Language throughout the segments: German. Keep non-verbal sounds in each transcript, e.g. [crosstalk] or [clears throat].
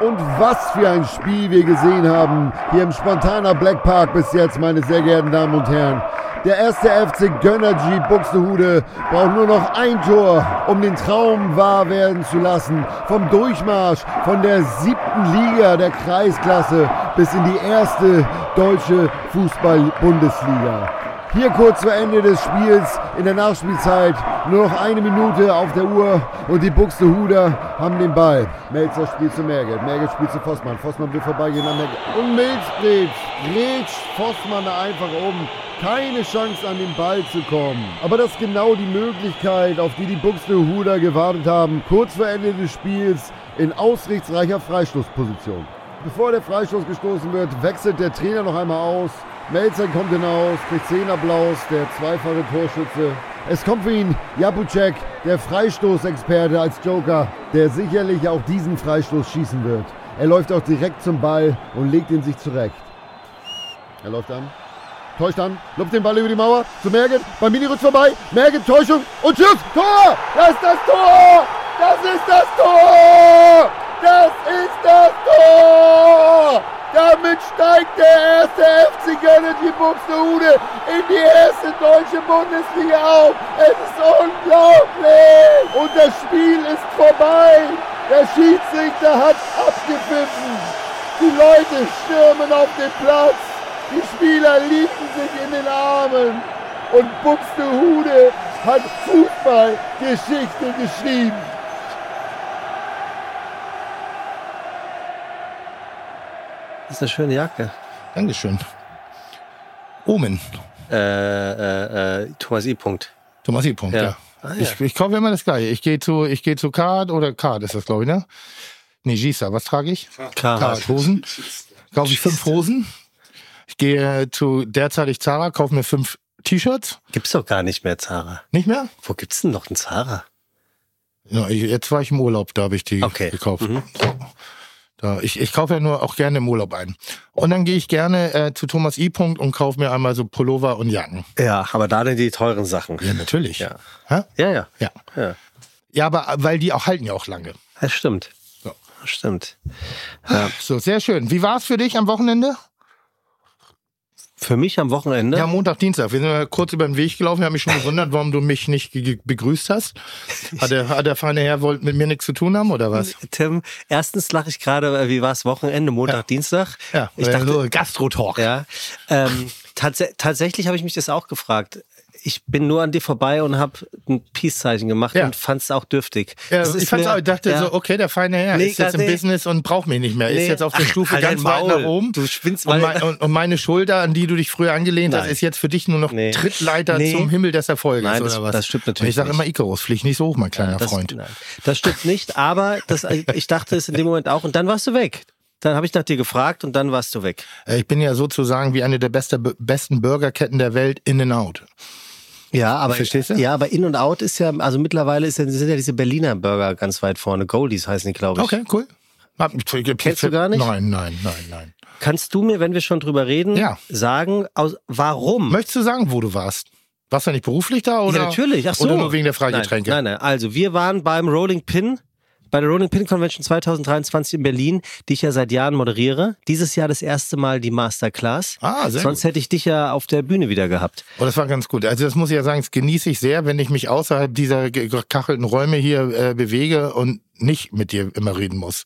Und was für ein Spiel wir gesehen haben hier im Spontaner Black Park bis jetzt, meine sehr geehrten Damen und Herren. Der erste FC Gönnergy Buxtehude braucht nur noch ein Tor, um den Traum wahr werden zu lassen. Vom Durchmarsch von der siebten Liga der Kreisklasse bis in die erste deutsche Fußball-Bundesliga. Hier kurz vor Ende des Spiels in der Nachspielzeit nur noch eine Minute auf der Uhr und die Buxtehuder haben den Ball. Melzer spielt zu Merget, Merget spielt zu Vossmann, Vossmann will vorbeigehen an Merget und Milz grätscht, grätscht Vossmann da einfach um. Keine Chance an den Ball zu kommen. Aber das ist genau die Möglichkeit, auf die die Buxtehuder gewartet haben, kurz vor Ende des Spiels in ausrichtsreicher Freistoßposition. Bevor der Freistoß gestoßen wird, wechselt der Trainer noch einmal aus. Melzer kommt hinaus, kriegt 10 Applaus, der zweifache Torschütze. Es kommt für ihn Jabucek, der Freistoßexperte als Joker, der sicherlich auch diesen Freistoß schießen wird. Er läuft auch direkt zum Ball und legt ihn sich zurecht. Er läuft an, täuscht an, lupft den Ball über die Mauer zu Merget, bei Mini rutscht vorbei, Merget, Täuschung und Schuss, Tor! Das ist das Tor! Das ist das Tor! Das ist das Tor! Damit steigt der erste FC Gönnergy Buxtehude in die erste deutsche Bundesliga auf. Es ist unglaublich! Und das Spiel ist vorbei. Der Schiedsrichter hat abgepfiffen. Die Leute stürmen auf den Platz. Die Spieler liebten sich in den Armen. Und Buxtehude hat Fußballgeschichte geschrieben. Das ist eine schöne Jacke. Dankeschön. Omen. Äh, äh, äh, Thomas I. Punkt. Thomas I. Punkt, ja. Ja. Ah, ja. Ich, ich kaufe immer das gleiche. Ich gehe zu, ich gehe zu Card oder Card ist das, glaube ich, ne? Nee, Gisa, was trage ich? Klar. Card Hosen. Kaufe ich fünf Hosen. Ich gehe zu derzeitig Zara, kaufe mir fünf T-Shirts. Gibt's doch gar nicht mehr Zara. Nicht mehr? Wo gibt's denn noch einen Zara? Ja, ich, jetzt war ich im Urlaub, da habe ich die Okay. gekauft. So. Da, ich, ich kaufe ja nur auch gerne im Urlaub ein. Und dann gehe ich gerne äh, zu Thomas I. Punkt und kaufe mir einmal so Pullover und Jacken. Ja, aber da dann die teuren Sachen. Ja, natürlich. Ja. Hä? Ja, ja. Ja. Ja, ja, aber weil die auch halten ja auch lange. das stimmt. So. Das stimmt. So, sehr schön. Wie war es für dich am Wochenende? Für mich am Wochenende. Ja, Montag, Dienstag. Wir sind mal kurz über den Weg gelaufen. Ich habe mich schon gewundert, warum du mich nicht ge- ge- begrüßt hast. Hat der, hat der feine Herr wollte mit mir nichts zu tun haben oder was? Tim, erstens lache ich gerade, äh, wie war es Wochenende, Montag, Ja. Dienstag? Ja, ich dachte, so Gastro-Talk. Ja. Ähm, tats tatsächlich habe ich mich das auch gefragt. Ich bin nur an dir vorbei und habe ein Peace-Zeichen gemacht Ja. und fand es auch dürftig. Ja, Das ist ich fand's mir- auch, ich dachte ja. so, okay, der feine Herr Nee, ist jetzt im nee. Business und braucht mich nicht mehr. Nee. Ist jetzt auf der Ach, Stufe halt dein ganz weit Maul. nach oben. Du spinnst, und, weil- mein, und, und meine Schulter, an die du dich früher angelehnt hast, Nein. ist jetzt für dich nur noch Nee. Trittleiter Nee. zum Himmel des Erfolges Nein, oder das- was? das stimmt Und natürlich Ich sage nicht. immer, Icarus, flieg nicht so hoch, mein kleiner das, Freund. Nein, das stimmt nicht, aber das, also ich dachte es in dem Moment auch und dann warst du weg. Dann habe ich nach dir gefragt und dann warst du weg. Äh, Ich bin ja sozusagen wie eine der beste, besten Burgerketten der Welt, in and out. Ja, aber Verstehst du? ja, aber In und Out ist ja, also mittlerweile ist ja, sind ja diese Berliner Burger ganz weit vorne. Goldies heißen die, glaube ich. Okay, cool. Hab- Kennst du gar nicht? Nein, nein, nein, nein. Kannst du mir, wenn wir schon drüber reden, Ja. sagen, aus, warum? Möchtest du sagen, wo du warst? Warst du nicht beruflich da oder? ja, natürlich. Ach so. Oder nur wegen der Freigetränke? Nein, nein, nein. Also, wir waren beim Rolling Pin, bei der Rolling Pin Convention 2023 in Berlin, die ich ja seit Jahren moderiere. Dieses Jahr das erste Mal die Masterclass. Ah, sehr Sonst hätte ich dich ja auf der Bühne wieder gehabt. Oh, das war ganz gut. Also das muss ich ja sagen, das genieße ich sehr, wenn ich mich außerhalb dieser ge- gekachelten Räume hier äh, bewege und nicht mit dir immer reden muss.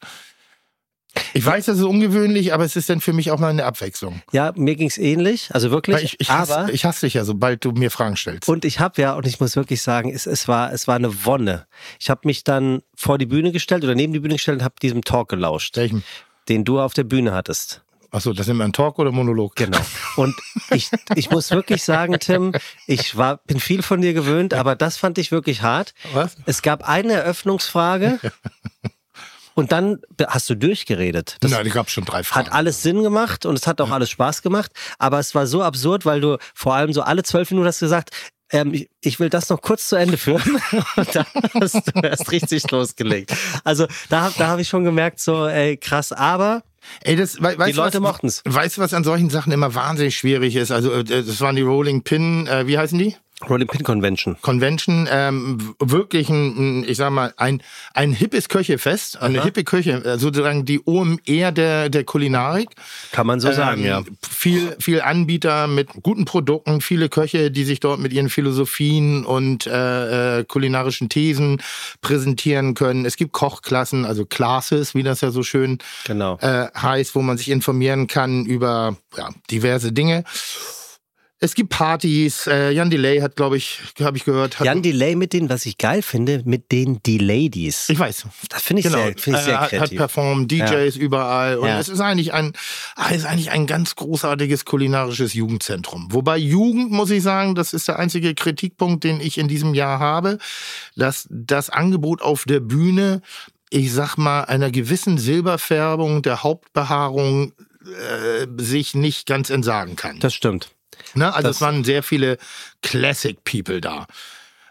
Ich weiß, das ist ungewöhnlich, aber es ist dann für mich auch mal eine Abwechslung. Ja, mir ging's ähnlich. Also wirklich. Weil ich, ich, aber hasse, ich hasse dich ja, sobald du mir Fragen stellst. Und ich habe ja, und ich muss wirklich sagen, es, es, war, es war eine Wonne. Ich habe mich dann vor die Bühne gestellt oder neben die Bühne gestellt und habe diesem Talk gelauscht, Welchen? den du auf der Bühne hattest. Achso, das nennt man Talk oder Monolog? Genau. Und ich, ich muss wirklich sagen, Tim, ich war, bin viel von dir gewöhnt, aber das fand ich wirklich hart. Was? Es gab eine [laughs] Eröffnungsfrage und dann be- hast du durchgeredet. Das Nein, ich gab schon drei Fragen. hat alles Sinn gemacht und es hat auch alles Spaß gemacht, aber es war so absurd, weil du vor allem so alle zwölf Minuten hast gesagt, ähm, ich, ich will das noch kurz zu Ende führen. [laughs] Und dann hast du erst richtig losgelegt. Also da, hab- da habe ich schon gemerkt, so ey, krass, aber Ey, das, we weißt, du, Leute was, mochten's. Weißt du, was an solchen Sachen immer wahnsinnig schwierig ist? Also, äh, das waren die Rolling Pin, äh, wie heißen die? Rolling Pin Convention. Convention ähm, wirklich ein, ein, ich sag mal, ein, ein hippes Köchefest, eine Aha. hippe Köche, äh, sozusagen die OMR der, der Kulinarik. Kann man so sagen, Ähm, ja. Viel, viel Anbieter mit guten Produkten, viele Köche, die sich dort mit ihren Philosophien und äh, äh, kulinarischen Thesen präsentieren können. Es gibt Kochklassen, also Classes, wie das ja so schön Genau. äh, heißt, wo man sich informieren kann über ja, diverse Dinge. Es gibt Partys. Äh, Jan Delay hat, glaube ich, habe ich gehört. Hat, Jan Delay mit denen, was ich geil finde, mit den Delays. ich weiß. Das finde ich, Genau. sehr, find ich Äh, sehr hat, hat kreativ. performt, DJs überall. Und Ja. es ist eigentlich ein, ah, es ist eigentlich ein ganz großartiges kulinarisches Jugendzentrum. Wobei Jugend, muss ich sagen, das ist der einzige Kritikpunkt, den ich in diesem Jahr habe, dass das Angebot auf der Bühne, ich sag mal, einer gewissen Silberfärbung der Hauptbehaarung äh, sich nicht ganz entsagen kann. das stimmt. Ne? Also Das- es waren sehr viele Classic People da.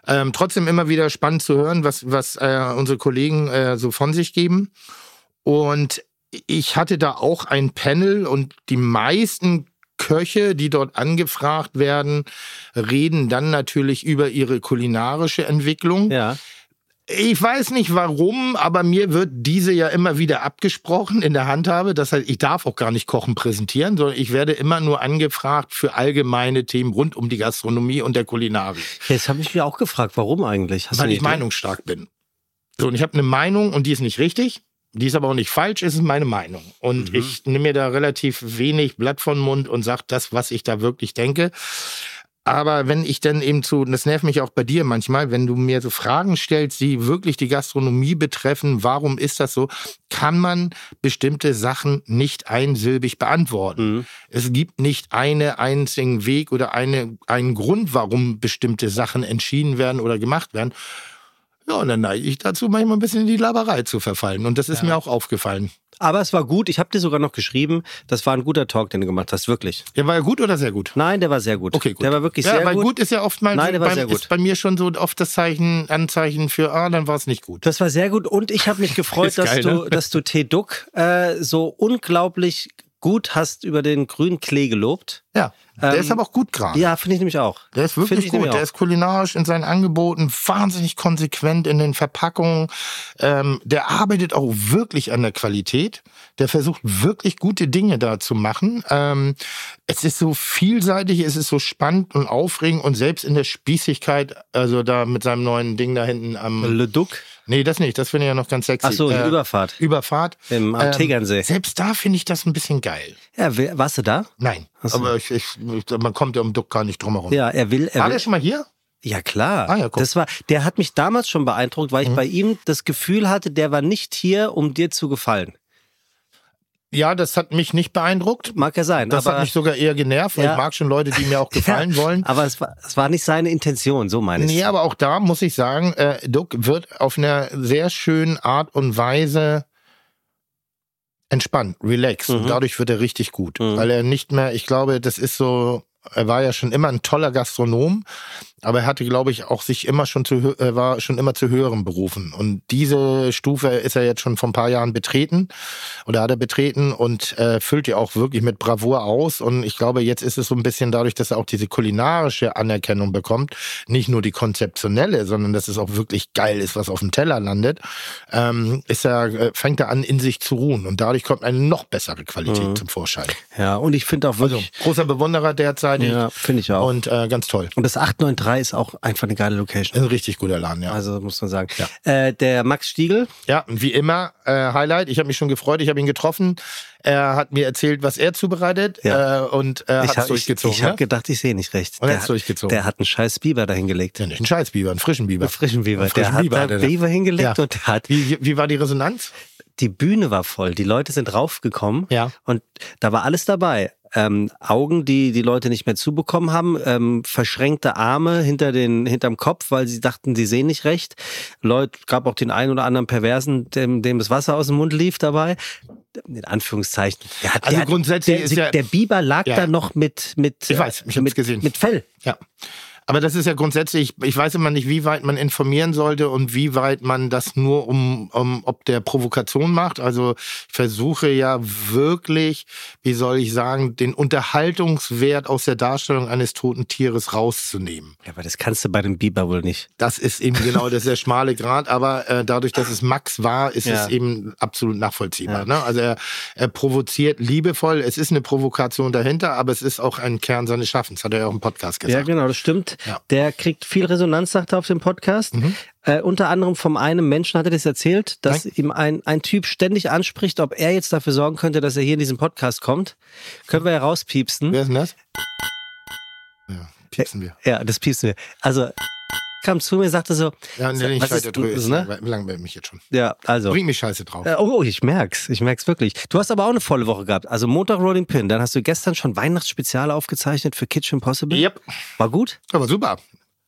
Ähm, trotzdem immer wieder spannend zu hören, was, was äh, unsere Kollegen äh, so von sich geben. Und ich hatte da auch ein Panel und die meisten Köche, die dort angefragt werden, reden dann natürlich über ihre kulinarische Entwicklung. Ja. Ich weiß nicht warum, aber mir wird diese ja immer wieder abgesprochen in der Handhabe. Das heißt, ich darf auch gar nicht kochen präsentieren, sondern ich werde immer nur angefragt für allgemeine Themen rund um die Gastronomie und der Kulinarik, Jetzt habe ich mich auch gefragt, warum eigentlich? Hast du weil eine ich Idee? meinungsstark bin. So, und ich habe eine Meinung und die ist nicht richtig, die ist aber auch nicht falsch, es ist meine Meinung. Und Mhm. ich nehme mir da relativ wenig Blatt von Mund und sage das, was ich da wirklich denke. Aber wenn ich dann eben zu, und das nervt mich auch bei dir manchmal, wenn du mir so Fragen stellst, die wirklich die Gastronomie betreffen, warum ist das so, kann man bestimmte Sachen nicht einsilbig beantworten. Mhm. Es gibt nicht einen einzigen Weg oder eine, einen Grund, warum bestimmte Sachen entschieden werden oder gemacht werden. Ja, und dann neige ich dazu, manchmal ein bisschen in die Laberei zu verfallen. Und das ist mir auch aufgefallen. Aber es war gut. Ich habe dir sogar noch geschrieben, das war ein guter Talk, den du gemacht hast, wirklich. Ja, war er gut oder sehr gut? Nein, der war sehr gut. Okay, gut. Der war wirklich ja, sehr weil gut. gut ist ja oftmals Nein, der war beim, sehr gut. ist bei mir schon so oft das Zeichen, Anzeichen für, ah, dann war es nicht gut. Das war sehr gut und ich habe [laughs] mich gefreut, Ist dass, geil, du, ne? dass du T-Duck äh, so unglaublich gut hast über den grünen Klee gelobt. Ja, der Ähm, ist aber auch gut gerade. Ja, finde ich nämlich auch. Ah. Der ist Find wirklich ich gut. nämlich Der auch. ist kulinarisch in seinen Angeboten wahnsinnig konsequent in den Verpackungen. Ähm, der arbeitet auch wirklich an der Qualität. Der versucht wirklich gute Dinge da zu machen. Ähm, es ist so vielseitig, es ist so spannend und aufregend und selbst in der Spießigkeit, also da mit seinem neuen Ding da hinten am. Le Duc. Nee, das nicht, das finde ich ja noch ganz sexy. Hm. Ach so, die Äh, Überfahrt Überfahrt. im, am ähm, Tegernsee. Selbst da finde ich das ein bisschen geil. Ja, wer- warst du da? Nein, so. aber ich, ich, ich, man kommt ja um Duck gar nicht drum herum. Ja, er will. Er War will der schon mal hier? ja, klar. Ah, ja, guck. Mhm. das war, der hat mich damals schon beeindruckt, weil ich bei ihm das Gefühl hatte, der war nicht hier, um dir zu gefallen. Ja, das hat mich nicht beeindruckt. Mag ja sein. Das aber, hat mich sogar eher genervt, weil Ja. ich mag schon Leute, die [laughs] mir auch gefallen wollen. aber es war, es war nicht seine Intention, so meine ich. Nee, aber auch da muss ich sagen, äh, Duck wird auf einer sehr schönen Art und Weise entspannt, relaxed. Mhm. Und dadurch wird er richtig gut. Mhm. Weil er nicht mehr, ich glaube, das ist so, er war ja schon immer ein toller Gastronom, aber er hatte, glaube ich, auch sich immer schon zu, hö- er war schon immer zu höheren Berufen. Und diese Stufe ist er jetzt schon vor ein paar Jahren betreten oder hat er betreten und äh, füllt ja auch wirklich mit Bravour aus. Und ich glaube, jetzt ist es so ein bisschen dadurch, dass er auch diese kulinarische Anerkennung bekommt, nicht nur die konzeptionelle, sondern dass es auch wirklich geil ist, was auf dem Teller landet, ähm, ist er, äh, fängt er an, in sich zu ruhen. Und dadurch kommt eine noch bessere Qualität Mhm. zum Vorschein. Ja, und ich finde auch Also, wirklich. großer Bewunderer derzeitig ja, finde ich auch. Und, Also, und äh, ganz toll. das 893 ist auch einfach eine geile Location. Ein richtig guter Laden, ja. Also muss man sagen. Äh, der Max Stiegel, Ja, und wie immer, äh, Highlight. Ich habe mich schon gefreut, ich habe ihn getroffen. Er hat mir erzählt, was er zubereitet Ja. äh, und äh, hat ich es habe ich, durchgezogen. ich hab ne? gedacht, ich sehe nicht recht. Und er der, hat's hat- durchgezogen. der hat einen scheiß Biber dahingelegt. Ja, nicht einen Scheißbiber, einen frischen Biber. Einen frischen Biber. Einen frischen der Biber hat hat da er da. Biber hingelegt Ja. und der hat, Wie, wie war die Resonanz? die Bühne war voll. Die Leute sind raufgekommen Ja. und da war alles dabei. Ähm, Augen, die die Leute nicht mehr zubekommen haben, ähm, verschränkte Arme hinter den hinterm Kopf, weil sie dachten, sie sehen nicht recht. Leute, gab auch den einen oder anderen Perversen, dem, dem das Wasser aus dem Mund lief dabei. In Anführungszeichen. Der hat, Also der, grundsätzlich der, ist ja- der Biber lag Ja. da noch mit mit Ich weiß, ich hab's mit, gesehen. mit Fell. Ja. Aber das ist ja grundsätzlich, ich weiß immer nicht, wie weit man informieren sollte und wie weit man das nur um, um ob der Provokation macht. Also ich versuche ja wirklich, wie soll ich sagen, den Unterhaltungswert aus der Darstellung eines toten Tieres rauszunehmen. Ja, aber das kannst du bei dem Biber wohl nicht. Das ist eben genau das ist der schmale Grad, aber äh, dadurch, dass es Max war, ist Ja. es eben absolut nachvollziehbar. Ne? Also er, er provoziert liebevoll, es ist eine Provokation dahinter, aber es ist auch ein Kern seines Schaffens, hat er ja auch im Podcast gesagt. Ja, genau, das stimmt. Ja. Mhm. Der kriegt viel Resonanz, sagt er auf dem Podcast. Äh, unter anderem vom einem Menschen hat er das erzählt, dass ihm ein, ein Typ ständig anspricht, ob er jetzt dafür sorgen könnte, dass er hier in diesen Podcast kommt. Können wir ja rauspiepsen. Wer ist denn das? Ja, piepsen wir. Ja, das piepsen wir. Also kam zu mir, sagte so, Ja, nee, ich was schalte ist drüber. das, Ist, ne? ne? Langweilt mich jetzt schon. ja, also. Bringt mich scheiße drauf. Äh, Oh, oh, ich merk's. Ich merk's wirklich. Du hast aber auch eine volle Woche gehabt. Also Montag Rolling Pin. Dann hast du gestern schon Weihnachtsspezial aufgezeichnet für Kitchen Possible. Yep. War gut? Aber super.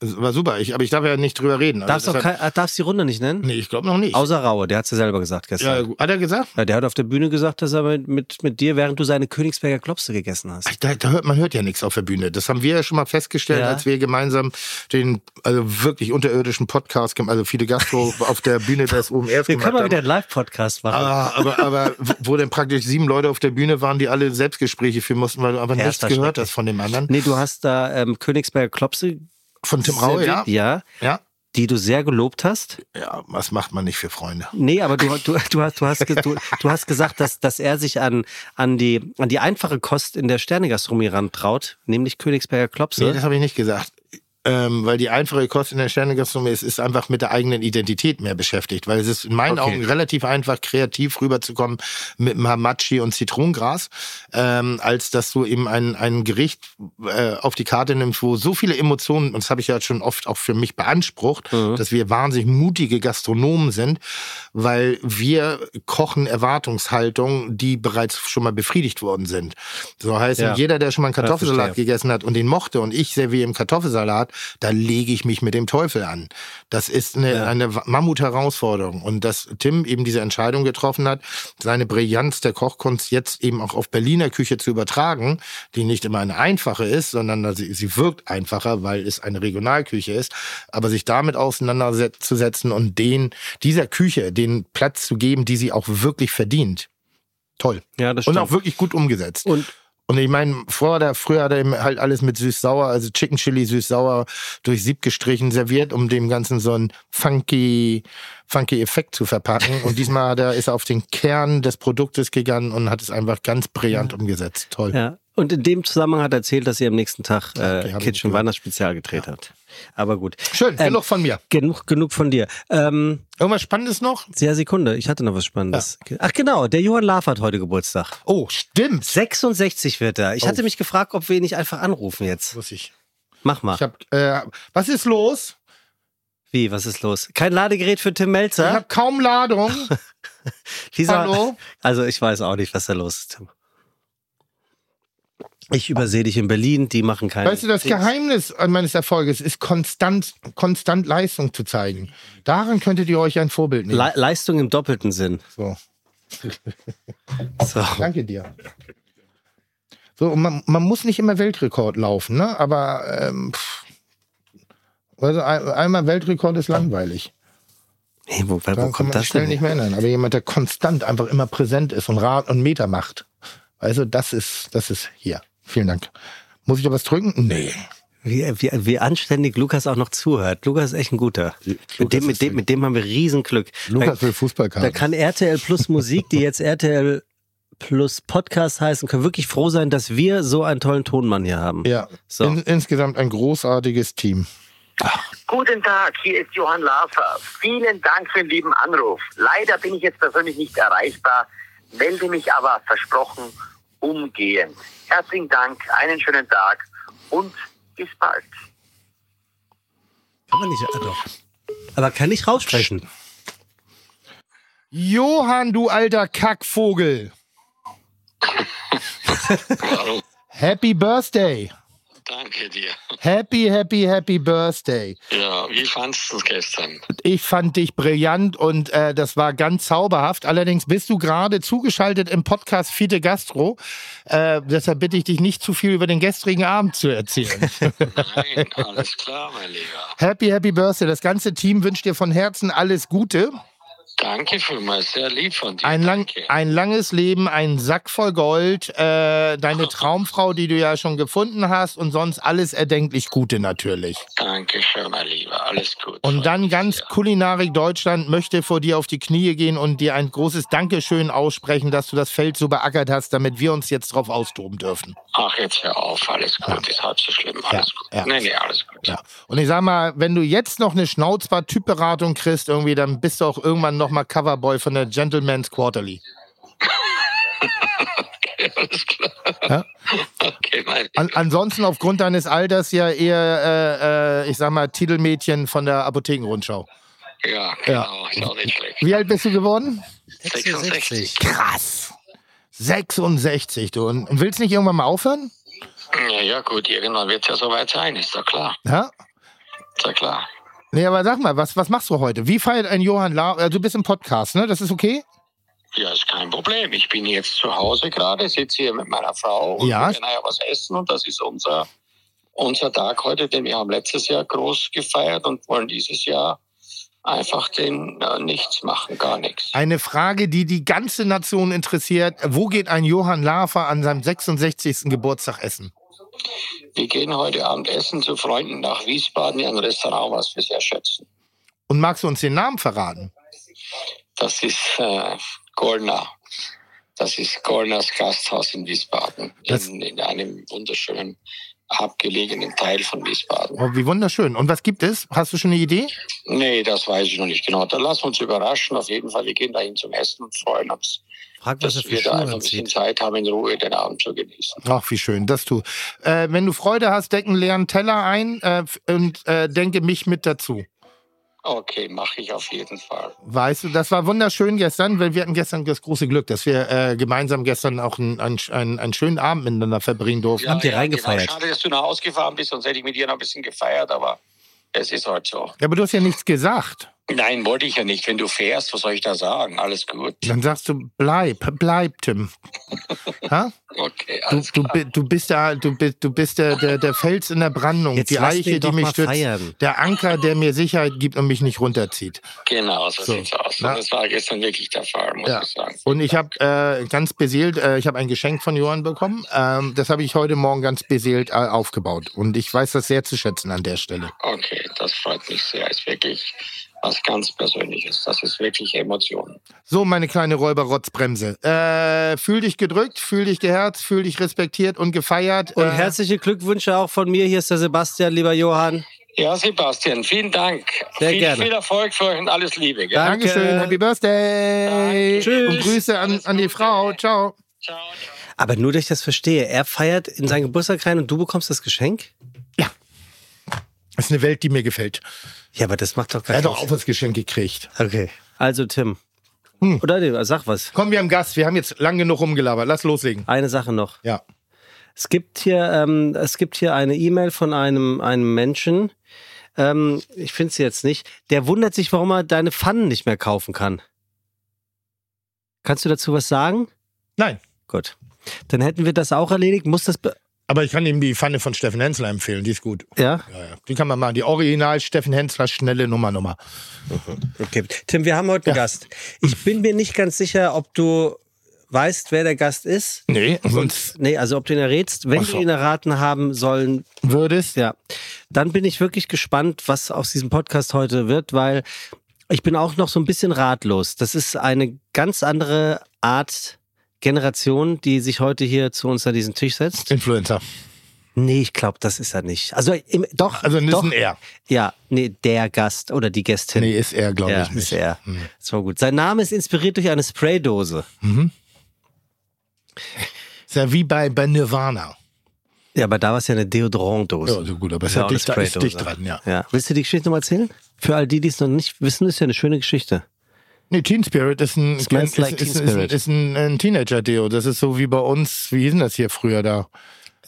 Es War super. Ich, aber ich darf ja nicht drüber reden. Also Darfst du deshalb- darfst äh, die Runde nicht nennen? Nee, ich glaube noch nicht. Außer Raue, der hat's ja selber gesagt ja, gestern. gut. hat er gesagt? Ja, der hat auf der Bühne gesagt, dass er mit, mit, mit dir, während du seine Königsberger Klopse gegessen hast. Ach, Da, da hört, man hört ja nichts auf der Bühne. Das haben wir ja schon mal festgestellt, Ja. als wir gemeinsam den also wirklich unterirdischen Podcast, gem- also viele Gastro [laughs] auf der Bühne des OMR Wir gemacht können mal haben. wieder einen Live-Podcast machen. Ah, aber, aber wo dann praktisch sieben Leute auf der Bühne waren, die alle Selbstgespräche führen mussten, weil du einfach Ja, ist nichts das gehört schrecklich. hast von dem anderen. Nee, du hast da ähm, Königsberger Klopse Von Tim Raue, ja. serviert, ja, ja. die du sehr gelobt hast. Ja, was macht man nicht für Freunde? Nee, aber du, du, du, hast, du, hast, ge- du, du hast gesagt, dass, dass er sich an, an, die, an die einfache Kost in der Sternegastronomie rantraut, nämlich Königsberger Nee, Klopse. das habe ich nicht gesagt. Ähm, weil die einfache Kost in der Sternegastronomie ist, ist einfach mit der eigenen Identität mehr beschäftigt. Weil es ist in meinen Okay. Augen relativ einfach, kreativ rüberzukommen mit einem Hamachi und Zitronengras, ähm, als dass du eben ein, ein Gericht äh, auf die Karte nimmst, wo so viele Emotionen, und das habe ich ja schon oft auch für mich beansprucht, Mhm. dass wir wahnsinnig mutige Gastronomen sind, weil wir kochen Erwartungshaltungen, die bereits schon mal befriedigt worden sind. So heißt, Ja. jeder, der schon mal einen Ja, verstehe. Kartoffelsalat gegessen hat und den mochte und ich serviere ihm Kartoffelsalat, da lege ich mich mit dem Teufel an. Das ist eine, eine Mammut-Herausforderung. Und dass Tim eben diese Entscheidung getroffen hat, seine Brillanz der Kochkunst jetzt eben auch auf Berliner Küche zu übertragen, die nicht immer eine einfache ist, sondern dass sie, sie wirkt einfacher, weil es eine Regionalküche ist, aber sich damit auseinanderzusetzen und den, dieser Küche den Platz zu geben, die sie auch wirklich verdient. Toll. Ja, das Und auch wirklich gut umgesetzt. Und Und ich meine, vorher, da- früher hat er eben halt alles mit süß-sauer, also Chicken Chili süß-sauer durch Sieb gestrichen, serviert, um dem Ganzen so einen funky, funky Effekt zu verpacken. Und diesmal hat er, ist er auf den Kern des Produktes gegangen und hat es einfach ganz brillant umgesetzt. Toll. ja. Und in dem Zusammenhang hat er erzählt, dass ihr am nächsten Tag äh, Okay, hab ich Kitchen gehört. Weihnachtsspezial gedreht habt. Aber gut. Schön, Ähm, genug von mir. Genug, genug von dir. Ähm, Irgendwas Spannendes noch? sehr Sekunde, ich hatte noch was Spannendes. Ach genau, der Johann Laff hat heute Geburtstag. Oh, stimmt. 66 wird er. Ich Oh. hatte mich gefragt, ob wir ihn nicht einfach anrufen jetzt. Muss ich. Mach mal. ich hab, äh, was ist los? Wie, was ist los? Kein Ladegerät für Tim Melzer? Ich habe kaum [laughs] Ladung. Dieser, Hallo? [laughs] Also ich weiß auch nicht, was da los ist, Tim. Ich übersehe dich in Berlin, die machen keine. Weißt du, das Geheimnis äh, meines Erfolges ist, konstant, konstant Leistung zu zeigen. Daran könntet ihr euch ein Vorbild nehmen. Le Leistung im doppelten Sinn. so. So. Danke dir. So, und man, man muss nicht immer Weltrekord laufen, ne? Aber ähm, pff. also ein, einmal Weltrekord ist langweilig. Hey, wo, wo Daran kann kommt man das sich schnell denn? nicht mehr ändern. Aber jemand, der konstant einfach immer präsent ist und Rad und Meter macht. Also das ist, das ist hier. Vielen Dank. Muss ich da was drücken? Nee. Wie, wie, wie anständig Lukas auch noch zuhört. Lukas ist echt ein guter. mit, dem, mit, dem, mit dem haben wir Riesenglück. Äh, Lukas da, will Fußballkarte. da kann RTL Plus Musik, die jetzt RTL Plus Podcast heißen, können wirklich froh sein, dass wir so einen tollen Tonmann hier haben. ja. So. In, insgesamt ein großartiges Team. Guten Tag, hier ist Johann Lafer. Vielen Dank für den lieben Anruf. Leider bin ich jetzt persönlich nicht erreichbar, melde mich aber versprochen umgehend. Herzlichen Dank, einen schönen Tag und bis bald. Kann man nicht, ah, doch. Aber kann ich raussprechen. Johann, du alter Kackvogel. Happy Birthday. Danke dir. Happy, happy, happy Birthday. Ja, wie fandst du es gestern? Ich fand dich brillant und äh, das war ganz zauberhaft. Allerdings bist du gerade zugeschaltet im Podcast Fiete Gastro. Äh, deshalb bitte ich dich nicht zu viel über den gestrigen Abend zu erzählen. Nein, alles klar, mein Lieber. happy, happy Birthday. Das ganze Team wünscht dir von Herzen alles Gute. Danke für mal sehr lieb von dir. Ein, lang, Danke. ein langes Leben, ein Sack voll Gold, äh, deine Traumfrau, die du ja schon gefunden hast und sonst alles erdenklich Gute natürlich. Danke schön, mein Lieber. Alles gut. Und dann ganz Kulinarik Deutschland möchte vor dir auf die Knie gehen und dir ein großes Dankeschön aussprechen, dass du das Feld so beackert hast, damit wir uns jetzt drauf austoben dürfen. Ach, jetzt hör auf. Alles gut. Ist halb so schlimm. Alles gut. ja. Nee, nee, alles gut. Ja. Und ich sag mal, wenn du jetzt noch eine Schnauzbar-Typberatung kriegst, irgendwie, dann bist du auch irgendwann nochmal Coverboy von der Gentleman's Quarterly. Alles klar. Ja? Okay, mein An ansonsten aufgrund deines Alters ja eher, äh, äh, ich sag mal, Titelmädchen von der Apothekenrundschau. Ja, genau. Ist auch nicht schlecht. Wie alt bist du geworden? 66. Krass. 66, du. Und willst nicht irgendwann mal aufhören? Ja, ja, gut. Irgendwann wird es ja soweit sein. Ist doch klar. Ja? Ist doch klar. Nee, aber sag mal, was, was machst du heute? Wie feiert ein Johann La? Äh, du bist im Podcast, ne? Das ist okay? Ja, ist kein Problem. Ich bin jetzt zu Hause gerade, sitze hier mit meiner Frau und Ja. wir werden ja was essen und das ist unser, unser Tag heute, den wir haben letztes Jahr groß gefeiert und wollen dieses Jahr einfach den äh, nichts machen, gar nichts. Eine Frage, die die ganze Nation interessiert. Wo geht ein Johann Lafer an seinem 66. Geburtstag essen? Wir gehen heute Abend essen zu Freunden nach Wiesbaden in ein Restaurant, was wir sehr schätzen. Und magst du uns den Namen verraten? Das ist äh, Goldner. Das ist Goldners Gasthaus in Wiesbaden, Das- in, in einem wunderschönen, abgelegenen Teil von Wiesbaden. Oh, wie wunderschön. Und was gibt es? Hast du schon eine Idee? Nee, das weiß ich noch nicht genau. Dann lassen wir uns überraschen. Auf jeden Fall, wir gehen dahin zum Essen und freuen uns, Frag, was dass er für wir da Schuhe einfach ein bisschen anzieht. Zeit haben, in Ruhe den Abend zu genießen. Ach, wie schön, das du. Äh, wenn du Freude hast, deck einen leeren Teller ein äh, f- und äh, denke mich mit dazu. Okay, mache ich auf jeden Fall. Weißt du, das war wunderschön gestern, weil wir hatten gestern das große Glück, dass wir äh, gemeinsam gestern auch einen, einen, einen einen schönen Abend miteinander verbringen durften. Habt ihr reingefeiert? Genau. Schade, dass du nach Hause gefahren bist, sonst hätte ich mit dir noch ein bisschen gefeiert, aber es ist halt so. Ja, aber du hast ja nichts gesagt. Nein, wollte ich ja nicht. Wenn du fährst, was soll ich da sagen? Alles gut. Dann sagst du, bleib, bleib, Tim. [laughs] Ha? Okay, Du, alles du, klar. bi- du bist da, du bist, du bist der, der, der Fels in der Brandung, Jetzt die lass Eiche, den die doch mich mal stützt, feiern. der Anker, der mir Sicherheit gibt und mich nicht runterzieht. Genau, so, So, sieht's aus. na? Und das war gestern wirklich der Fall, muss Ja. ich sagen. Und ich habe äh, ganz beseelt, äh, ich habe ein Geschenk von Johann bekommen. Ähm, das habe ich heute Morgen ganz beseelt äh, aufgebaut. Und ich weiß das sehr zu schätzen an der Stelle. Okay, das freut mich sehr. Ist wirklich was ganz Persönliches. Das ist wirklich Emotion. So, meine kleine Räuberrotzbremse. Äh, fühl dich gedrückt, fühl dich geherzt, fühl dich respektiert und gefeiert. Und äh, herzliche Glückwünsche auch von mir. Hier ist der Sebastian, lieber Johann. Ja, Sebastian, vielen Dank. Sehr viel, gerne. viel Erfolg für euch und alles Liebe. Gell? Danke. Dankeschön, Happy Birthday. Danke. Tschüss. Und Grüße an, an die Frau. Ciao. Ciao, ciao. Aber nur, dass ich das verstehe. Er feiert in seinen Geburtstag rein und du bekommst das Geschenk? Das ist eine Welt, die mir gefällt. Ja, aber das macht doch Er gar hat keinen doch auch was Geschenk gekriegt. Okay. Also, Tim. Hm. Oder nee, sag was. Komm, wir haben Gast. Wir haben jetzt lang genug rumgelabert. Lass loslegen. Eine Sache noch. Ja. Es gibt hier, ähm, es gibt hier eine E-Mail von einem, einem Menschen. Ähm, ich finde sie jetzt nicht. Der wundert sich, warum er deine Pfannen nicht mehr kaufen kann. Kannst du dazu was sagen? Nein. Gut. Dann hätten wir das auch erledigt. Muss das. Be Aber ich kann ihm die Pfanne von Steffen Hensler empfehlen. Die ist gut. ja? Ja, ja. Die kann man machen. Die Original Steffen Hensler schnelle Nummer Nummer. Okay. Tim, wir haben heute einen Gast. Ich bin mir nicht ganz sicher, ob du weißt, wer der Gast ist. Nee, sonst Nee, also ob du ihn errätst. Wenn Ach so. wir ihn erraten haben sollen, würdest. Ja, dann bin ich wirklich gespannt, was aus diesem Podcast heute wird, weil ich bin auch noch so ein bisschen ratlos. Das ist eine ganz andere Art Generation, die sich heute hier zu uns an diesen Tisch setzt. Influencer. Nee, ich glaube, das ist er nicht. Also im, doch, Also das ist doch, ein R. ja, nee, der Gast oder die Gästin. Nee, ist er, glaube ja, ich. Nicht. Hm. ist er. Das war gut. Sein Name ist inspiriert durch eine Spraydose. Ist ja wie bei, bei Nirvana. Ja, aber da war es ja eine Deodorantdose. Ja, so gut, aber ist Ja, ja und eine dicht, ist dicht Spraydose. dran, ja. Ja. Willst du die Geschichte nochmal erzählen? Für all die, die es noch nicht wissen, ist ja eine schöne Geschichte. Nee, Teen Spirit ist ein, ist, Smells ist, like ist, Teen ist, Spirit. ist ein, ein Teenager-Deo. Das ist so wie bei uns, wie hieß denn das hier früher da?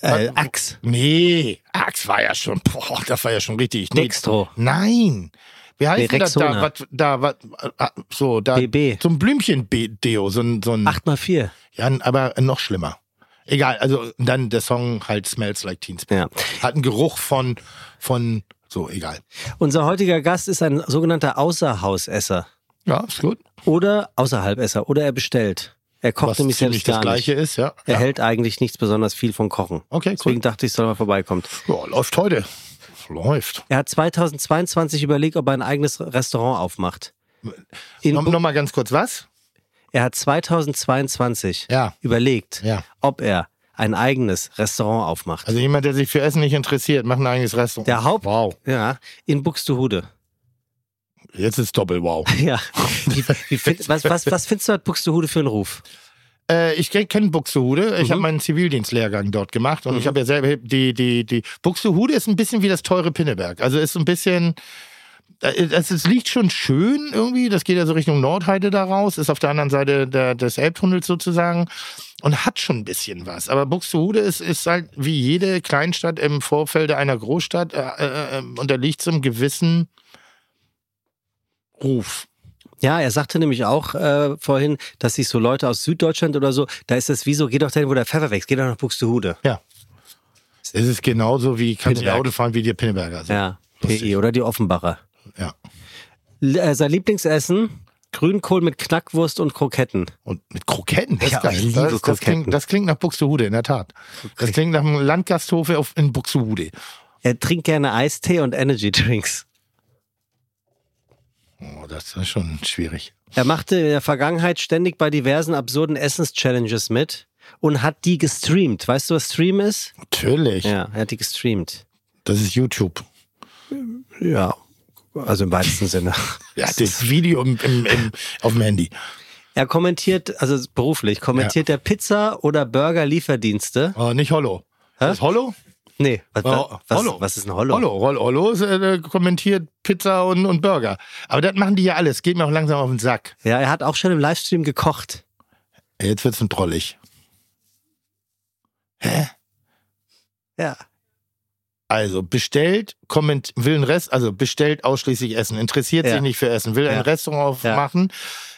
Äh, Ax. Nee, Ax war ja schon, boah, das war ja schon richtig. Nee, Dextro. Nein. Wie heißt denn das da? Rexona. Was, da, was, ah, so, da. BB. So ein Blümchen-Deo, so ein, so ein 8x4. ja, aber noch schlimmer. Egal, also dann der Song halt Smells Like Teen Spirit. Ja. Hat einen Geruch von, von, so, egal. Unser heutiger Gast ist ein sogenannter Außerhausesser. Ja, ist gut. Oder Außerhalbesser. Oder er bestellt. Er kocht Was nämlich ziemlich selbst das gar Gleiche nicht. ist, ja. Er ja. hält eigentlich nichts besonders viel von Kochen. Okay, cool. Deswegen dachte ich, soll mal vorbeikommen. ja, läuft heute. Läuft. Er hat 2022 überlegt, ob er ein eigenes Restaurant aufmacht. In Noch, Bu- noch mal ganz kurz, was? er hat 2022 Ja. überlegt, Ja. ob er ein eigenes Restaurant aufmacht. Also jemand, der sich für Essen nicht interessiert, macht ein eigenes Restaurant. Der Haupt- Wow. ja, in Buxtehude. [laughs] Jetzt ist doppel wow. Ja. Wie, wie find, was, was, was findest du hat Buxtehude für einen Ruf? Äh, ich kenne Buxtehude. Ich Mhm. habe meinen Zivildienstlehrgang dort gemacht und ich Mhm. habe ja selber die die die Buxtehude ist ein bisschen wie das teure Pinneberg. Also ist so ein bisschen äh, es, es liegt schon schön irgendwie. Das geht ja so Richtung Nordheide da raus. Ist auf der anderen Seite der, des Elbtunnels sozusagen und hat schon ein bisschen was. Aber Buxtehude ist ist halt wie jede Kleinstadt im Vorfeld einer Großstadt äh, äh, unterliegt so einem gewissen Ruf. Ja, er sagte nämlich auch äh, vorhin, dass sich so Leute aus Süddeutschland oder so, da ist das wie so, geh doch dahin, wo der Pfeffer wächst, geh doch nach Buxtehude. Ja. Es ist genauso wie kannst du Pinneberg. Auto fahren wie dir Pinneberger. sind. Ja, PE oder die Offenbacher. ja. L äh, sein Lieblingsessen, Grünkohl mit Knackwurst und Kroketten. Und mit Kroketten? Das Ja, ist geil. ich liebe das, das, Kroketten. klingt, das klingt nach Buxtehude, in der Tat. Das klingt nach einem Landgasthof auf, in Buxtehude. Er trinkt gerne Eistee und Energy Drinks. Oh, das ist schon schwierig. Er machte in der Vergangenheit ständig bei diversen absurden Essens-Challenges mit und hat die gestreamt. Weißt du, was Stream ist? Natürlich. Ja, er hat die gestreamt. Das ist YouTube. Ja, also im weitesten Sinne. Ja, das Video im, im, im, auf dem Handy. Er kommentiert, also beruflich, kommentiert er Pizza- oder Burger-Lieferdienste? Oh, nicht Hollow. Hä? Ist Hollow? Nee, was, Oh, was, Hollow. was ist ein Hollow? Hollow. Hollow, Hollow ist, äh, kommentiert Pizza und, und Burger. Aber das machen die ja alles. Geht mir auch langsam auf den Sack. Ja, er hat auch schon im Livestream gekocht. Ey, Jetzt wird's ein Trollig. Ja. Also bestellt, komment, will ein Rest, also bestellt ausschließlich Essen, interessiert Ja. sich nicht für Essen, will Ja. ein Restaurant Ja. aufmachen,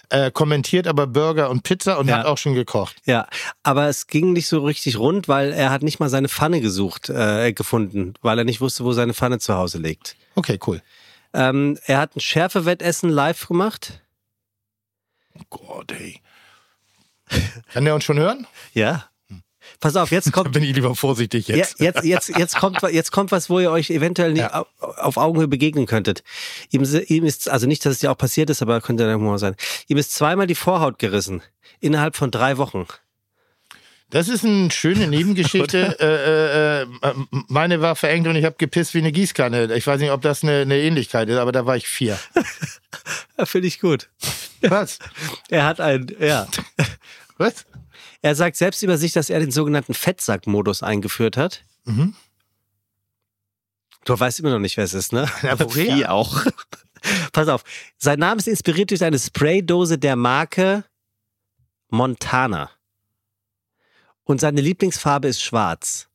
äh, kommentiert aber Burger und Pizza und Ja. hat auch schon gekocht. Ja, aber es ging nicht so richtig rund, weil er hat nicht mal seine Pfanne gesucht, äh, gefunden, weil er nicht wusste, wo seine Pfanne zu Hause liegt. Okay, cool. Ähm, er hat ein Schärfewettessen live gemacht. Oh Gott, ey. [laughs] Kann der uns schon hören? Ja. Pass auf, jetzt Da kommt. bin ich lieber vorsichtig jetzt. Ja, jetzt, jetzt, jetzt, kommt, jetzt kommt was, wo ihr euch eventuell nicht Ja. au- auf Augenhöhe begegnen könntet. Ihm, se- ihm ist, also nicht, dass es dir auch passiert ist, aber könnte dann Humor sein. Ihm ist zweimal die Vorhaut gerissen. Innerhalb von drei Wochen. Das ist eine schöne [laughs] Nebengeschichte. äh, äh, äh, meine war verengt und ich habe gepisst wie eine Gießkanne. Ich weiß nicht, ob das eine, eine Ähnlichkeit ist, aber da war [laughs] ich vier. Ja, Finde ich gut. Was? Er hat ein, ja. Was? [laughs] Er sagt selbst über sich, dass er den sogenannten Fettsack-Modus eingeführt hat. Mhm. Du weißt immer noch nicht, wer es ist, [laughs] ne? Na, woher? Wie auch. Pass auf. Sein Name ist inspiriert durch eine Spraydose der Marke Montana. Und seine Lieblingsfarbe ist schwarz.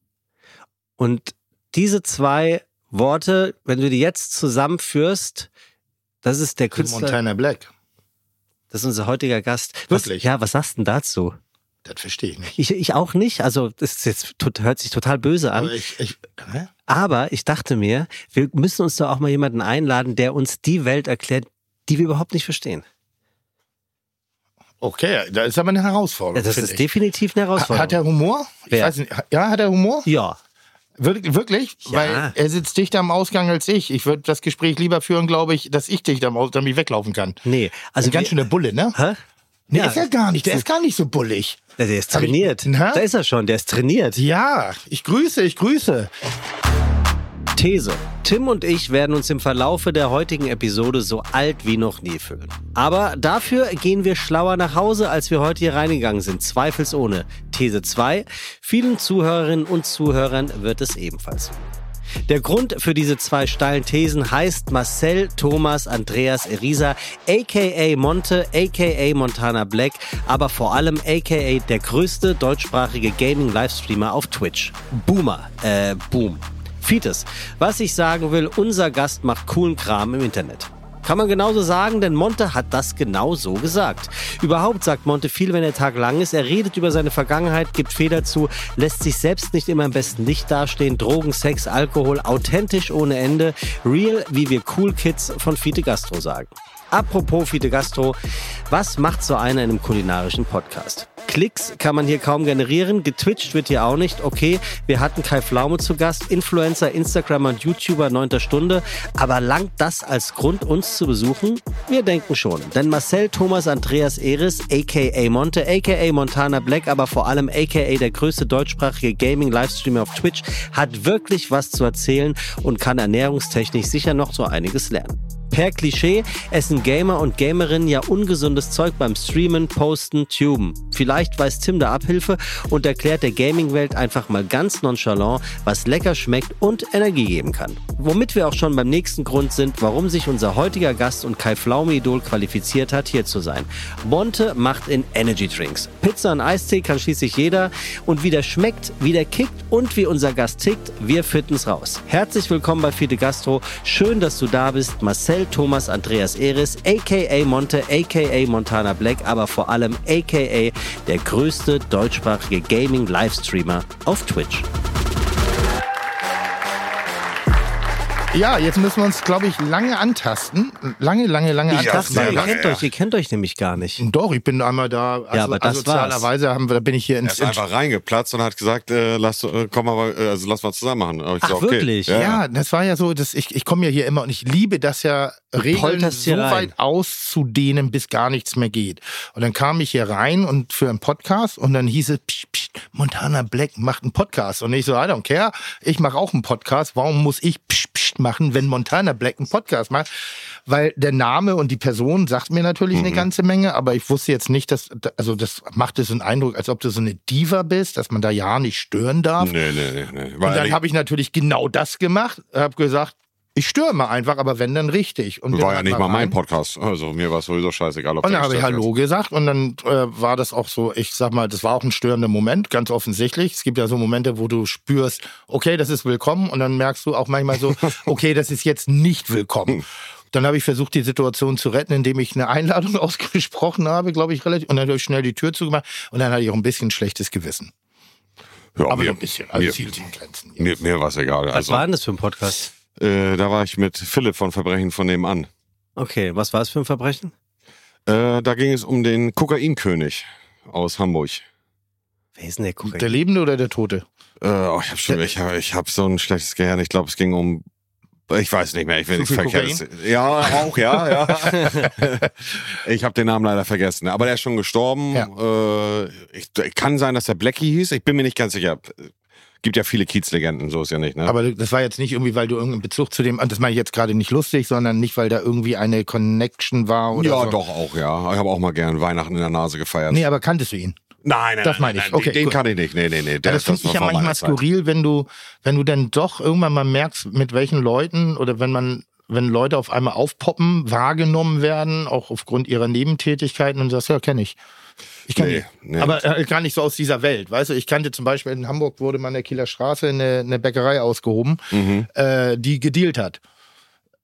Und diese zwei Worte, wenn du die jetzt zusammenführst, das ist der Künstler, Montana Black. das ist unser heutiger Gast. Wirklich? Was, ja, was sagst du denn dazu? Das verstehe ich nicht. Ich, ich auch nicht. Also, das ist jetzt, tot- hört sich total böse an. Aber ich, ich, hä? Aber ich dachte mir, wir müssen uns doch auch mal jemanden einladen, der uns die Welt erklärt, die wir überhaupt nicht verstehen. Okay, da ist aber eine Herausforderung. Ja, das finde ist ich. definitiv eine Herausforderung. Hat er Humor? Ich Wer? weiß nicht. Ja, hat er Humor? ja. Wir- Wirklich? Ja. Weil er sitzt dichter am Ausgang als ich. Ich würde das Gespräch lieber führen, glaube ich, dass ich dichter am Ausgang damit ich weglaufen kann. Nee. Also Also ganz wir- schöne Bulle, ne? Hä? Nee, ja. ist er gar nicht. Der ist gar nicht so bullig. Der ist Hab ich- trainiert. Na? da ist er schon, der ist trainiert. Ja, ich grüße, ich grüße. These. Tim und ich werden uns im Verlaufe der heutigen Episode so alt wie noch nie fühlen. Aber dafür gehen wir schlauer nach Hause, als wir heute hier reingegangen sind. Zweifelsohne. These 2. Vielen Zuhörerinnen und Zuhörern wird es ebenfalls. so. Der Grund für diese zwei steilen Thesen heißt Marcel Thomas Andreas Erisa, aka Monte, aka Montana Black, aber vor allem aka der größte deutschsprachige Gaming-Livestreamer auf Twitch. Boomer, äh, Boom. Fietes. Was ich sagen will, unser Gast macht coolen Kram im Internet. Kann man genauso sagen, denn Monte hat das genau so gesagt. Überhaupt sagt Monte viel, wenn der Tag lang ist. Er redet über seine Vergangenheit, gibt Fehler zu, lässt sich selbst nicht immer im besten Licht dastehen. Drogen, Sex, Alkohol, authentisch ohne Ende. Real, wie wir Cool Kids von Fiete Gastro sagen. Apropos Fiete Gastro, was macht so einer in einem kulinarischen Podcast? Klicks kann man hier kaum generieren, getwitcht wird hier auch nicht. Okay, wir hatten Kai Flaume zu Gast, Influencer, Instagrammer und YouTuber neunter Stunde. Aber langt das als Grund, uns zu besuchen? Wir denken schon. Denn Marcel Thomas Andreas Eris, aka Monte, aka Montana Black, aber vor allem aka der größte deutschsprachige Gaming-Livestreamer auf Twitch, hat wirklich was zu erzählen und kann ernährungstechnisch sicher noch so einiges lernen. Per Klischee essen Gamer und Gamerinnen ja ungesundes Zeug beim Streamen, Posten, Tuben. Vielleicht weiß Tim da Abhilfe und erklärt der Gaming-Welt einfach mal ganz nonchalant, was lecker schmeckt und Energie geben kann. Womit wir auch schon beim nächsten Grund sind, warum sich unser heutiger Gast und Kai Pflaume-Idol qualifiziert hat, hier zu sein. Monte macht in Energy Drinks. Pizza und Eistee kann schließlich jeder. Und wie der schmeckt, wie der kickt und wie unser Gast tickt, wir fitten's raus. Herzlich willkommen bei Fide Gastro. Schön, dass du da bist. Marcel Thomas Andreas Eris, aka Monte, aka Montana Black, aber vor allem aka der größte deutschsprachige Gaming-Livestreamer auf Twitch. Ja, jetzt müssen wir uns, glaube ich, lange antasten. Lange, lange, lange Ich dachte, antasten. mal, weil ihr das- kennt euch, ihr kennt euch nämlich gar nicht. Doch, ich bin einmal da. Also, aber das asozialerweise haben wir, da bin ich hier Er ins. ist einfach reingeplatzt und hat gesagt, äh, lass, äh, komm mal, äh, also lass mal zusammen machen. Aber ich Ach, wirklich? Ja. ja, das war ja so, dass ich, ich komme ja hier immer und ich liebe das ja, Regeln polterst so hier rein. weit auszudehnen, bis gar nichts mehr geht. Und dann kam ich hier rein und für einen Podcast und dann hieß es, psch, psch, Montana Black macht einen Podcast. Und ich so, I don't care, ich mache auch einen Podcast. Warum muss ich psch, psch machen, wenn Montana Black einen Podcast macht? Weil der Name und die Person sagt mir natürlich eine ganze Menge, aber ich wusste jetzt nicht, dass, also das macht es so einen Eindruck, als ob du so eine Diva bist, dass man da ja nicht stören darf. Nee, nee, nee. nee. Und dann habe ich natürlich genau das gemacht, habe gesagt, ich stürme einfach, aber wenn, dann richtig. Und bin war ja dann nicht mal mein rein. Podcast. Also mir war es sowieso scheißegal, ob Und der dann habe ich halt Extras Hallo jetzt- gesagt und dann äh, war das auch so, ich sag mal, das war auch ein störender Moment, ganz offensichtlich. Es gibt ja so Momente, wo du spürst, okay, das ist willkommen und dann merkst du auch manchmal [laughs] so, okay, das ist jetzt nicht willkommen. Dann habe ich versucht, die Situation zu retten, indem ich eine Einladung [laughs] ausgesprochen habe, glaube ich, relativ. Und dann habe ich schnell die Tür zugemacht und dann hatte ich auch ein bisschen schlechtes Gewissen. Ja, Aber mir, so ein bisschen, also mir, hielt sich in Grenzen. mir, mir war es egal. Was Also, war denn das für ein Podcast? äh, da war ich mit Philipp von Verbrechen von nebenan. Okay, was war es für ein Verbrechen? Äh, da ging es um den Kokainkönig aus Hamburg. Wer ist denn der Kuckuck? Der Lebende oder der Tote? Äh, oh, ich habe schon, ich hab, ich hab so ein schlechtes Gehirn. Ich glaube, es ging um, ich weiß nicht mehr. Ich will Zu nichts viel verkehrtes. Ja, auch ja, ja. [laughs] ich habe den Namen leider vergessen. Aber der ist schon gestorben. Äh, ich, kann sein, dass der Blackie hieß. Ich bin mir nicht ganz sicher. Gibt ja viele Kiezlegenden, so ist ja nicht. Ne? Aber das war jetzt nicht irgendwie, weil du irgendeinen Bezug zu dem, und das meine ich jetzt gerade nicht lustig, sondern nicht, weil da irgendwie eine Connection war oder ja, so. doch auch ja. Ich habe auch mal gern Weihnachten in der Nase gefeiert. Nee, aber kanntest du ihn? nein, nein, das nein, meine ich. nein, Okay, den gut. kann ich nicht. Nee, nee, nee. Der, Ja, das finde war ich ja vor meiner manchmal Zeit. skurril, wenn du, wenn du dann doch irgendwann mal merkst, mit welchen Leuten oder wenn man, wenn Leute auf einmal aufpoppen, wahrgenommen werden, auch aufgrund ihrer Nebentätigkeiten und das ja kenne ich. Ich kenne Nee, die. nee. Aber äh, gar nicht so aus dieser Welt. Weißt du, ich kannte zum Beispiel in Hamburg wurde mal in der Kieler Straße eine, eine Bäckerei ausgehoben, Mhm. äh, die gedealt hat.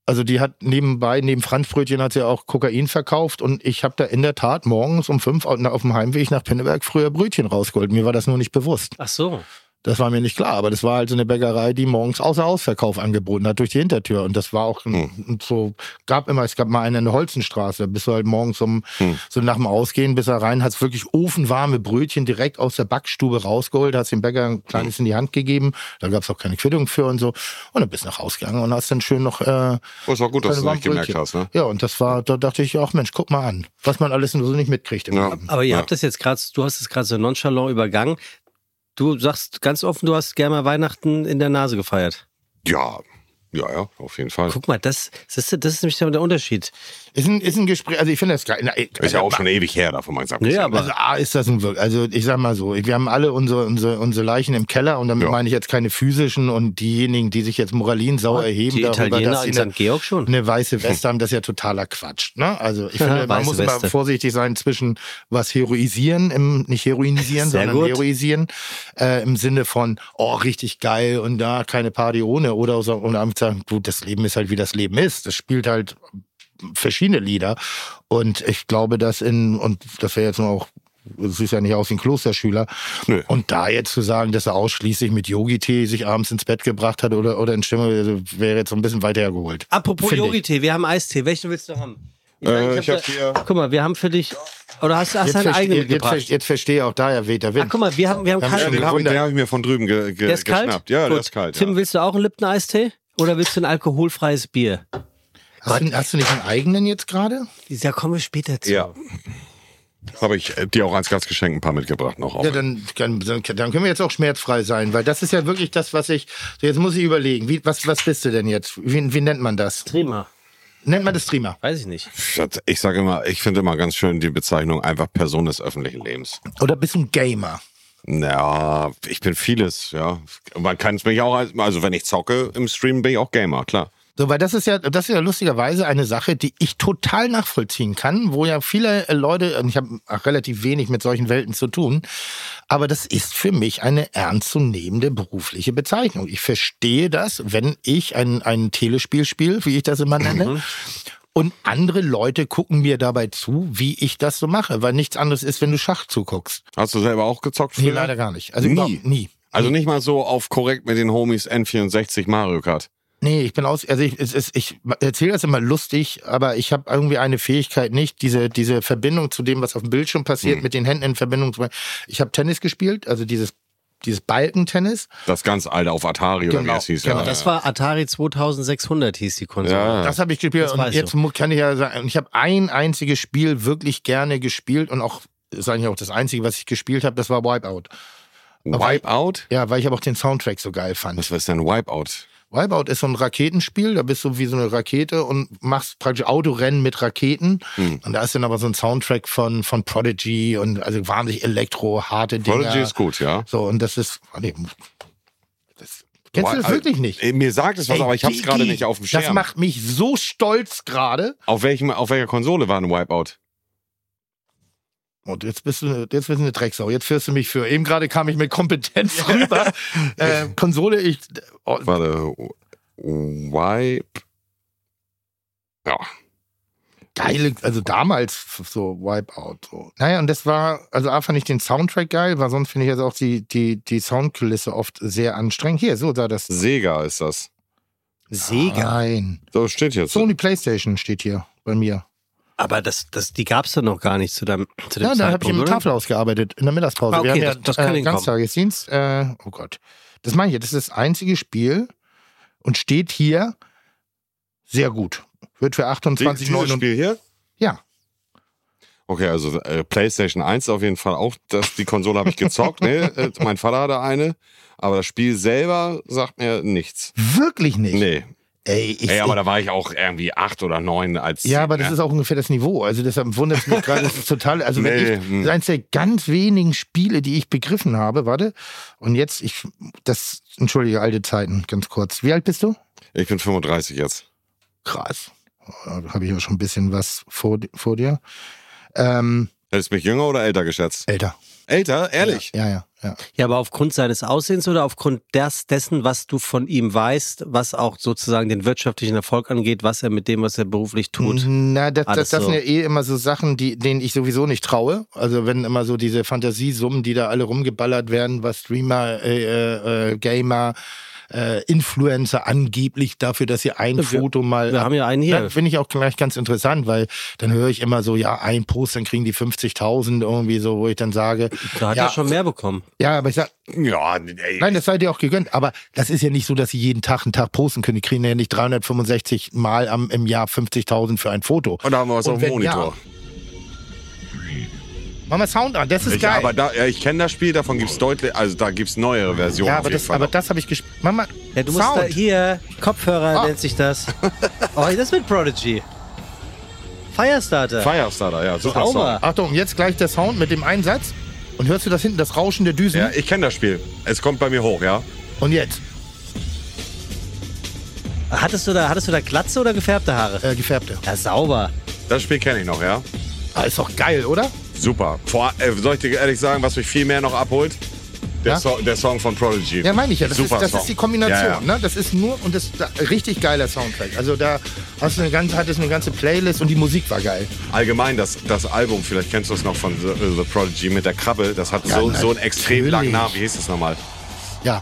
Also die hat nebenbei, neben Franzbrötchen hat sie auch Kokain verkauft und ich habe da in der Tat morgens um fünf au- na, auf dem Heimweg nach Pinneberg früher Brötchen rausgeholt. Mir war das nur nicht bewusst. Ach so. Das war mir nicht klar, aber das war halt so eine Bäckerei, die morgens außer Ausverkauf angeboten hat durch die Hintertür. Und das war auch Hm. ein- und so, gab immer, es gab mal eine in der Holzenstraße, da bist du halt morgens um Hm. so nach dem Ausgehen, bis er rein, hast wirklich ofenwarme Brötchen direkt aus der Backstube rausgeholt, hast dem Bäcker ein kleines Hm. in die Hand gegeben, da gab es auch keine Quittung für und so. Und dann bist du nach Hause gegangen und hast dann schön noch. Äh, Oh, ist auch gut, dass du es kleine nicht gemerkt Brötchen. hast. Ne? Ja, und das war, da dachte ich auch, Mensch, guck mal an, was man alles nur so nicht mitkriegt im Ja. Leben. Aber ihr Ja. habt das jetzt gerade, du hast es gerade so nonchalant übergangen. Du sagst ganz offen, du hast gerne mal Weihnachten in der Nase gefeiert. Ja, Ja, ja, auf jeden Fall. Guck mal, das, siehst du, das ist nämlich der Unterschied. Ist ein, ist ein Gespräch, also ich finde das geil. Na, ey, Ist ja auch schon ewig her, davon mal gesagt. Ja, aber- Also A ist das nun wirklich, also ich sag mal so, wir haben alle unsere, unsere, unsere Leichen im Keller und damit Ja. meine ich jetzt keine physischen und diejenigen, die sich jetzt moralinsau erheben Ah, Die Italiener in sie eine- St. Georg schon. eine weiße Weste haben, das ist ja totaler Quatsch. Ne? Also Ja, ich [laughs] finde, man weiße muss Weste. immer vorsichtig sein zwischen was heroisieren, im, nicht heroinisieren, Sehr sondern gut. heroisieren äh, im Sinne von, oh, richtig geil und da keine Party ohne oder so und einfach sagen, du, das Leben ist halt wie das Leben ist. Das spielt halt verschiedene Lieder und ich glaube, dass in, und das wäre jetzt nur auch das sieht ja nicht aus wie ein Klosterschüler. Nö. Und da jetzt zu sagen, dass er ausschließlich mit Yogi-Tee sich abends ins Bett gebracht hat oder, oder in Stimmung, also wäre jetzt so ein bisschen weiter hergeholt. Apropos Finde ich. Yogi-Tee, wir haben Eistee. Welchen willst du haben? Äh, hab ich hab da- hier- Guck mal, wir haben für dich. Oder hast du hast deinen verste- eigenen jetzt, mitgebracht? ver- jetzt verstehe auch da ja weht Ach, Wind. guck mal, wir haben, wir haben Wir haben Ja, kalt. den habe ich, Wunder. den hab ich mir von drüben ge, ge, Der ist geschnappt. kalt? Ja, der Gut. ist kalt. Tim, ja. willst du auch einen Lipton-Eistee? Oder willst du ein alkoholfreies Bier? hast, du, hast du nicht einen eigenen jetzt gerade? Da kommen wir später zu. Ja. Habe ich äh, dir auch als Gastgeschenk ein paar mitgebracht noch. Auch. Ja, dann, dann, dann können wir jetzt auch schmerzfrei sein, weil das ist ja wirklich das, was ich. So, jetzt muss ich überlegen, wie, was, was bist du denn jetzt? Wie, wie nennt man das? Trima. Nennt man das Streamer? Weiß ich nicht. Ich sage immer, ich finde immer ganz schön die Bezeichnung einfach Person des öffentlichen Lebens. Oder bist du ein Gamer? Ja, ich bin vieles, ja. Man kann es mich auch, als- also wenn ich zocke im Stream, bin ich auch Gamer, klar. So, weil das ist ja, das ist ja lustigerweise eine Sache, die ich total nachvollziehen kann, wo ja viele äh, Leute, und ich habe auch relativ wenig mit solchen Welten zu tun, aber das ist für mich eine ernstzunehmende berufliche Bezeichnung. Ich verstehe das, wenn ich ein, ein Telespiel spiele, wie ich das immer nenne. Und andere Leute gucken mir dabei zu, wie ich das so mache, weil nichts anderes ist, wenn du Schach zuguckst. Hast du selber auch gezockt? Nee, früher? leider gar nicht. Also Nie. überhaupt nie. Also nicht mal so auf korrekt mit den Homies N64 Mario Kart. Nee, ich bin aus, also ich, es ist, ich erzähle das immer lustig, aber ich habe irgendwie eine Fähigkeit nicht, diese, diese Verbindung zu dem, was auf dem Bildschirm passiert, mit den Händen in Verbindung zu bringen. Ich habe Tennis gespielt, also dieses, dieses Balkentennis. Das ganz alte auf Atari oder wie Genau, es hieß. genau. ja, Das ja. war Atari 2600, hieß die Konsole. ja. Das habe ich gespielt Das und weißt jetzt mu- kann ich ja sagen, und ich habe ein einziges Spiel wirklich gerne gespielt und auch, sage ich auch, das einzige, was ich gespielt habe, das war Wipeout. Wipeout? Ja, weil ich aber auch den Soundtrack so geil fand. Was ist denn Wipeout? Wipeout ist so ein Raketenspiel, da bist du wie so eine Rakete und machst praktisch Autorennen mit Raketen. Hm. Und da ist dann aber so ein Soundtrack von, von Prodigy und also wahnsinnig Elektro, harte Dinge. Prodigy ist ne? gut, ja. So, und das ist. warte, Das, kennst du das Wi- wirklich nicht? Äh, Mir sagt es was, Ey, aber ich hab's Digi, gerade nicht auf dem Schirm. Das macht mich so stolz gerade. auf, welchem, auf welcher Konsole war ein Wipeout? Und jetzt bist du, jetzt bist du eine Drecksau. Jetzt führst du mich für. Eben gerade kam ich mit Kompetenz [laughs] rüber. äh, Konsole, ich. Oh, Warte, Wipe. Ja, geile, also damals f- so Wipeout. So. Naja, und das war, also A fand ich den Soundtrack geil, weil sonst finde ich also auch die, die, die Soundkulisse oft sehr anstrengend. Hier, so da das. Sega ist das. Sega. Nein. So steht jetzt. Sony Playstation steht hier bei mir. Aber das, das, die gab es doch noch gar nicht zu deinem zu dem Ja, da habe Zeitpunkt, ich im oder? Tafelhaus gearbeitet, in der Mittagspause. Ah, okay, Wir haben ja das- das kann äh, hinkommen. Ganztagesdienst. Äh, oh Gott. Das meine ich, ja, das ist das einzige Spiel und steht hier sehr gut. Wird für Die- 28, dieses 9 Spiel hier? Ja. Okay, also äh, PlayStation 1 ist auf jeden Fall auch. Das, die Konsole habe [laughs] ich gezockt. ne? Äh, mein Vater hatte eine. Aber das Spiel selber sagt mir nichts. Wirklich nicht. Nee. Ey, ich, Ey, aber da war ich auch irgendwie acht oder neun als. Ja, aber das ist auch ungefähr das Niveau. Also deshalb wundert es [laughs] mich gerade, das ist total. Also wenn Nee, ich, das hm. ist eines der ganz wenigen Spiele, die ich begriffen habe, warte. Und jetzt, ich, das, entschuldige, alte Zeiten, ganz kurz. Wie alt bist du? Ich bin 35 jetzt. Krass. Habe Äh, ich ja schon ein bisschen was vor, vor dir. Ähm, Hättest du mich jünger oder älter geschätzt? älter. Älter? Ehrlich? Ja, ja, ja. Ja, aber aufgrund seines Aussehens oder aufgrund des, dessen, was du von ihm weißt, was auch sozusagen den wirtschaftlichen Erfolg angeht, was er mit dem, was er beruflich tut. Na, das, Alles das, so. das sind ja eh immer so Sachen, die, denen ich sowieso nicht traue. Also wenn immer so diese Fantasiesummen, die da alle rumgeballert werden, was Streamer, äh, äh, Gamer, äh, Influencer angeblich dafür, dass sie ein Wir- Foto mal... Wir haben ja einen hier. Das finde ich auch gleich ganz interessant, weil dann höre ich immer so, ja, ein Post, dann kriegen die 50.000 irgendwie so, wo ich dann sage, Da hat Ja. er schon mehr bekommen. ja, aber ich sage, Ja, ey. Nein, das sei dir auch gegönnt, aber das ist ja nicht so, dass sie jeden Tag einen Tag posten können. Die kriegen ja nicht 365 Mal am, im Jahr 50.000 für ein Foto. Und da haben wir was Und auf dem wenn Monitor. ja. Machen wir Sound an, das ist Ich, geil. aber da, ja, ich kenne das Spiel, davon gibt es deutlich, also da gibt es neuere Versionen. ja, auf aber jeden das, Fall aber noch. das habe ich gespielt. Mach mal Ja, du musst da, Sound. hier, Kopfhörer Ah. nennt sich das. Oh, das mit Prodigy. Firestarter. Firestarter, ja, super Sauber. Song. Achtung, jetzt gleich der Sound mit dem einen Satz. Und hörst du das hinten, das Rauschen der Düsen? Ja, ich kenne das Spiel. Es kommt bei mir hoch, ja. Und jetzt, hattest, du da, hattest du da Glatze oder gefärbte Haare? äh, gefärbte. Ja, sauber. Das Spiel kenne ich noch, ja. Ah, ist doch geil, oder? Super. Vor, äh, soll ich dir ehrlich sagen, was mich viel mehr noch abholt? Der, Ja? so der Song von Prodigy. Ja, meine ich ja. Das, ist, Super das Song. ist die Kombination. Ja, ja. Ne? Das ist nur und das ist da, richtig geiler Soundtrack. Also da hast du eine ganze, hattest eine ganze Playlist und die Musik war geil. Allgemein, das, das Album, vielleicht kennst du es noch von The, äh, The Prodigy mit der Krabbe, das hat so, so einen extrem langen Namen. Wie hieß das nochmal? Ja.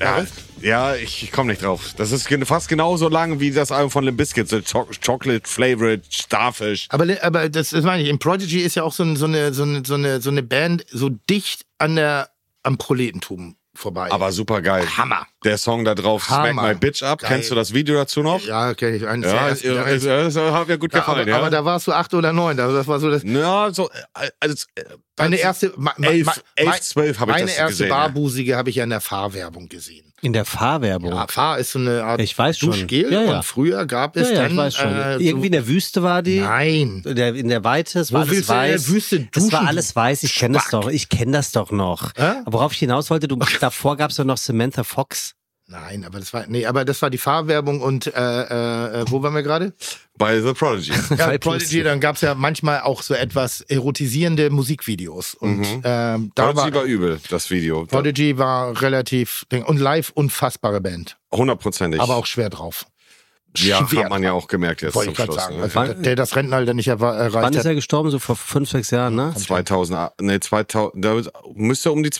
Ja, ja ich, ich komme nicht drauf. Das ist gen- fast genauso lang wie das Album von Limp Bizkit, so Cho Chocolate Flavored Starfish. Aber, li- aber das, das meine ich. Im Prodigy ist ja auch so, ein, so, eine, so, eine, so, eine, so eine Band so dicht an der, am Proletentum vorbei. Aber super geil. Hammer. Der Song da drauf, Hammer. Smack My Bitch Up. Geil. Kennst du das Video dazu noch? Ja, okay. Ich, eines der Ja, ersten- äh, äh, das hat mir gut Ja, gefallen, aber, ja. aber da warst du acht oder neun. Also das war so das, ja, so, äh, also, äh, meine erste, ma, ma, elf, ma, elf, zwölf habe ich meine das erste gesehen. ja. Barbusige habe ich ja in der Fahrwerbung gesehen. In der Fahrwerbung. Ja, Fahr ist so eine Art Ich weiß schon. Duschgel Ja, ja. und früher gab ja, es ja, dann ich weiß schon. äh, so- Irgendwie in der Wüste war die. Nein. In der, in der Weite, es Wo war alles willst du in der weiß. Wüste es duschen, war du alles weiß, ich kenne das Spack? doch, ich kenne das doch noch. Hä? Aber Worauf ich hinaus wollte, du, davor gab es doch noch Samantha Fox. Nein, aber das war nee, aber das war die Fahrwerbung und äh, äh, äh, wo waren wir gerade? Bei The [laughs] Prodigy. Ja, Bei Prodigy, Prodigy. dann gab es ja manchmal auch so etwas erotisierende Musikvideos und ähm, da Mhm. Prodigy war war übel, das Video. Prodigy war relativ ding- und live unfassbare Band, Hundertprozentig. aber auch schwer drauf. ja, schwer hat man ja auch gemerkt jetzt Wollte zum ich gerade Schluss. sagen, ne? also, der, der das Rentenalter nicht erwa- Wann erreicht ist hat. er gestorben? So vor fünf, sechs Jahren, ne? 2000, ah, nee, 2000, da müsste um die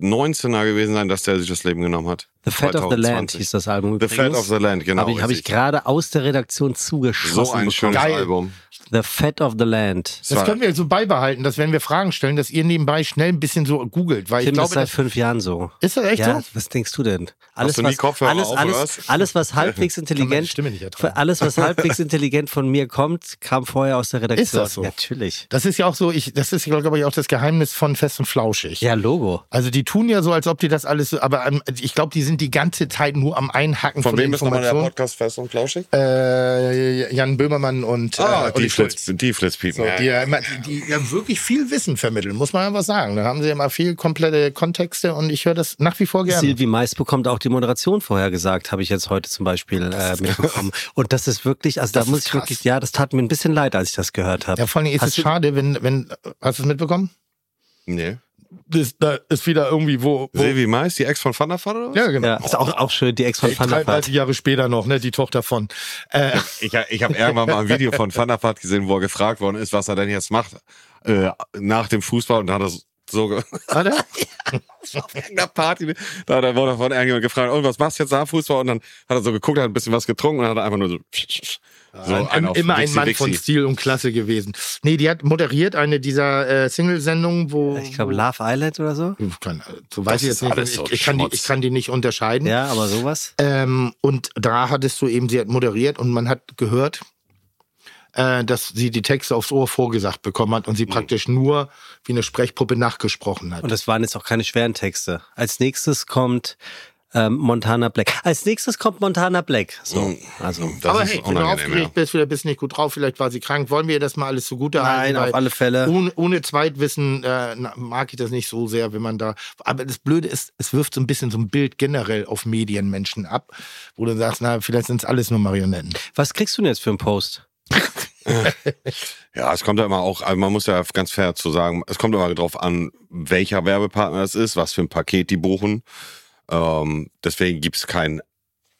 2019er gewesen sein, dass der sich das Leben genommen hat. The Fat of the Land 2020. hieß das Album. The Fat of the Land, genau. Habe ich, hab ich richtig. gerade aus der Redaktion zugeschossen. so ein bekommen. schönes Geil. Album. The Fat of the Land. Das können wir so beibehalten, dass wenn wir Fragen stellen, dass ihr nebenbei schnell ein bisschen so googelt, weil Tim ich ist glaube, seit das, fünf Jahren so. ist das echt ja, so? was denkst du denn? Alles, du nie was, Kopfhörer alles, auf, oder alles, was? alles, [laughs] was halbwegs meine intelligent, Stimme nicht ertragen. alles, [laughs] was halbwegs intelligent von mir kommt, kam vorher aus der Redaktion. Ist das so? Natürlich. Das ist ja auch so, ich, das ist, glaube ich, auch das Geheimnis von Fest und Flauschig. Ja, Logo. Also die tun ja so, als ob die das alles, so- aber am- ich glaube, die sind die ganze Zeit nur am Einhacken von, Von wem ist nochmal der Informationen. Podcast fest und flauschig? Äh, Jan Böhmermann und Ah, äh, die Uli Flitz, Schulz. die Flitzpiepen. So, die, ja immer, die, die ja wirklich viel Wissen vermitteln, muss man einfach sagen. Da haben sie immer viel komplette Kontexte und ich höre das nach wie vor gerne. Silvi Mais bekommt auch die Moderation vorher gesagt, habe ich jetzt heute zum Beispiel äh, mitbekommen. Und das ist wirklich, also Das da muss ist ich krass. wirklich, ja, das tat mir ein bisschen leid, als ich das gehört habe. ja, vor allem ist Hast es du- schade, wenn, wenn, hast du es mitbekommen? nee. Das, da ist wieder irgendwie wo. wo Silvi Mais, die Ex von Van der Vaart oder was? ja, genau. Ja, ist auch, auch schön, die Ex von Ey, Van der Vaart. 33 Jahre später noch, ne, die Tochter von. Äh, Ich, ich habe irgendwann mal ein Video von Van der Vaart gesehen, wo er gefragt worden ist, was er denn jetzt macht äh, nach dem Fußball und da hat er so ge- [laughs] warte. auf irgendeiner Party, da hat er wurde von irgendjemand gefragt, und was machst du jetzt nach dem Fußball und dann hat er so geguckt, hat ein bisschen was getrunken und hat er einfach nur so, so ein, einen auf immer ein Wixi, Mann Wixi. von Stil und Klasse gewesen. Nee, die hat moderiert eine dieser äh, Single-Sendungen, wo. Ich glaube, Love Island oder so. wo- Keine Ahnung, so weiß ich jetzt ist nicht. alles Ich, so ich, kann die, Schmutz. ich kann die nicht unterscheiden. Ja, aber sowas. Ähm, und da hattest du eben, sie hat moderiert und man hat gehört, äh, dass sie die Texte aufs Ohr vorgesagt bekommen hat und sie praktisch nur wie eine Sprechpuppe nachgesprochen hat. Und das waren jetzt auch keine schweren Texte. Als nächstes kommt ähm, Montana Black. Als nächstes kommt Montana Black. So, Mhm. also. Das Aber ist hey, wenn du unangenehm, aufgeregt bist, wieder bist nicht gut drauf, vielleicht war sie krank. Wollen wir ihr das mal alles zugute Nein, halten? auf Weil alle Fälle. Ohne, ohne Zweitwissen äh, na- mag ich das nicht so sehr, wenn man da. Aber das Blöde ist, es wirft so ein bisschen so ein Bild generell auf Medienmenschen ab, wo du sagst, na, vielleicht sind es alles nur Marionetten. Was kriegst du denn jetzt für einen Post? ja. ja, es kommt ja immer auch, also man muss ja ganz fair zu sagen, es kommt immer drauf an, welcher Werbepartner es ist, was für ein Paket die buchen. Ähm, deswegen gibt es keinen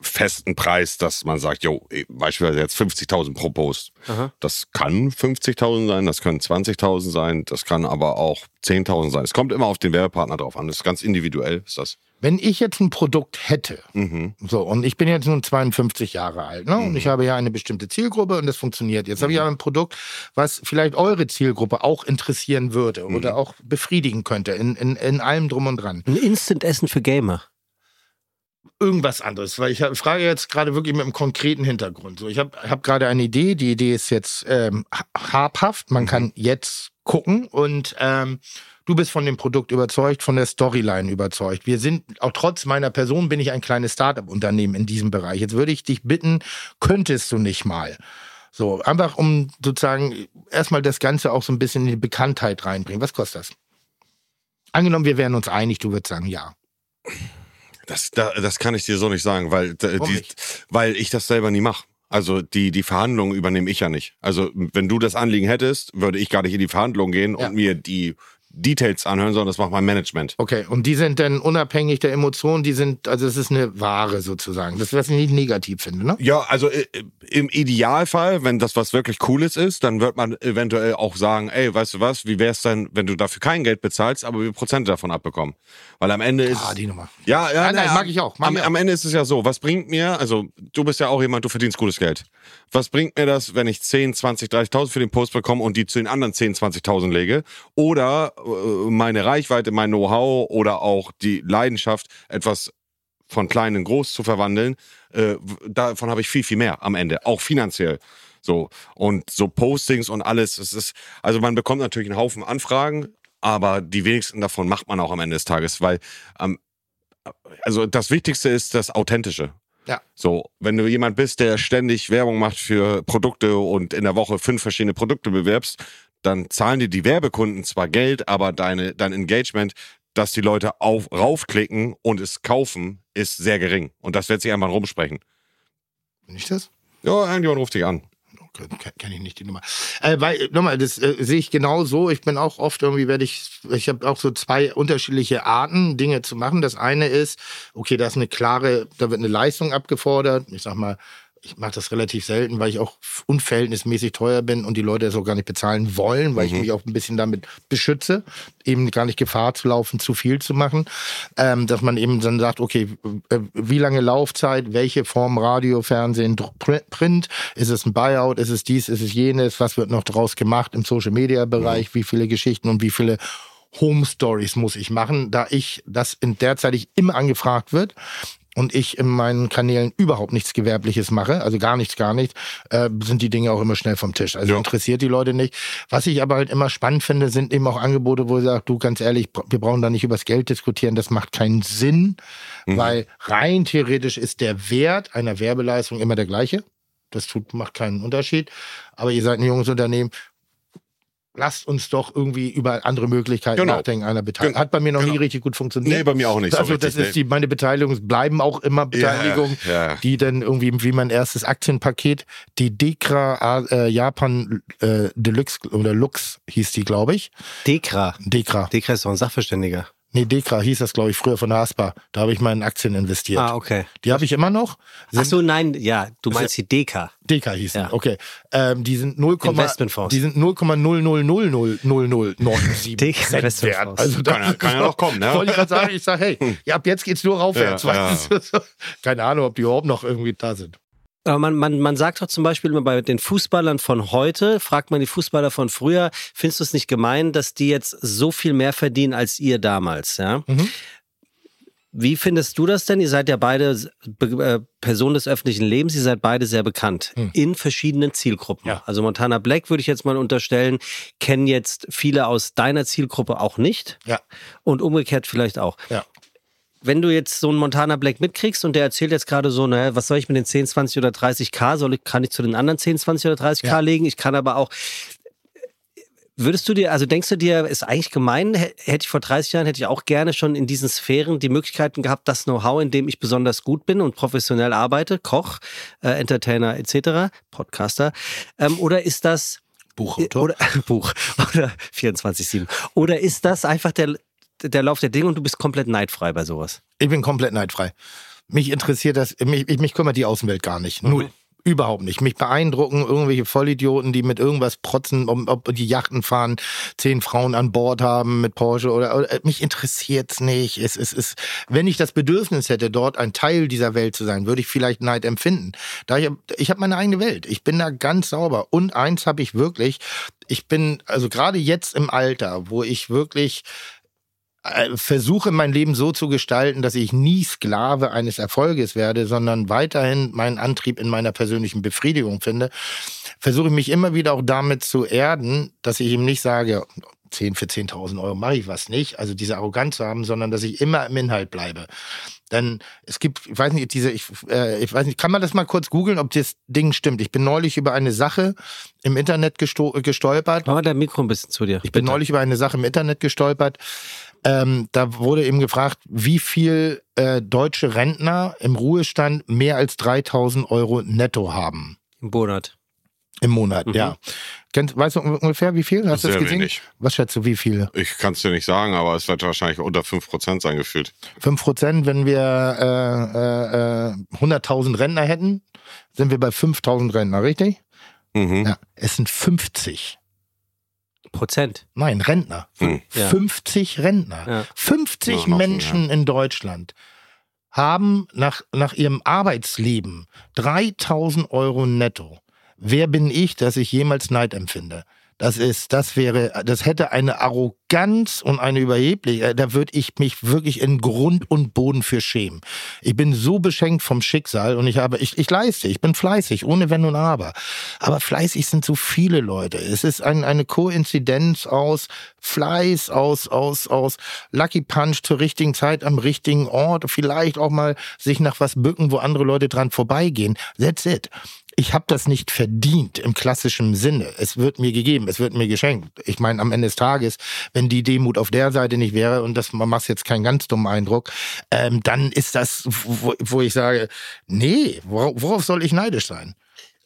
festen Preis, dass man sagt, jo, beispielsweise jetzt 50.000 pro Post. Aha. Das kann 50.000 sein, das können 20.000 sein, das kann aber auch 10.000 sein. Es kommt immer auf den Werbepartner drauf an. Das ist ganz individuell, ist das. Wenn ich jetzt ein Produkt hätte, Mhm. so, und ich bin jetzt nun 52 Jahre alt, ne? Und ich habe ja eine bestimmte Zielgruppe und das funktioniert. Jetzt habe ich aber ein Produkt, was vielleicht eure Zielgruppe auch interessieren würde oder auch befriedigen könnte, in, in, in allem drum und dran. Ein Instant-Essen für Gamer. irgendwas anderes, weil ich hab- frage jetzt gerade wirklich mit einem konkreten Hintergrund. So, ich habe hab gerade eine Idee. Die Idee ist jetzt ähm, ha- habhaft. Man kann jetzt gucken und ähm, du bist von dem Produkt überzeugt, von der Storyline überzeugt. Wir sind, auch trotz meiner Person, bin ich ein kleines Startup-Unternehmen in diesem Bereich. Jetzt würde ich dich bitten, könntest du nicht mal. So, einfach um sozusagen erstmal das Ganze auch so ein bisschen in die Bekanntheit reinbringen. Was kostet das? Angenommen, wir wären uns einig, du würdest sagen, ja. Das, da, das kann ich dir so nicht sagen, weil, d- Warum die, weil ich das selber nie mache. Also die, die Verhandlungen übernehme ich ja nicht. Also wenn du das Anliegen hättest, würde ich gar nicht in die Verhandlungen gehen Ja. und mir die Details anhören, sondern das macht mein Management. Okay, und die sind dann unabhängig der Emotionen, die sind, also es ist eine Ware sozusagen. Das, was ich nicht negativ finde, ne? Ja, also äh, im Idealfall, wenn das was wirklich Cooles ist, dann wird man eventuell auch sagen, ey, weißt du was, wie wär's denn, wenn du dafür kein Geld bezahlst, aber wir Prozente davon abbekommen? Weil am Ende ist... Ah, die Nummer. Ja, ja, Ah, nein, na, mag ich auch, mag am, ich auch. am Ende ist es ja so, was bringt mir, also du bist ja auch jemand, du verdienst gutes Geld. Was bringt mir das, wenn ich 10, 20, 30.000 für den Post bekomme und die zu den anderen 10, 20.000 lege? Oder äh, meine Reichweite, mein Know-how oder auch die Leidenschaft, etwas von klein in groß zu verwandeln, äh, w- davon habe ich viel, viel mehr am Ende, auch finanziell. So. Und so Postings und alles, es ist, also man bekommt natürlich einen Haufen Anfragen, aber die wenigsten davon macht man auch am Ende des Tages, weil am, also das Wichtigste ist das Authentische. Ja. So, wenn du jemand bist, der ständig Werbung macht für Produkte und in der Woche fünf verschiedene Produkte bewirbst, dann zahlen dir die Werbekunden zwar Geld, aber deine, dein Engagement, dass die Leute auf, raufklicken und es kaufen, ist sehr gering. Und das wird sich einmal rumsprechen. Bin ich das? Ja, irgendjemand ruft dich an. Okay, ke- kenn ich nicht die Nummer. Äh, weil, nochmal, das äh, sehe ich genau so. Ich bin auch oft irgendwie, werde ich, ich habe auch so zwei unterschiedliche Arten, Dinge zu machen. Das eine ist, okay, da ist eine klare, da wird eine Leistung abgefordert. Ich sag mal, ich mache das relativ selten, weil ich auch f- unverhältnismäßig teuer bin und die Leute das auch gar nicht bezahlen wollen, weil ich mich auch ein bisschen damit beschütze, eben gar nicht Gefahr zu laufen, zu viel zu machen. Ähm, dass man eben dann sagt, okay, äh, wie lange Laufzeit, welche Form Radio, Fernsehen, Dr- Pri- Print, ist es ein Buyout, ist es dies, ist es jenes, was wird noch draus gemacht im Social-Media-Bereich, wie viele Geschichten und wie viele Home Stories muss ich machen, da ich das in derzeitig immer angefragt wird und ich in meinen Kanälen überhaupt nichts Gewerbliches mache, also gar nichts, gar nichts, äh, sind die Dinge auch immer schnell vom Tisch. Also Ja. interessiert die Leute nicht. Was ich aber halt immer spannend finde, sind eben auch Angebote, wo ich sage, du ganz ehrlich, bra- wir brauchen da nicht über das Geld diskutieren, das macht keinen Sinn, Mhm. weil rein theoretisch ist der Wert einer Werbeleistung immer der gleiche. Das tut, macht keinen Unterschied. Aber ihr seid ein junges Unternehmen. Lasst uns doch irgendwie über andere Möglichkeiten Genau. nachdenken einer Beteiligung. Genau. Hat bei mir noch nie Genau. richtig gut funktioniert. Nee, bei mir auch nicht so Also das richtig, ist die, meine Beteiligung bleiben auch immer Beteiligung, ja. die dann irgendwie wie mein erstes Aktienpaket, die Dekra äh, Japan äh, Deluxe oder Lux hieß die, glaube ich. Dekra. Dekra. Dekra ist doch ein Sachverständiger. Nee, Dekra hieß das, glaube ich, früher von der Haspa. Da habe ich meine Aktien investiert. Ah, okay. Die habe ich immer noch. Ach so, nein, ja, du meinst die Deka. Deka hießen, Ja. okay. Ähm, die sind 0, Investmentfonds. Die sind 0,0000097 Deka Cent wert. Investmentfonds. Also da Kann ja- kann ja noch kommen, ne? Wollte ich gerade sagen, ich sage, hey, ja, ab jetzt geht's nur raufwärts. Ja, ja. weißt du? Keine Ahnung, ob die überhaupt noch irgendwie da sind. Aber man, man, man sagt doch zum Beispiel immer bei den Fußballern von heute, fragt man die Fußballer von früher, findest du es nicht gemein, dass die jetzt so viel mehr verdienen als ihr damals, ja? Mhm. Wie findest du das denn? Ihr seid ja beide s- Be äh, Personen des öffentlichen Lebens, ihr seid beide sehr bekannt in verschiedenen Zielgruppen. Mhm. Ja. Also Montana Black würde ich jetzt mal unterstellen, kennen jetzt viele aus deiner Zielgruppe auch nicht Ja. und umgekehrt vielleicht auch. Ja. Wenn du jetzt so einen Montana Black mitkriegst und der erzählt jetzt gerade so, naja, was soll ich mit den 10, 20 oder 30 K? Soll ich, kann ich zu den anderen 10, 20 oder 30 K Ja. legen? Ich kann aber auch. Würdest du dir, also denkst du dir, ist eigentlich gemein, hä- hätte ich vor 30 Jahren, hätte ich auch gerne schon in diesen Sphären die Möglichkeiten gehabt, das Know-how, in dem ich besonders gut bin und professionell arbeite, Koch, äh, Entertainer etc., Podcaster, ähm, oder ist das, Buchautor. Äh, oder [laughs] Buch oder 24-7. Oder ist das einfach der, der Lauf der Dinge und du bist komplett neidfrei bei sowas? Ich bin komplett neidfrei. Mich interessiert das, mich, ich- mich kümmert die Außenwelt gar nicht. Null. Überhaupt nicht. Mich beeindrucken irgendwelche Vollidioten, die mit irgendwas protzen, ob, ob die Yachten fahren, zehn Frauen an Bord haben mit Porsche oder, oder äh, mich interessiert's nicht. Es, es, es, wenn ich das Bedürfnis hätte, dort ein Teil dieser Welt zu sein, würde ich vielleicht Neid empfinden. Da ich, hab- ich habe meine eigene Welt. Ich bin da ganz sauber. Und eins habe ich wirklich. Ich bin, also gerade jetzt im Alter, wo ich wirklich äh, versuche mein Leben so zu gestalten, dass ich nie Sklave eines Erfolges werde, sondern weiterhin meinen Antrieb in meiner persönlichen Befriedigung finde, versuche ich mich immer wieder auch damit zu erden, dass ich ihm nicht sage, 10 für 10.000 Euro mache ich was nicht, also diese Arroganz zu haben, sondern dass ich immer im Inhalt bleibe. Denn es gibt, ich weiß nicht, diese, ich, äh, ich weiß nicht, kann man das mal kurz googeln, ob das Ding stimmt? Ich bin neulich über eine Sache im Internet gesto gestolpert. Mach mal dein Mikro ein bisschen zu dir. Ich bin bitte. neulich über eine Sache im Internet gestolpert. Ähm, da wurde eben gefragt, wie viel äh, deutsche Rentner im Ruhestand mehr als 3000 Euro netto haben im Monat. im Monat. Mhm. Ja. Kennst, weißt du ungefähr, wie viel? Hast du das Sehr gesehen? wenig. Was schätzt du, wie viel? Ich kann es dir nicht sagen, aber es wird wahrscheinlich unter 5% sein gefühlt. 5 Prozent, wenn wir äh, äh, äh, 100.000 Rentner hätten, sind wir bei 5000 Rentner, richtig? Mhm. Ja. Es sind 50. Prozent. Nein, Rentner. Hm. Ja. 50 Rentner. Ja. 50 Ja, noch viel, Menschen in Deutschland haben nach, nach ihrem Arbeitsleben 3000 Euro netto. Wer bin ich, dass ich jemals Neid empfinde? Das ist, das wäre, das hätte eine Arroganz und eine Überheblichkeit. Da würde ich mich wirklich in Grund und Boden für schämen. Ich bin so beschenkt vom Schicksal und ich habe, ich, ich leiste, ich bin fleißig, ohne Wenn und Aber. Aber fleißig sind so viele Leute. Es ist ein, eine Koinzidenz aus Fleiß, aus, aus, aus Lucky Punch zur richtigen Zeit am richtigen Ort. Vielleicht auch mal sich nach was bücken, wo andere Leute dran vorbeigehen. That's it. Ich habe das nicht verdient im klassischen Sinne. Es wird mir gegeben, es wird mir geschenkt. Ich meine, am Ende des Tages, wenn die Demut auf der Seite nicht wäre und das man macht jetzt keinen ganz dummen Eindruck, ähm, dann ist das, wo, wo ich sage, nee, wor- worauf soll ich neidisch sein?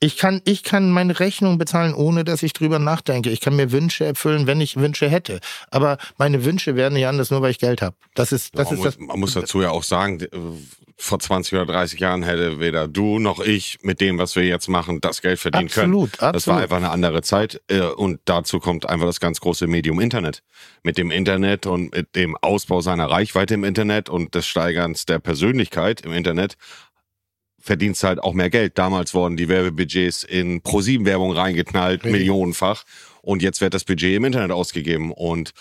Ich kann, ich kann meine Rechnung bezahlen, ohne dass ich drüber nachdenke. Ich kann mir Wünsche erfüllen, wenn ich Wünsche hätte. Aber meine Wünsche werden nicht anders, nur weil ich Geld habe. Das ist, das man, ist muss, das. man muss dazu ja auch sagen, d- äh, vor 20 oder 30 Jahren hätte weder du noch ich mit dem, was wir jetzt machen, das Geld verdienen können. Absolut, Das war absolut. einfach eine andere Zeit. äh, Und dazu kommt einfach das ganz große Medium Internet. Mit dem Internet und mit dem Ausbau seiner Reichweite im Internet und des Steigerns der Persönlichkeit im Internet verdienst halt auch mehr Geld. Damals wurden die Werbebudgets in ProSieben-Werbung reingeknallt, Richtig. millionenfach. Und jetzt wird das Budget im Internet ausgegeben. Und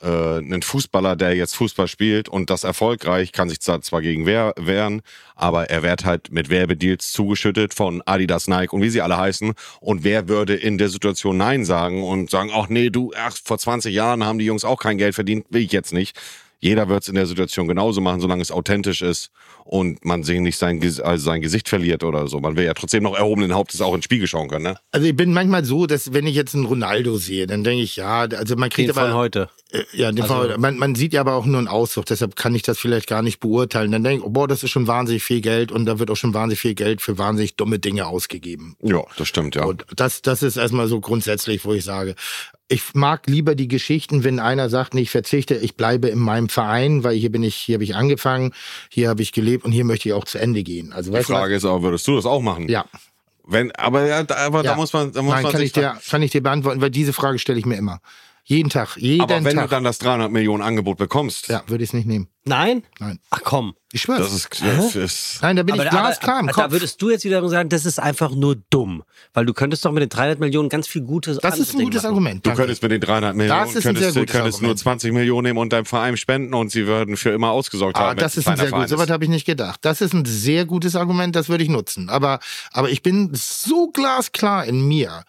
äh, ein Fußballer, der jetzt Fußball spielt und das erfolgreich, kann sich zwar zwar gegen wehr, wehren, aber er wird halt mit Werbedeals zugeschüttet von Adidas, Nike und wie sie alle heißen. Und wer würde in der Situation Nein sagen und sagen, ach nee, du, ach, vor 20 Jahren haben die Jungs auch kein Geld verdient, will ich jetzt nicht. Jeder wird es in der Situation genauso machen, solange es authentisch ist und man sich nicht sein, Ges- also sein Gesicht verliert oder so. Man will ja trotzdem noch erhobenen Hauptes auch ins Spiegel schauen können, ne? Also ich bin manchmal so, dass wenn ich jetzt einen Ronaldo sehe, dann denke ich, ja, also man Den kriegt von aber. heute. Äh, Ja, den Also- Fall, man, man sieht ja aber auch nur einen Ausdruck, deshalb kann ich das vielleicht gar nicht beurteilen. Dann denke ich, oh, boah, das ist schon wahnsinnig viel Geld und da wird auch schon wahnsinnig viel Geld für wahnsinnig dumme Dinge ausgegeben. Ja, das stimmt, ja. Und das, das ist erstmal so grundsätzlich, wo ich sage, ich mag lieber die Geschichten, wenn einer sagt, nee, ich verzichte, ich bleibe in meinem Verein, weil hier bin ich, hier habe ich angefangen, hier habe ich gelebt und hier möchte ich auch zu Ende gehen. Also Die weißt du Frage ist aber, würdest du das auch machen? was? ja, Wenn, aber ja, da- aber Ja. da muss man, da muss nein, man kann sich ich dir, kann ich dir beantworten, weil diese Frage stelle ich mir immer. Jeden Tag, jeden Aber wenn du Tag. dann das 300 Millionen Angebot bekommst, ja, würde ich es nicht nehmen. Nein? Nein. Ach komm. Ich schwör's. das ist, das ist Nein, da bin ich Aber- aber- glasklar im aber Kopf. Da würdest du jetzt wieder sagen, das ist einfach nur dumm. Weil du könntest doch mit den 300 Millionen ganz viel Gutes das anderes ist ein Ding gutes machen. Argument. Du danke. könntest mit den 300 Millionen, Das ist ein könntest, sehr gutes könntest nur Argument. 20 Millionen nehmen und deinem Verein spenden und sie würden für immer ausgesorgt Ah, haben. das ist wenn's ein kleiner sehr gut. Verein Soweit habe ich nicht gedacht. Das ist ein sehr gutes Argument, das würde ich nutzen. Aber, aber ich bin so glasklar in mir.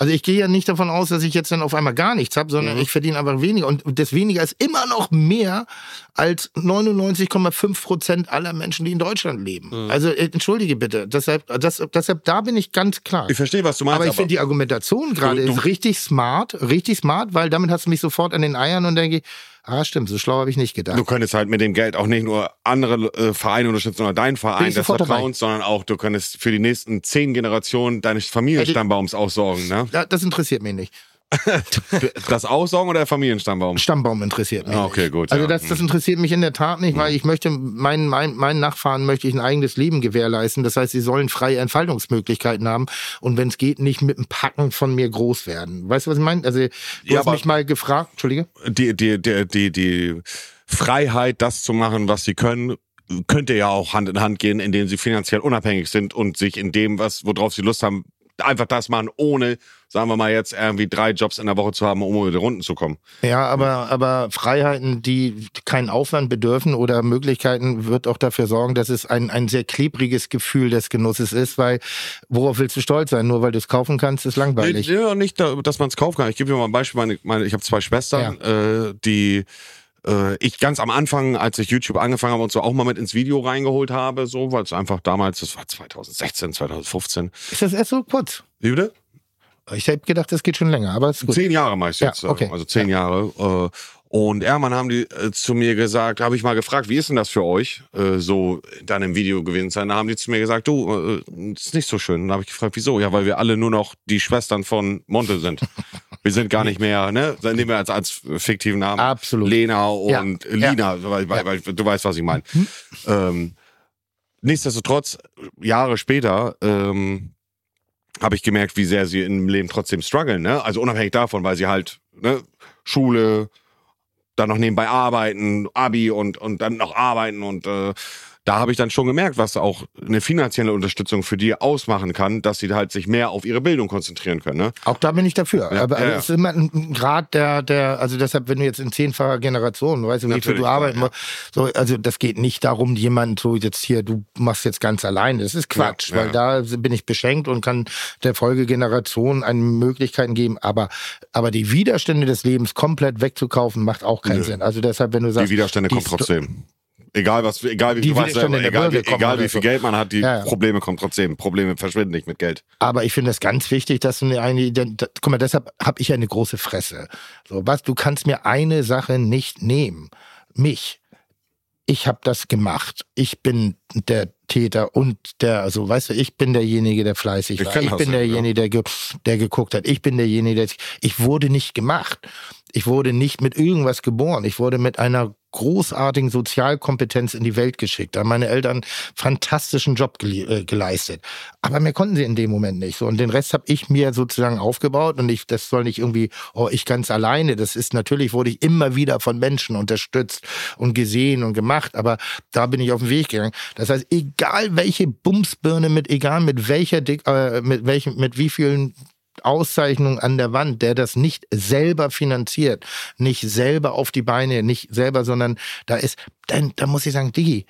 Also ich gehe ja nicht davon aus, dass ich jetzt dann auf einmal gar nichts habe, sondern Mhm. ich verdiene einfach weniger. Und das weniger ist immer noch mehr als 99,5 Prozent aller Menschen, die in Deutschland leben. Mhm. Also äh, entschuldige bitte. Deshalb, das, deshalb, da bin ich ganz klar. Ich verstehe, was du meinst. aber ich finde die Argumentation gerade du- ist richtig smart, richtig smart, weil damit hast du mich sofort an den Eiern und denke, ich, ah stimmt, so schlau habe ich nicht gedacht. Du könntest halt mit dem Geld auch nicht nur andere äh, Vereine unterstützen oder deinen Bin Verein ich des sofort dabei. Vertrauens, sondern auch du könntest für die nächsten zehn Generationen deines Familienstammbaums aussorgen. [laughs] Ne? Ja, das interessiert mich nicht. Das Aussaugen oder der Familienstammbaum? Stammbaum interessiert mich. Ah, okay, nicht. gut, Also ja. Mhm. das, das interessiert mich in der Tat nicht, weil ich möchte meinen mein, meinen Nachfahren möchte ich ein eigenes Leben gewährleisten. Das heißt, sie sollen freie Entfaltungsmöglichkeiten haben und wenn es geht, nicht mit einem Packen von mir groß werden. Weißt du, was ich meine? Also du Ja, hast aber- mich mal gefragt, entschuldige. die, die, die, die, die Freiheit, das zu machen, was sie können, könnte ja auch Hand in Hand gehen, indem sie finanziell unabhängig sind und sich in dem, was, worauf sie Lust haben, einfach das machen, ohne, sagen wir mal jetzt, irgendwie drei Jobs in der Woche zu haben, um über die Runden zu kommen. Ja, aber, aber Freiheiten, die keinen Aufwand bedürfen oder Möglichkeiten, wird auch dafür sorgen, dass es ein, ein sehr klebriges Gefühl des Genusses ist, weil worauf willst du stolz sein? Nur weil du es kaufen kannst, ist langweilig. Nee, nee, nicht, da- dass man es kaufen kann. Ich gebe dir mal ein Beispiel. Meine, meine, ich habe zwei Schwestern, äh, die äh, ich ganz am Anfang, als ich YouTube angefangen habe und so auch mal mit ins Video reingeholt habe, so, weil es einfach damals, das war 2016, 2015. Ist das erst so kurz? Wie bitte? Ich hätte gedacht, das geht schon länger, aber ist gut. Zehn Jahre mache ich Ja, jetzt. äh, okay. Also zehn Jahre. Äh, und irgendwann haben die äh, zu mir gesagt, habe ich mal gefragt, wie ist denn das für euch, äh, so dann im Video gewesen sein? Da haben die zu mir gesagt, du, äh, ist nicht so schön. Und habe ich gefragt, wieso? Ja, weil wir alle nur noch die Schwestern von [laughs] Monte sind. wir sind gar nicht mehr, ne? Dann nehmen wir als, als fiktiven Namen Absolut. Lena Ja. und Ja. Mhm. Lina, Weil, weil, weil, du weißt, was ich meine. Ähm, nichtsdestotrotz, Jahre später, ähm, habe ich gemerkt, wie sehr sie im Leben trotzdem strugglen. Ne? Also unabhängig davon, weil sie halt ne, Schule, dann noch nebenbei arbeiten, Abi und, und dann noch arbeiten. Und äh, da habe ich dann schon gemerkt, was auch eine finanzielle Unterstützung für die ausmachen kann, dass sie halt sich mehr auf ihre Bildung konzentrieren können. Ne? Auch da bin ich dafür. Ja, aber also ja, es ja. ist immer ein- ein Grad der, der, also deshalb, wenn du jetzt in zehnfacher Generation, weißt du, wie viel Natürlich, du arbeiten ja. musst, so, also das geht nicht darum, jemanden so jetzt hier, du machst jetzt ganz allein. Das ist Quatsch, Ja, ja. weil da bin ich beschenkt und kann der Folgegeneration eine Möglichkeiten geben. Aber, aber die Widerstände des Lebens komplett wegzukaufen, macht auch keinen Nö. Sinn. Also deshalb, wenn du sagst, die Widerstände die kommen Sto- trotzdem. Egal was, egal wie Die du weißt, Widerstände der selber, egal, wie, Bürger kommen egal oder wie viel so. Geld man hat, die Ja, ja. Probleme kommen trotzdem. Probleme verschwinden nicht mit Geld. Aber ich finde das ganz wichtig, dass du mir eine, Ident- guck mal, deshalb habe ich ja eine große Fresse. So, was, du kannst mir eine Sache nicht nehmen. Mich. Ich habe das gemacht. Ich bin der Täter und der, also weißt du, ich bin derjenige, der fleißig Ich war. kenn Ich das bin ja, derjenige, der, ge der geguckt hat. Ich bin derjenige, der, ich wurde nicht gemacht. Ich wurde nicht mit irgendwas geboren. Ich wurde mit einer großartigen Sozialkompetenz in die Welt geschickt. Da haben meine Eltern einen fantastischen Job gele äh, geleistet. Aber mehr konnten sie in dem Moment nicht. So, und den Rest habe ich mir sozusagen aufgebaut. Und ich, das soll nicht irgendwie, oh, ich ganz alleine. Das ist natürlich, wurde ich immer wieder von Menschen unterstützt und gesehen und gemacht. Aber da bin ich auf den Weg gegangen. Das heißt, egal welche Bumsbirne mit, egal mit welcher Dick, äh, mit welchem, mit wie vielen Auszeichnung an der Wand, der das nicht selber finanziert, nicht selber auf die Beine, nicht selber, sondern da ist, dann, da muss ich sagen, Digi,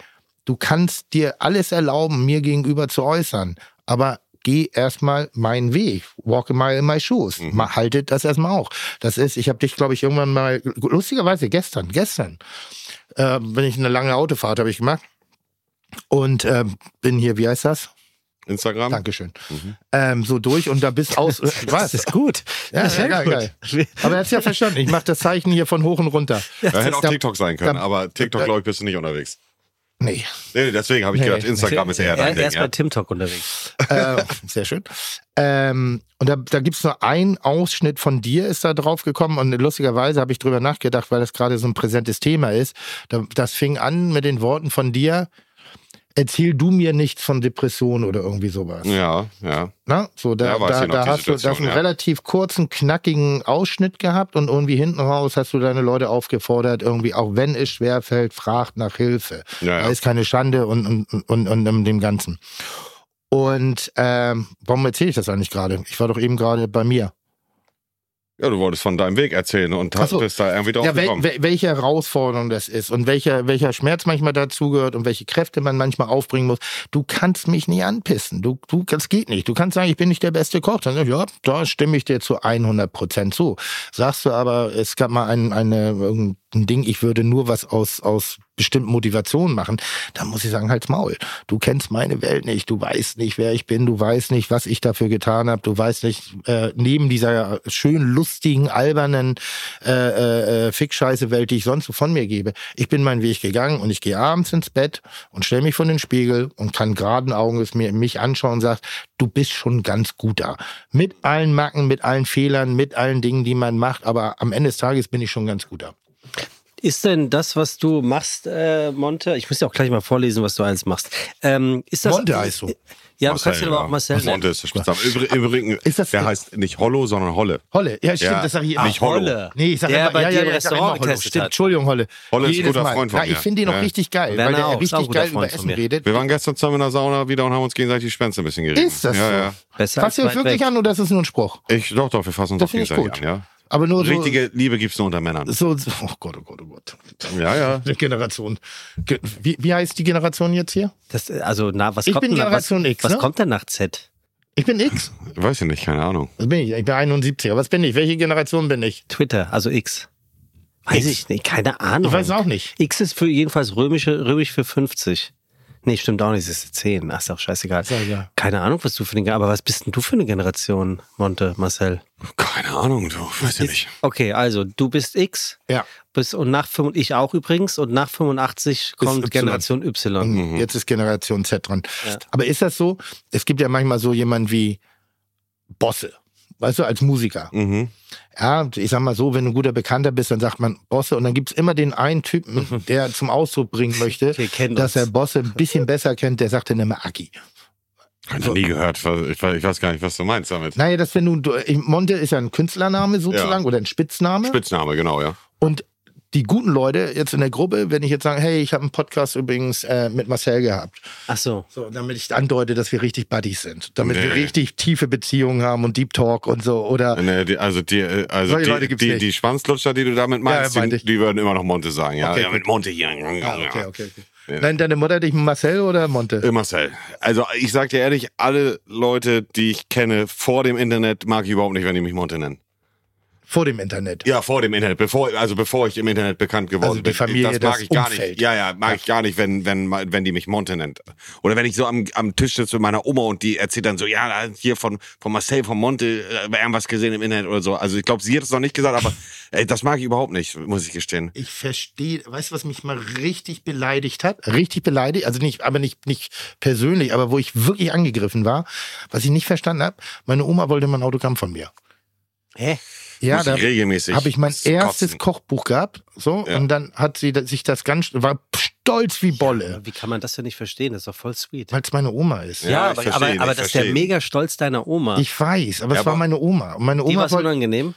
du kannst dir alles erlauben, mir gegenüber zu äußern, aber geh erstmal meinen Weg, walk a mile in my shoes, Ma- haltet das erstmal auch. Das ist, ich habe dich, glaube ich, irgendwann mal, lustigerweise gestern, gestern, äh, wenn ich eine lange Autofahrt habe ich gemacht und äh, bin hier, wie heißt das? Instagram? Dankeschön. Ähm, so durch und da [laughs] bist aus. Mhm. Das ist gut. Ja, Das ist ja, sehr geil, Aber er hat es ja verstanden. Ich mache das Zeichen hier von hoch und runter. Ja, hätte auch da- TikTok sein können, da- aber TikTok, da- glaube ich, bist du nicht unterwegs. Nee. Nee, deswegen habe ich Nee. gedacht, Instagram ist eher Er, dein er Ding. ist bei Ja. TimTok unterwegs. Äh, [laughs] sehr schön. Ähm, und da, da gibt es nur einen Ausschnitt von dir, ist da drauf gekommen. Und lustigerweise habe ich drüber nachgedacht, weil das gerade so ein präsentes Thema ist. Da, das fing an mit den Worten von dir. Erzähl du mir nichts von Depressionen oder irgendwie sowas. ja, ja. Na, Ne? so da, Ja, weiß da, ich noch, da die hast du das Situation, einen ja. relativ kurzen, knackigen Ausschnitt gehabt und irgendwie hinten raus hast du deine Leute aufgefordert, irgendwie, auch wenn es schwerfällt, fragt nach Hilfe. Ja, ja. Da ist keine Schande und, und, und, und, und dem Ganzen. Und ähm, warum erzähle ich das eigentlich gerade? Ich war doch eben gerade bei mir. ja, du wolltest von deinem Weg erzählen und Ach hast so. bist da irgendwie drauf Ja, wel, gekommen. wel, welche Herausforderung das ist und welcher, welcher Schmerz manchmal dazugehört und welche Kräfte man manchmal aufbringen muss. Du kannst mich nicht anpissen. Du, du, das geht nicht. Du kannst sagen, ich bin nicht der beste Koch. Dann sag ich, ja, da stimme ich dir zu 100 Prozent zu. Sagst du aber, es gab mal ein, eine, irgendein Ding, ich würde nur was aus, aus bestimmten Motivationen machen, dann muss ich sagen, halt's Maul. Du kennst meine Welt nicht. Du weißt nicht, wer ich bin. Du weißt nicht, was ich dafür getan habe. Du weißt nicht, äh, neben dieser schön lustigen, albernen äh, äh, Fick-Scheiße-Welt, die ich sonst so von mir gebe. Ich bin meinen Weg gegangen und ich gehe abends ins Bett und stelle mich vor den Spiegel und kann geraden Auges mir mich anschauen und sagt, du bist schon ganz gut da. Mit allen Macken, mit allen Fehlern, mit allen Dingen, die man macht, aber am Ende des Tages bin ich schon ganz gut da. Ist denn das, was du machst, äh, Monte? Ich muss ja auch gleich mal vorlesen, was du eins machst. Ähm, ist das, Monte heißt du. Ja, du kannst ihn aber auch Marcel nennen. genau. Monte ist der Spitzname. Übr- Im Übrigen, Ist das- der heißt nicht Hollow, sondern Holle. Holle. Ja, stimmt, Ja, das sage ich Ah, immer. nicht Hollow. Holle. Nee, ich sage Der immer, bei ja, dir ja, im aber ich sag immer Restaurant Holle. getestet Stimmt, hat. Entschuldigung, Holle. Holle ist ein Jedes guter Mal. Freund von Na, mir. Ich finde den auch Ja. richtig geil, Werner weil auch, ist der auch ein richtig guter geil über Freund von Essen mir. redet. Wir waren gestern zusammen in der Sauna wieder und haben uns gegenseitig die Schwänze ein bisschen gerieben. Ist das ja, so? Ja. Besser Fasst ihr als euch weit wirklich weg. an oder ist es nur ein Spruch? Ich, doch, doch, wir fassen uns Das auch finde ich gegenseitig gut. an, ja. Aber nur so, Richtige Liebe gibt's nur unter Männern. so, so. Oh Gott, oh Gott, oh Gott. Ja, ja. Eine Generation. Ge- Wie, wie heißt die Generation jetzt hier? Das, also, na, was Ich kommt bin denn, nach- was, Generation X, was ne? kommt denn nach Z? Ich bin X. Weiß ich nicht, keine Ahnung. Was bin ich? Ich bin 71. Was bin ich? Welche Generation bin ich? Twitter, also X. Weiß X. ich nicht, keine Ahnung. Ich weiß auch nicht. X ist für jedenfalls römische, römisch für 50. Nee, stimmt auch nicht, es ist 10. Ach, ist auch scheißegal. Ist ja egal. Keine Ahnung, was du für eine, aber was bist denn du für eine Generation, Monte, Marcel? Keine Ahnung, du. Weiß ich nicht. Okay, also du bist X, Ja. bist und nach 5, ich auch übrigens, und nach 85 kommt Y. Generation Y. Mhm. Und Mhm. jetzt ist Generation Z dran. Aber ist das so? Es gibt ja manchmal so jemanden wie Bosse. Weißt du, als Musiker. Mhm. Ja, ich sag mal so, wenn du ein guter Bekannter bist, dann sagt man Bosse. Und dann gibt's immer den einen [laughs] Typen, der zum Ausdruck bringen möchte, Wir kennen dass er uns. Bosse ein bisschen besser kennt, der sagt dann immer Aki. Hab ich nie gehört. Ich weiß ich weiß gar nicht, was du meinst damit. Naja, das wenn du- du. Monte ist ja ein Künstlername sozusagen oder ein Spitzname. Spitzname, genau, ja. Und die guten Leute jetzt in der Gruppe, wenn ich jetzt sage, hey, ich habe einen Podcast übrigens äh, mit Marcel gehabt. Ach so. So, damit ich andeute, dass wir richtig Buddies sind. Damit wir Nee. richtig tiefe Beziehungen haben und Deep Talk und so. Oder Nee, die, also die, äh, also Solche die, Leute gibt's die, nicht. die Schwanzlutscher, die du damit meinst, Ja, meinte die, ich. die würden immer noch Monte sagen. Ja, Okay, ja gut. mit Monte hier. ah, okay, okay, okay. Ja. Nennt deine Mutter dich Marcel oder Monte? Äh, Marcel. Also ich sag dir ehrlich, alle Leute, die ich kenne vor dem Internet, mag ich überhaupt nicht, wenn die mich Monte nennen. Vor dem Internet. Ja, vor dem Internet, bevor, also bevor ich im Internet bekannt geworden Also die bin. Familie, das mag das ich gar Umfeld. nicht. Ja, ja, mag ich gar nicht, wenn, wenn, wenn die mich Monte nennt. Oder wenn ich so am, am Tisch sitze mit meiner Oma und die erzählt dann so, ja, hier von, von Marcel, von Monte, äh, wir haben was gesehen im Internet oder so. Also ich glaube, sie hat es noch nicht gesagt, [laughs] aber ey, das mag ich überhaupt nicht, muss ich gestehen. Ich verstehe, weißt du, was mich mal richtig beleidigt hat? Richtig beleidigt, also nicht, aber nicht, nicht persönlich, aber wo ich wirklich angegriffen war, was ich nicht verstanden habe, meine Oma wollte mal ein Autogramm von mir. Hä? Ja, muss da ich regelmäßig. habe ich mein kotzen. erstes Kochbuch gehabt, so, Ja. und dann hat sie da- sich das ganz, war stolz wie Bolle, Aber Wie kann man das denn nicht verstehen? Das ist doch voll sweet. weil es meine Oma ist. Ja, ich aber, verstehe, aber, ich aber das ist der verstehe. mega Stolz deiner Oma. Ich weiß, aber Ja, es war aber- meine Oma. Und meine Die war Oma, es wollte, unangenehm.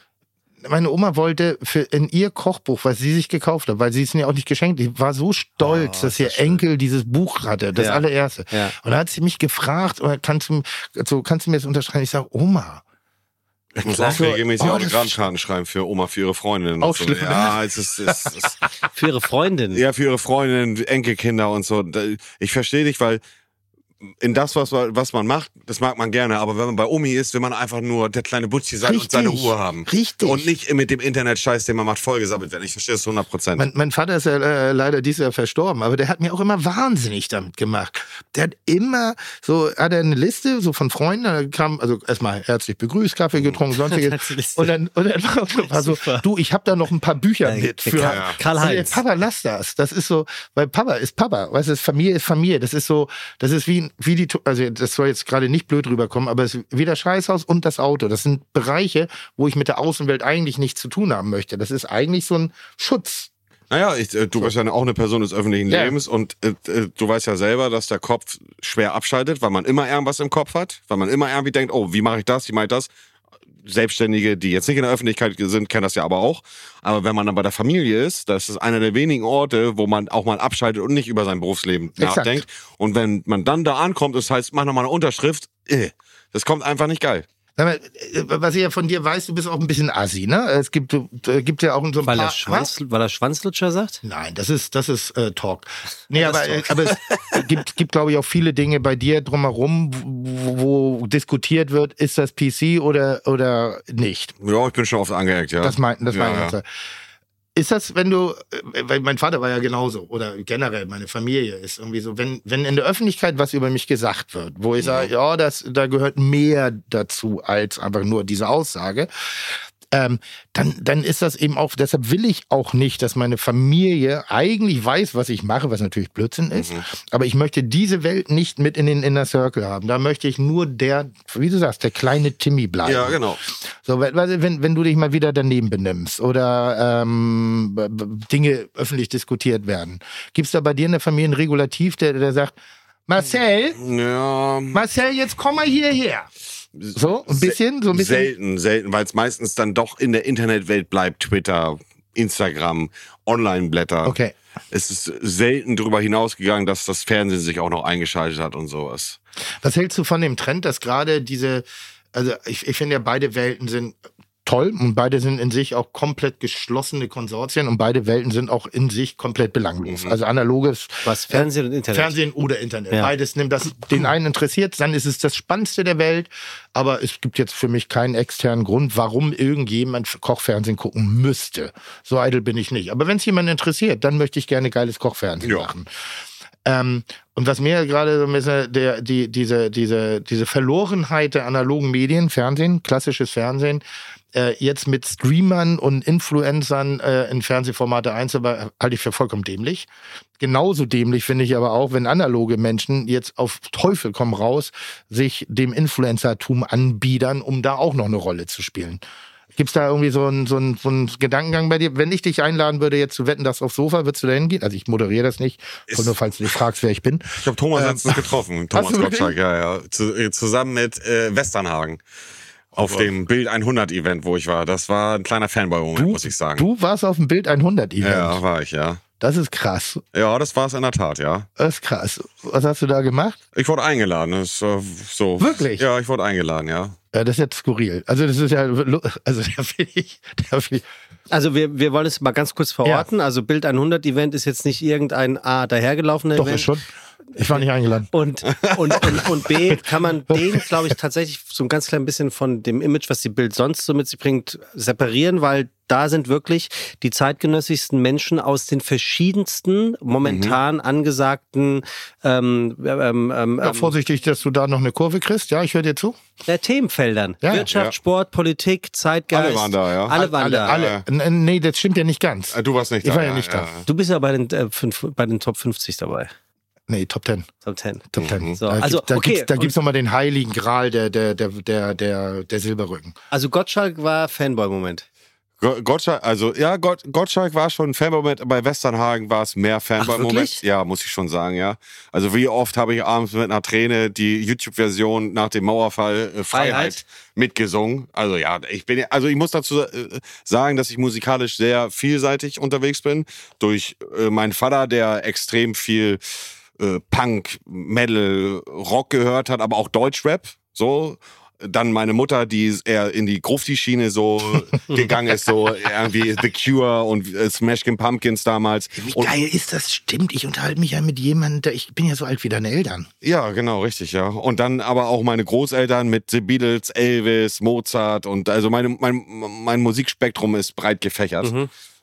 meine Oma wollte für in ihr Kochbuch, was sie sich gekauft hat, weil sie es mir auch nicht geschenkt, die war so stolz, Ah, dass ihr Enkel dieses Buch hatte, das Ja. allererste. Ja. Und dann hat sie mich gefragt, oder kannst du, so, kannst du mir das unterschreiben? Ich sage, Oma. Ich muss Klar. auch regelmäßig Oh, das- Autogrammkarten schreiben für Oma, für ihre Freundin. Auch und so. schlimm, ne? Ja, es ist, es ist Für ihre Freundin. Ja, für ihre Freundinnen, Enkelkinder und so. Da- Ich verstehe dich, weil in das, was, man- was man macht, das mag man gerne. Aber wenn man bei Omi ist, will man einfach nur der kleine Butzi sein und Richtig. seine Ruhe haben. Richtig. Und nicht mit dem Internet-Scheiß, den man macht, vollgesammelt werden. Ich verstehe das 100 Prozent. Mein, mein Vater ist ja äh, leider dieses Jahr verstorben, aber der hat mir auch immer wahnsinnig damit gemacht. Der hat immer so, hat er eine Liste so von Freunden, da kam, also erstmal herzlich begrüßt, [laughs] Kaffee getrunken, Hat sie sonstiges. Liste. Und dann, und dann war so, Super. Äh, du, ich habe da noch ein paar Bücher mit. Für, Karl, Ja. Karl Ey, Heinz. Papa, lass das. Das ist so, weil Papa ist Papa. Weißt du, Familie ist Familie. Das ist so, das ist wie, wie die, also das soll jetzt gerade nicht blöd rüberkommen, aber es ist wie das Scheißhaus und das Auto. Das sind Bereiche, wo ich mit der Außenwelt eigentlich nichts zu tun haben möchte. Das ist eigentlich so ein Schutz. Naja, ich, äh, du bist ja auch eine Person des öffentlichen Ja. Lebens und äh, äh, du weißt ja selber, dass der Kopf schwer abschaltet, weil man immer irgendwas im Kopf hat, weil man immer irgendwie denkt, oh, wie mache ich das, wie mache ich das? Selbstständige, die jetzt nicht in der Öffentlichkeit sind, kennen das ja aber auch. Aber wenn man dann bei der Familie ist, das ist einer der wenigen Orte, wo man auch mal abschaltet und nicht über sein Berufsleben Exakt. nachdenkt. Und wenn man dann da ankommt, das heißt, mach nochmal eine Unterschrift, äh, das kommt einfach nicht geil. Sag mal, äh, was ich ja von dir weiß, du bist auch ein bisschen assi, ne? Es gibt, äh, gibt ja auch so ein Weil paar. er, Schwanz, weil er Schwanzlutscher sagt? Nein, das ist, das ist äh, Talk. Nee, Das aber, äh, ist aber [laughs] es gibt, gibt glaube ich, auch viele Dinge bei dir drumherum, wo, wo diskutiert wird, ist das PC oder, oder nicht. Ja, ich bin schon oft angeeckt, ja. Das meinten, das Ja, meinten ja. ja. Ist das, wenn du, äh, weil mein Vater war ja genauso, oder generell meine Familie ist irgendwie so, wenn, wenn in der Öffentlichkeit was über mich gesagt wird, wo Mhm. ich sage, ja, das, da gehört mehr dazu als einfach nur diese Aussage, ähm, dann, dann ist das eben auch, deshalb will ich auch nicht, dass meine Familie eigentlich weiß, was ich mache, was natürlich Blödsinn ist, Mhm. aber ich möchte diese Welt nicht mit in den Inner Circle haben. Da möchte ich nur der, wie du sagst, der kleine Timmy bleiben. Ja, genau. So, weil- weil- wenn, wenn du dich mal wieder daneben benimmst oder ähm, b- b- Dinge öffentlich diskutiert werden, gibt es da bei dir in der Familie einen Regulativ, der, der sagt, Marcel, Ja, Marcel, jetzt komm mal hierher. So, ein bisschen, so ein bisschen. Selten, selten, weil es meistens dann doch in der Internetwelt bleibt. Twitter, Instagram, Online-Blätter. Okay. Es ist selten darüber hinausgegangen, dass das Fernsehen sich auch noch eingeschaltet hat und sowas. Was hältst du von dem Trend, dass gerade diese, also ich, ich finde ja, beide Welten sind toll und beide sind in sich auch komplett geschlossene Konsortien und beide Welten sind auch in sich komplett belanglos. Also analoges Was? Fernsehen und Internet? Fernsehen oder Internet. Ja. Beides nimmt das den einen interessiert, dann ist es das Spannendste der Welt. Aber es gibt jetzt für mich keinen externen Grund, warum irgendjemand Kochfernsehen gucken müsste. So eitel bin ich nicht. Aber wenn es jemand interessiert, dann möchte ich gerne geiles Kochfernsehen Ja. machen. Ähm, und was mir gerade so ein bisschen der, die, diese, diese, diese Verlorenheit der analogen Medien, Fernsehen, klassisches Fernsehen, äh, jetzt mit Streamern und Influencern äh, in Fernsehformate einzubauen, halte ich für vollkommen dämlich. Genauso dämlich finde ich aber auch, wenn analoge Menschen jetzt auf Teufel komm raus sich dem Influencertum anbiedern, um da auch noch eine Rolle zu spielen. Gibt's da irgendwie so einen so einen- so einen Gedankengang bei dir? Wenn ich dich einladen würde, jetzt zu wetten, dass aufs Sofa, würdest du da hingehen? Also ich moderiere das nicht, Ist- nur falls du dich fragst, wer ich bin. Ich habe Thomas [laughs] letztens getroffen. Thomas Ähm, du wirklich? Gottschalk, ja, ja. Zu, äh, zusammen mit äh, Westernhagen. Auf dem Bild 100 Event, wo ich war. Das war ein kleiner Fanboy-Moment, muss ich sagen. Du warst auf dem Bild 100 Event. Ja, war ich, ja. Das ist krass. Ja, das war es in der Tat, ja. Das ist krass. Was hast du da gemacht? Ich wurde eingeladen. Das, äh, so. Wirklich? Ja, ich wurde eingeladen, ja. Ja, Äh, das ist jetzt skurril. Also das ist ja, also [laughs] da will ich, da will ich Also wir, wir wollen es mal ganz kurz verorten. Also Bild 100 Event ist jetzt nicht irgendein A dahergelaufener doch Event. ist schon. Ich war nicht eingeladen. Und, und, und, und B, kann [laughs] man den, glaube ich, tatsächlich so ein ganz klein bisschen von dem Image, was die Bild sonst so mit sich bringt, separieren, weil da sind wirklich die zeitgenössischsten Menschen aus den verschiedensten Mhm. momentan angesagten ähm, ähm, ähm, Ja, vorsichtig, dass du da noch eine Kurve kriegst. Ja, ich höre dir zu. äh, Themenfeldern. Ja, Wirtschaft, ja. Sport, Politik, Zeitgeist. Alle waren da, ja. Alle waren da. Alle. N- Nee, das stimmt ja nicht ganz. Ah. Äh, Du warst nicht Ich da. war ja nicht da. Du bist ja bei den, äh, fünf, bei den Top 50 dabei. Nee, Top Ten. Top 10. Top Ten. So, da also, gibt's, da okay. gibt's, da Und- gibt's nochmal den heiligen Gral der, der, der, der, der, der Silberrücken. Also Gottschalk war Fanboy-Moment. Go- Gottschalk, also ja, Gott, Gottschalk war schon ein Fanboy-Moment, bei Westernhagen war es mehr wirklich? Fanboy-Moment. Ja, muss ich schon sagen, ja. Also wie oft habe ich abends mit einer Träne die YouTube-Version nach dem Mauerfall äh, Freiheit, Freiheit. mitgesungen. Also ja, ich bin, also ich muss dazu äh, sagen, dass ich musikalisch sehr vielseitig unterwegs bin. Durch äh, meinen Vater, der extrem viel äh, Punk, Metal, Rock gehört hat, aber auch Deutschrap, so. Dann meine Mutter, die eher in die [laughs] Grufti-Schiene so gegangen ist, so irgendwie The Cure und äh, Smashkin Pumpkins damals. Wie Und, geil ist das? Stimmt, ich unterhalte mich ja mit jemandem, der, ich bin ja so alt wie deine Eltern. ja, genau, richtig, ja. Und dann aber auch meine Großeltern mit The Beatles, Elvis, Mozart und also meine, mein, mein Musikspektrum ist breit gefächert.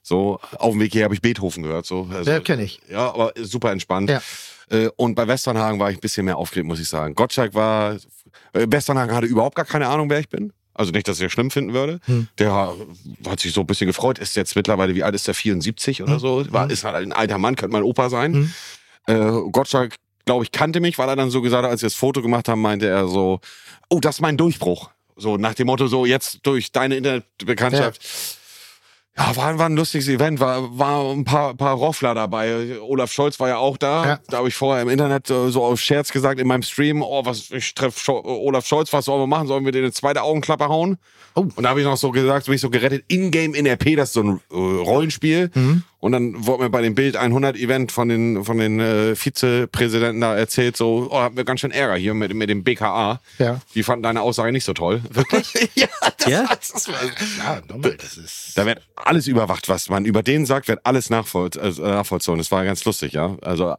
So, auf dem Weg hier habe ich Beethoven gehört. So. Also, Mhm. Ja, kenn ich. Ja, aber super entspannt. Ja. Äh, Und bei Westernhagen war ich ein bisschen mehr aufgeregt, muss ich sagen. Gottschalk war. äh, Westernhagen hatte überhaupt gar keine Ahnung, wer ich bin. Also nicht, dass ich das schlimm finden würde. Der hat sich so ein bisschen gefreut. Ist jetzt mittlerweile, wie alt ist der? 74 oder so. War, Ist halt ein alter Mann, könnte mein Opa sein. Äh, Gottschalk, glaube ich, kannte mich, weil er dann so gesagt hat, als wir das Foto gemacht haben, meinte er so, oh, das ist mein Durchbruch. So nach dem Motto, so jetzt durch deine Internetbekanntschaft. Ja, war, war ein lustiges Event, war, war ein paar, paar Roffler dabei. Olaf Scholz war ja auch da. Ja. Da habe ich vorher im Internet äh, so auf Scherz gesagt, in meinem Stream, oh, was, ich treffe Scho Olaf Scholz, was sollen wir machen? Sollen wir den eine zweite Augenklappe hauen? Oh. Und da habe ich noch so gesagt, bin ich so gerettet, in-game NRP, das ist so ein äh, Rollenspiel. Mhm. Und dann wurde mir bei dem Bild 100 Event von den, von den äh, Vizepräsidenten da erzählt, so, oh, haben wir ganz schön Ärger hier mit, mit dem BKA. Ja. Die fanden deine Aussage nicht so toll. [laughs] Wirklich? ja, das, Ja? das, das war, Ja, nochmal, das ist. da wird alles überwacht, was man über den sagt, wird alles nachvoll also nachvollzogen. Das war ganz lustig, ja. Also äh,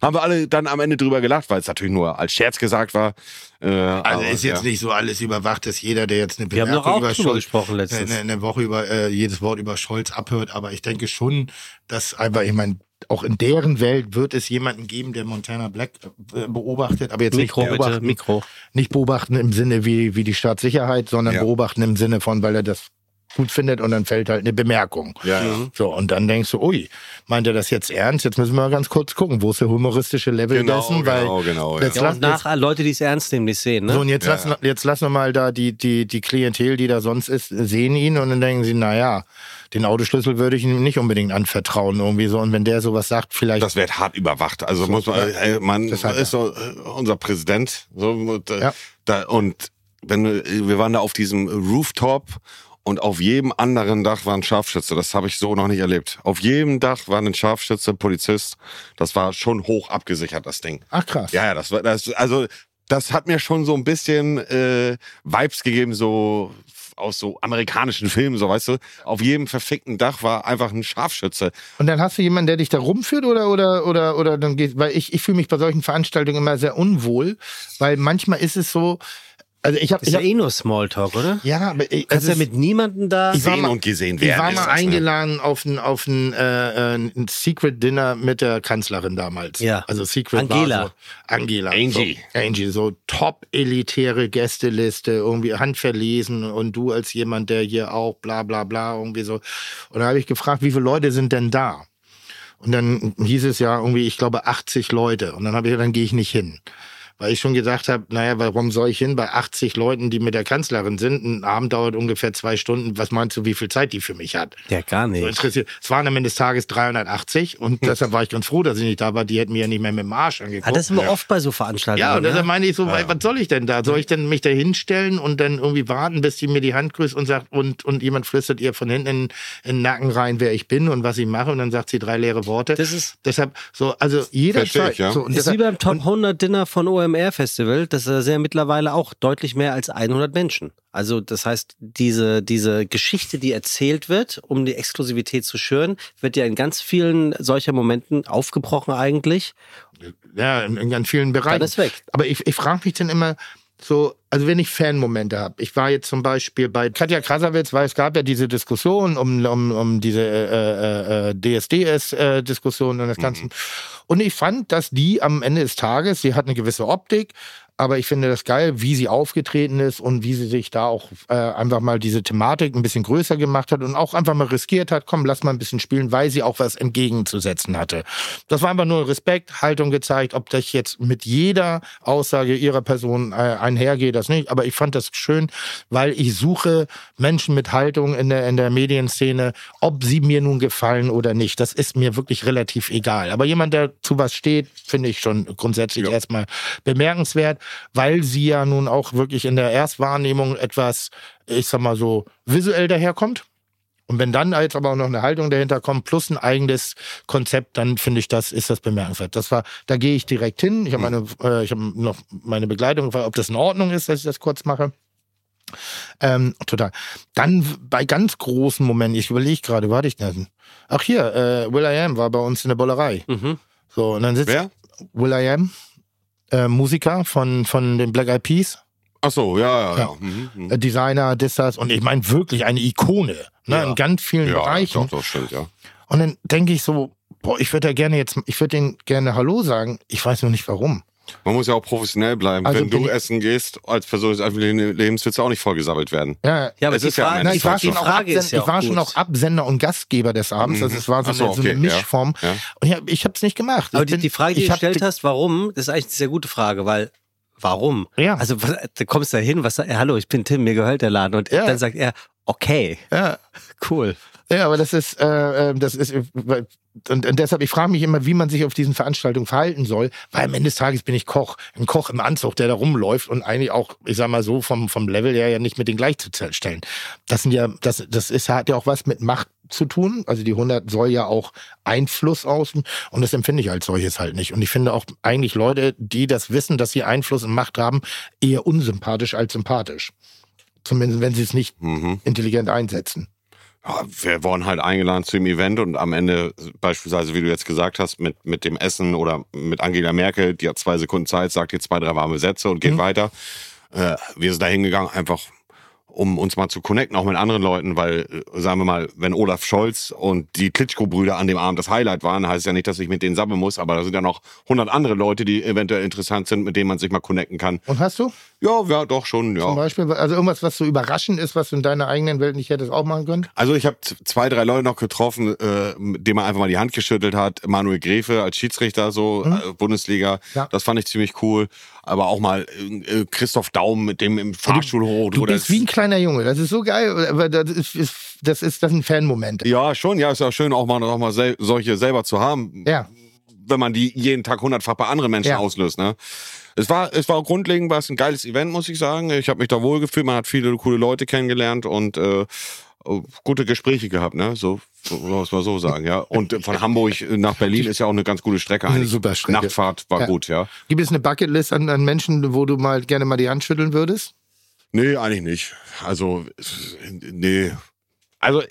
haben wir alle dann am Ende drüber gelacht, weil es natürlich nur als Scherz gesagt war. Äh, Also ist jetzt nicht so alles überwacht, dass jeder, der jetzt eine haben Bemerkung doch auch über drüber Scholz gesprochen letztens. eine, eine Woche über äh, jedes Wort über Scholz abhört, aber ich denke schon, dass einfach, ich meine, auch in deren Welt wird es jemanden geben, der Montana Black äh, beobachtet, aber jetzt Mikro nicht bitte, beobachten, Mikro. nicht beobachten im Sinne wie, wie die Staatssicherheit, sondern Ja. beobachten im Sinne von, weil er das gut findet und dann fällt halt eine Bemerkung. Mhm. Ja, ja. So, und dann denkst du, ui, meint er das jetzt ernst? Jetzt müssen wir mal ganz kurz gucken, wo ist der humoristische Level Genau, dessen? genau, weil genau, Jetzt ja. Ja, lass, und nach Leute, die es ernst nehmen, die es sehen, So, ne? und jetzt, Ja, lassen, jetzt lassen wir mal da die, die, die Klientel, die da sonst ist, sehen ihn und dann denken sie, naja, den Autoschlüssel würde ich ihm nicht unbedingt anvertrauen irgendwie so. Und wenn der sowas sagt, vielleicht. Das wird hart überwacht. Also muss man, äh, man Das hat er. ist so äh, unser Präsident. So, und, äh, Ja. da, und wenn du- äh, wir waren da auf diesem Rooftop und auf jedem anderen Dach war ein Scharfschütze. Das habe ich so noch nicht erlebt. Auf jedem Dach war ein Scharfschütze, ein Polizist. Das war schon hoch abgesichert, das Ding. ach krass. Ja, ja, das war das, also das hat mir schon so ein bisschen äh, Vibes gegeben, so aus so amerikanischen Filmen, so weißt du. Auf jedem verfickten Dach war einfach ein Scharfschütze. Und dann hast du jemanden, der dich da rumführt oder oder oder oder dann geht, weil ich, ich fühle mich bei solchen Veranstaltungen immer sehr unwohl, weil manchmal ist es so, also ich habe Ist ja eh nur Smalltalk, oder? ja, aber ich, also Kannst es ja ist- mit niemandem da. Ich war Sehen mal- und gesehen werden. ich war ist mal das, ne? eingeladen auf ein auf ein, äh, äh, ein Secret Dinner mit der Kanzlerin damals. Ja. Also Secret Angela. War so, Angela. Angie. So, Angie, so top elitäre Gästeliste, irgendwie handverlesen und du als jemand, der hier auch bla bla bla irgendwie so. Und da habe ich gefragt, wie viele Leute sind denn da? Und dann hieß es ja irgendwie, ich glaube, 80 Leute. Und dann habe ich, dann gehe ich nicht hin. Weil ich schon gesagt habe, naja, warum soll ich hin bei 80 Leuten, die mit der Kanzlerin sind? Ein Abend dauert ungefähr zwei Stunden. Was meinst du, wie viel Zeit die für mich hat? Ja, gar So nicht. interessiert. Es waren am Ende des Tages [laughs] 380 und deshalb war ich ganz froh, dass ich nicht da war. Die hätten mir ja nicht mehr mit dem Arsch angeguckt. Ah, das ist immer ja. oft bei so Veranstaltungen. Ja, und ne? deshalb meine ich so, weil, was soll ich denn da? Mhm. Soll ich denn mich da hinstellen und dann irgendwie warten, bis die mir die Hand grüßt und sagt, und, und jemand flüstert ihr von hinten in, in den Nacken rein, wer ich bin und was ich mache und dann sagt sie drei leere Worte. Das ist- deshalb so, also jederzeit. Verstehe ich, ja. so, und Ist wie beim deshalb, Top 100 Dinner von OMR Festival, das ist ja mittlerweile auch deutlich mehr als 100 Menschen. Also das heißt, diese, diese Geschichte, die erzählt wird, um die Exklusivität zu schüren, wird ja in ganz vielen solcher Momenten aufgebrochen eigentlich. ja, in, in ganz vielen Bereichen. Dann ist weg. Aber ich, ich frage mich dann immer so, also wenn ich Fanmomente habe. Ich war jetzt zum Beispiel bei Katja Krasavitz, weil es gab ja diese Diskussion um, um, um diese äh, äh, DSDS-Diskussion äh, und das Ganze. Und ich fand, dass die am Ende des Tages, sie hat eine gewisse Optik, aber ich finde das geil, wie sie aufgetreten ist und wie sie sich da auch äh, einfach mal diese Thematik ein bisschen größer gemacht hat und auch einfach mal riskiert hat, komm, lass mal ein bisschen spielen, weil sie auch was entgegenzusetzen hatte. Das war einfach nur Respekt, Haltung gezeigt, ob das jetzt mit jeder Aussage ihrer Person äh, einhergeht, das nicht. Aber ich fand das schön, weil ich suche Menschen mit Haltung in der, in der Medienszene, ob sie mir nun gefallen oder nicht. Das ist mir wirklich relativ egal. Aber jemand, der zu was steht, finde ich schon grundsätzlich erstmal bemerkenswert, weil sie ja nun auch wirklich in der Erstwahrnehmung etwas, ich sag mal so, visuell daherkommt. Und wenn dann jetzt aber auch noch eine Haltung dahinter kommt, plus ein eigenes Konzept, dann finde ich das, ist das bemerkenswert. Das war, da gehe ich direkt hin. Ich habe meine, äh, ich habe noch meine Begleitung, gefragt, ob das in Ordnung ist, dass ich das kurz mache. Ähm, total. Dann w- bei ganz großen Momenten, ich überlege gerade, warte ich denn? Ach hier, äh, Will I Am war bei uns in der Bollerei. Mhm. So, und dann sitzt Wer? Will I Am, äh, Musiker von, von den Black Eyed Peas. Ach so, ja, ja, Ja. ja. Mhm, mhm. äh, Designer, das, das. Und ich meine wirklich eine Ikone ne, in ganz vielen Ja, Bereichen. doch, doch, stimmt, ja. Und dann denke ich so, boah, ich würde da gerne jetzt, ich würde denen gerne Hallo sagen. Ich weiß nur nicht warum. Man muss ja auch professionell bleiben. Also Wenn du bin ich- essen gehst, als Person des öffentlichen Lebens willst du auch nicht vollgesammelt werden. Ja, Ja, aber Es die ist ja am Frage, Ende Na, die ich war, Frage- schon Frage auch, Absender, ist ja ich war auch schon gut. auch Absender und Gastgeber des Abends. Also es war so, Ach so, eine, so eine okay, Mischform. ja. Und ich, hab- ich habe es nicht gemacht. Aber ich die, die Frage, die ich du hab- gestellt hast, warum, das ist eigentlich eine sehr gute Frage, weil warum? Ja. Also was- du kommst da hin, was hallo, ich bin Tim, mir gehört der Laden. Und Ja. dann sagt er, okay, Ja, cool. ja, aber das ist, äh, äh, das ist, äh, weil- und, und deshalb, ich frage mich immer, wie man sich auf diesen Veranstaltungen verhalten soll, weil am Ende des Tages bin ich Koch. Ein Koch im Anzug, der da rumläuft und eigentlich auch, ich sag mal so, vom, vom Level her ja nicht mit den gleichzustellen. Das sind ja, das, das ist, hat ja auch was mit Macht zu tun. Also die 100 soll ja auch Einfluss ausüben und das empfinde ich als solches halt nicht. Und ich finde auch eigentlich Leute, die das wissen, dass sie Einfluss und Macht haben, eher unsympathisch als sympathisch. Zumindest wenn sie es nicht Mhm. intelligent einsetzen. Ja, Wir wurden halt eingeladen zu dem Event und am Ende, beispielsweise, wie du jetzt gesagt hast, mit, mit dem Essen oder mit Angela Merkel, die hat zwei Sekunden Zeit, sagt jetzt zwei, drei warme Sätze und geht weiter. Äh, wir sind da hingegangen, einfach um uns mal zu connecten, auch mit anderen Leuten, weil, äh, sagen wir mal, wenn Olaf Scholz und die Klitschko-Brüder an dem Abend das Highlight waren, heißt ja nicht, dass ich mit denen sammeln muss, aber da sind ja noch 100 andere Leute, die eventuell interessant sind, mit denen man sich mal connecten kann. Und hast du Ja, ja, doch zum schon, ja. Beispiel, also irgendwas, was so überraschend ist, was du in deiner eigenen Welt nicht hättest auch machen können? Also ich habe zwei, drei Leute noch getroffen, äh, mit denen man einfach mal die Hand geschüttelt hat. Manuel Gräfe als Schiedsrichter so, äh, Bundesliga, Mhm. Ja. das fand ich ziemlich cool. Aber auch mal äh, äh, Christoph Daum mit dem im Fahrschulhof. Du oder bist wie ein kleiner Junge, das ist so geil, aber das ist, ist, das ist, das ist ein Fanmoment. Ja, schon. Ja, ist ja schön, auch mal, auch mal sel solche selber zu haben, Ja, wenn man die jeden Tag hundertfach bei anderen Menschen Ja. auslöst. Ne? Es war, es war grundlegend, war es ein geiles Event, muss ich sagen. Ich habe mich da wohl gefühlt. Man hat viele coole Leute kennengelernt und äh, gute Gespräche gehabt. Ne, so so muss man so sagen. Ja. Und äh, von Hamburg nach Berlin ist ja auch eine ganz gute Strecke. Eine Eigentlich. super Strecke. Nachtfahrt war Ja. gut. Ja. Gibt es eine Bucketlist an, an Menschen, wo du mal gerne mal die Hand schütteln würdest? Nee, eigentlich nicht. Also, nee. Also,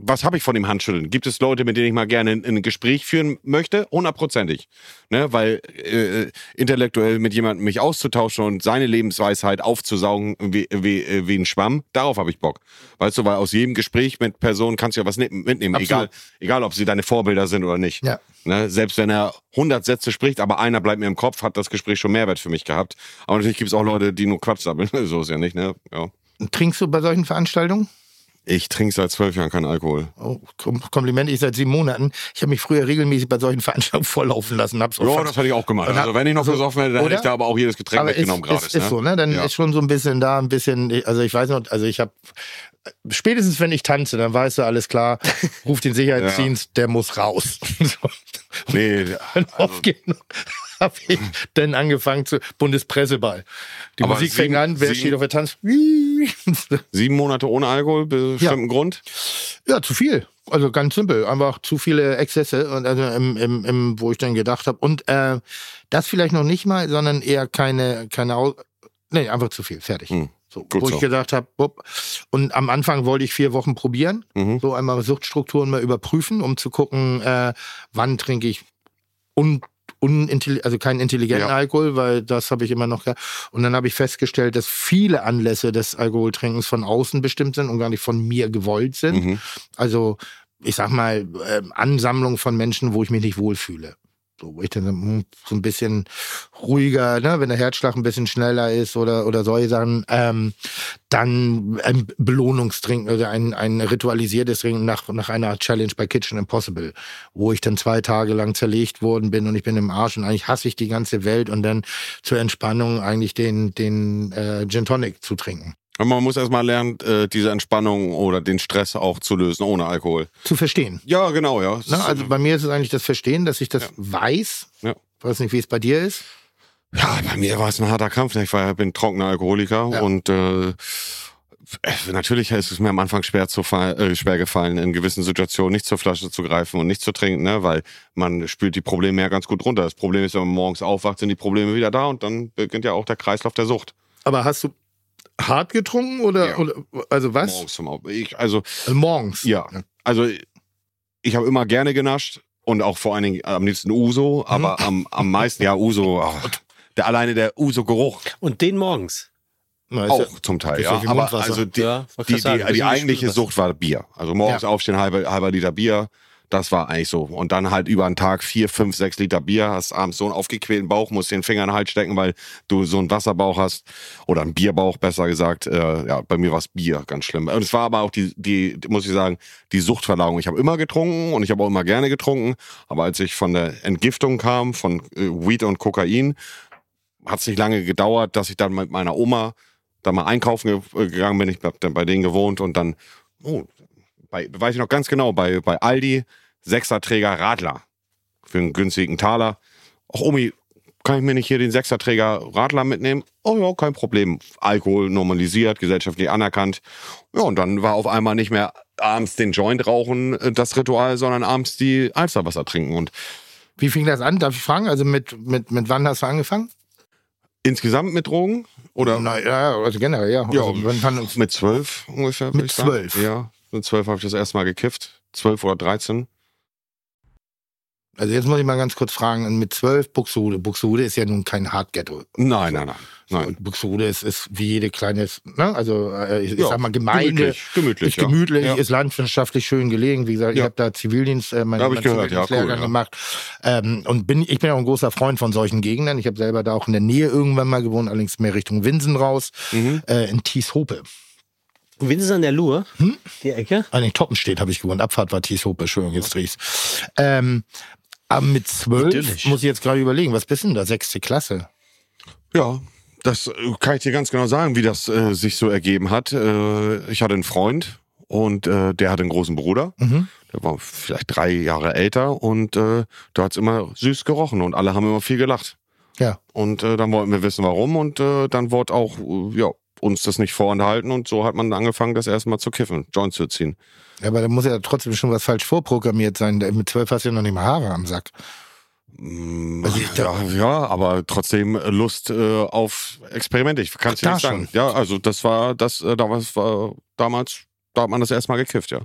was habe ich von dem Handschütteln? Gibt es Leute, mit denen ich mal gerne ein- ein Gespräch führen möchte? Hundertprozentig. Ne? Weil äh, intellektuell mit jemandem mich auszutauschen und seine Lebensweisheit aufzusaugen wie, wie, äh, wie ein Schwamm, darauf habe ich Bock. Weißt du, weil aus jedem Gespräch mit Personen kannst du ja was ne- mitnehmen. Egal, Absolut. egal, ob sie deine Vorbilder sind oder nicht. Ja. Ne? Selbst wenn er 100 Sätze spricht, aber einer bleibt mir im Kopf, hat das Gespräch schon Mehrwert für mich gehabt. Aber natürlich gibt es auch Leute, die nur Quatsch sammeln. [laughs] so ist ja nicht, ne? Ja. Trinkst du bei solchen Veranstaltungen? Ich trinke seit zwölf Jahren keinen Alkohol. Oh, Kom Kompliment, ich seit sieben Monaten. Ich habe mich früher regelmäßig bei solchen Veranstaltungen [laughs] volllaufen lassen. Hab's auch Ja, fast- das hätte ich auch gemacht. Also wenn ich noch Also, gesoffen hätte, dann hätte oder? ich da aber auch jedes Getränk aber weggenommen ist, gerade. Ist, ist so, ne? Dann Ja. ist schon so ein bisschen da, ein bisschen, also ich weiß noch, also ich habe spätestens wenn ich tanze, dann weißt du alles [laughs] klar, ruf den Sicherheitsdienst, der muss raus. [laughs] so. Nee, also Dann aufgehen. [laughs] Habe ich dann angefangen zu Bundespresseball. Die Aber Musik fing sieben- an, wer sieben- steht auf der Tanz? [laughs] ja, sieben Monate ohne Alkohol, bestimmten Grund. zu viel. Also ganz simpel, einfach zu viele Exzesse und also im, im, im, wo ich dann gedacht habe und äh, das vielleicht noch nicht mal, sondern eher keine keine Au- nee, einfach zu viel, fertig. Hm. So, Gut wo so. ich gedacht habe, und am Anfang wollte ich vier Wochen probieren, Mhm. so einmal Suchtstrukturen mal überprüfen, um zu gucken, äh, wann trinke ich un unintelli- also keinen intelligenten Ja. Alkohol, weil das habe ich immer noch. ge- Und dann habe ich festgestellt, dass viele Anlässe des Alkoholtrinkens von außen bestimmt sind und gar nicht von mir gewollt sind. Mhm. Also ich sag mal, ähm, Ansammlung von Menschen, wo ich mich nicht wohlfühle. So, wo ich dann so, hm, so ein bisschen ruhiger, ne, wenn der Herzschlag ein bisschen schneller ist oder, oder solche Sachen, ähm, dann ein Belohnungstrinken oder ein, ein ritualisiertes Trinken nach, nach einer Challenge bei Kitchen Impossible, wo ich dann zwei Tage lang zerlegt worden bin und ich bin im Arsch und eigentlich hasse ich die ganze Welt und dann zur Entspannung eigentlich den, den äh, Gin Tonic zu trinken. Und man muss erstmal lernen, äh, diese Entspannung oder den Stress auch zu lösen ohne Alkohol. Zu verstehen. Ja, genau, ja. Ne? Also bei mir ist es eigentlich das Verstehen, dass ich das weiß. Ja. Weiß nicht, wie es bei dir ist. Ja, bei mir war es ein harter Kampf. ne? Ich war, bin trockener Alkoholiker Ja. und äh, äh, natürlich ist es mir am Anfang schwer, zu fall, äh, schwer gefallen, in gewissen Situationen nicht zur Flasche zu greifen und nicht zu trinken, ne? weil man spült die Probleme ja ganz gut runter. Das Problem ist, wenn man morgens aufwacht, sind die Probleme wieder da und dann beginnt ja auch der Kreislauf der Sucht. Aber hast du hart getrunken oder, Ja. oder also was? Morgens zum Auf ich, Also Äh, Morgens. Ja. Also ich habe immer gerne genascht und auch vor allen Dingen am liebsten Mhm. Uso, aber am, am meisten, ja, Uso, ach, der, alleine der Uso-Geruch Und den morgens. Na, ist ja- auch zum Teil, ist ja ja. viel Aber Mundwasser. also die, Ja, wollte die, gerade sagen, die, ein die bisschen eigentliche Spülwasser. Sucht war Bier. Also morgens Ja. aufstehen, halber, halber Liter Bier. Das war eigentlich so. Und dann halt über einen Tag vier, fünf, sechs Liter Bier, hast abends so einen aufgequälten Bauch, musst den Finger in den Hals stecken, weil du so einen Wasserbauch hast. Oder einen Bierbauch, besser gesagt. Äh, ja, bei mir war es Bier, ganz schlimm. Und es war aber auch die, die, muss ich sagen, die Suchtverlagerung. Ich habe immer getrunken und ich habe auch immer gerne getrunken. Aber als ich von der Entgiftung kam, von äh, Weed und Kokain, hat es nicht lange gedauert, dass ich dann mit meiner Oma da mal einkaufen ge gegangen bin. Ich hab dann bei denen gewohnt und dann, oh, bei, weiß ich noch ganz genau, bei, bei Aldi, Sechserträger Radler. Für einen günstigen Taler. Ach, Omi, kann ich mir nicht hier den Sechserträger Radler mitnehmen? Oh ja, kein Problem. Alkohol normalisiert, gesellschaftlich anerkannt. Ja, und dann war auf einmal nicht mehr abends den Joint rauchen äh, das Ritual, sondern abends die Alsterwasser trinken. Und Wie fing das an? Darf ich fragen? Also mit, mit, mit wann hast du angefangen? insgesamt mit Drogen oder Na ja, also generell, ja. Ja. Also, wann fand mit zwölf ungefähr? würd Mit ich sagen. zwölf? Ja, mit zwölf habe ich das erste Mal gekifft. Zwölf oder dreizehn. Also jetzt muss ich mal ganz kurz fragen, mit zwölf Buxtehude. Buxtehude ist ja nun kein Hardghetto. Nein, nein, nein. nein. Und Buxtehude ist, ist wie jede kleine, ne? also äh, ich, ich Ja, sag mal Gemeinde. gemütlich, gemütlich, ist gemütlich, ja. ist landschaftlich schön gelegen. Wie gesagt, ich Ja. habe da Zivildienst, äh, mein, Hab ich mein gehört, ja, cool, Zivildienstlehrgang ja. gemacht. Ähm, und bin, ich bin auch ein großer Freund von solchen Gegenden. Ich habe selber da auch in der Nähe irgendwann mal gewohnt, allerdings mehr Richtung Winsen raus, Mhm. äh, in Thieshope. Winsen an der Lur, Hm? die Ecke. An den Toppen steht, habe ich gewohnt. Abfahrt war Thieshope, schön, jetzt riech's. Ähm, aber mit zwölf Idyllisch. muss ich jetzt gerade überlegen, was bist denn da? Sechste Klasse. Ja, das äh, kann ich dir ganz genau sagen, wie das äh, sich so ergeben hat. Äh, ich hatte einen Freund und äh, der hatte einen großen Bruder. Mhm. Der war vielleicht drei Jahre älter und äh, da hat's immer süß gerochen und alle haben immer viel gelacht. Ja. Und äh, dann wollten wir wissen, warum und äh, dann wurde auch äh, ja, uns das nicht vorenthalten und so hat man angefangen, das erstmal zu kiffen, Joints zu ziehen. Ja, aber da muss ja trotzdem schon was falsch vorprogrammiert sein. Da- Mit zwölf hast du ja noch nicht mal Haare am Sack. Also ich- Mm, Ja, ja, aber trotzdem Lust äh, auf Experimente. Ich kann es dir Da nicht sagen. schon. Ja, also das war das äh, damals war damals da hat man das erstmal gekifft, ja.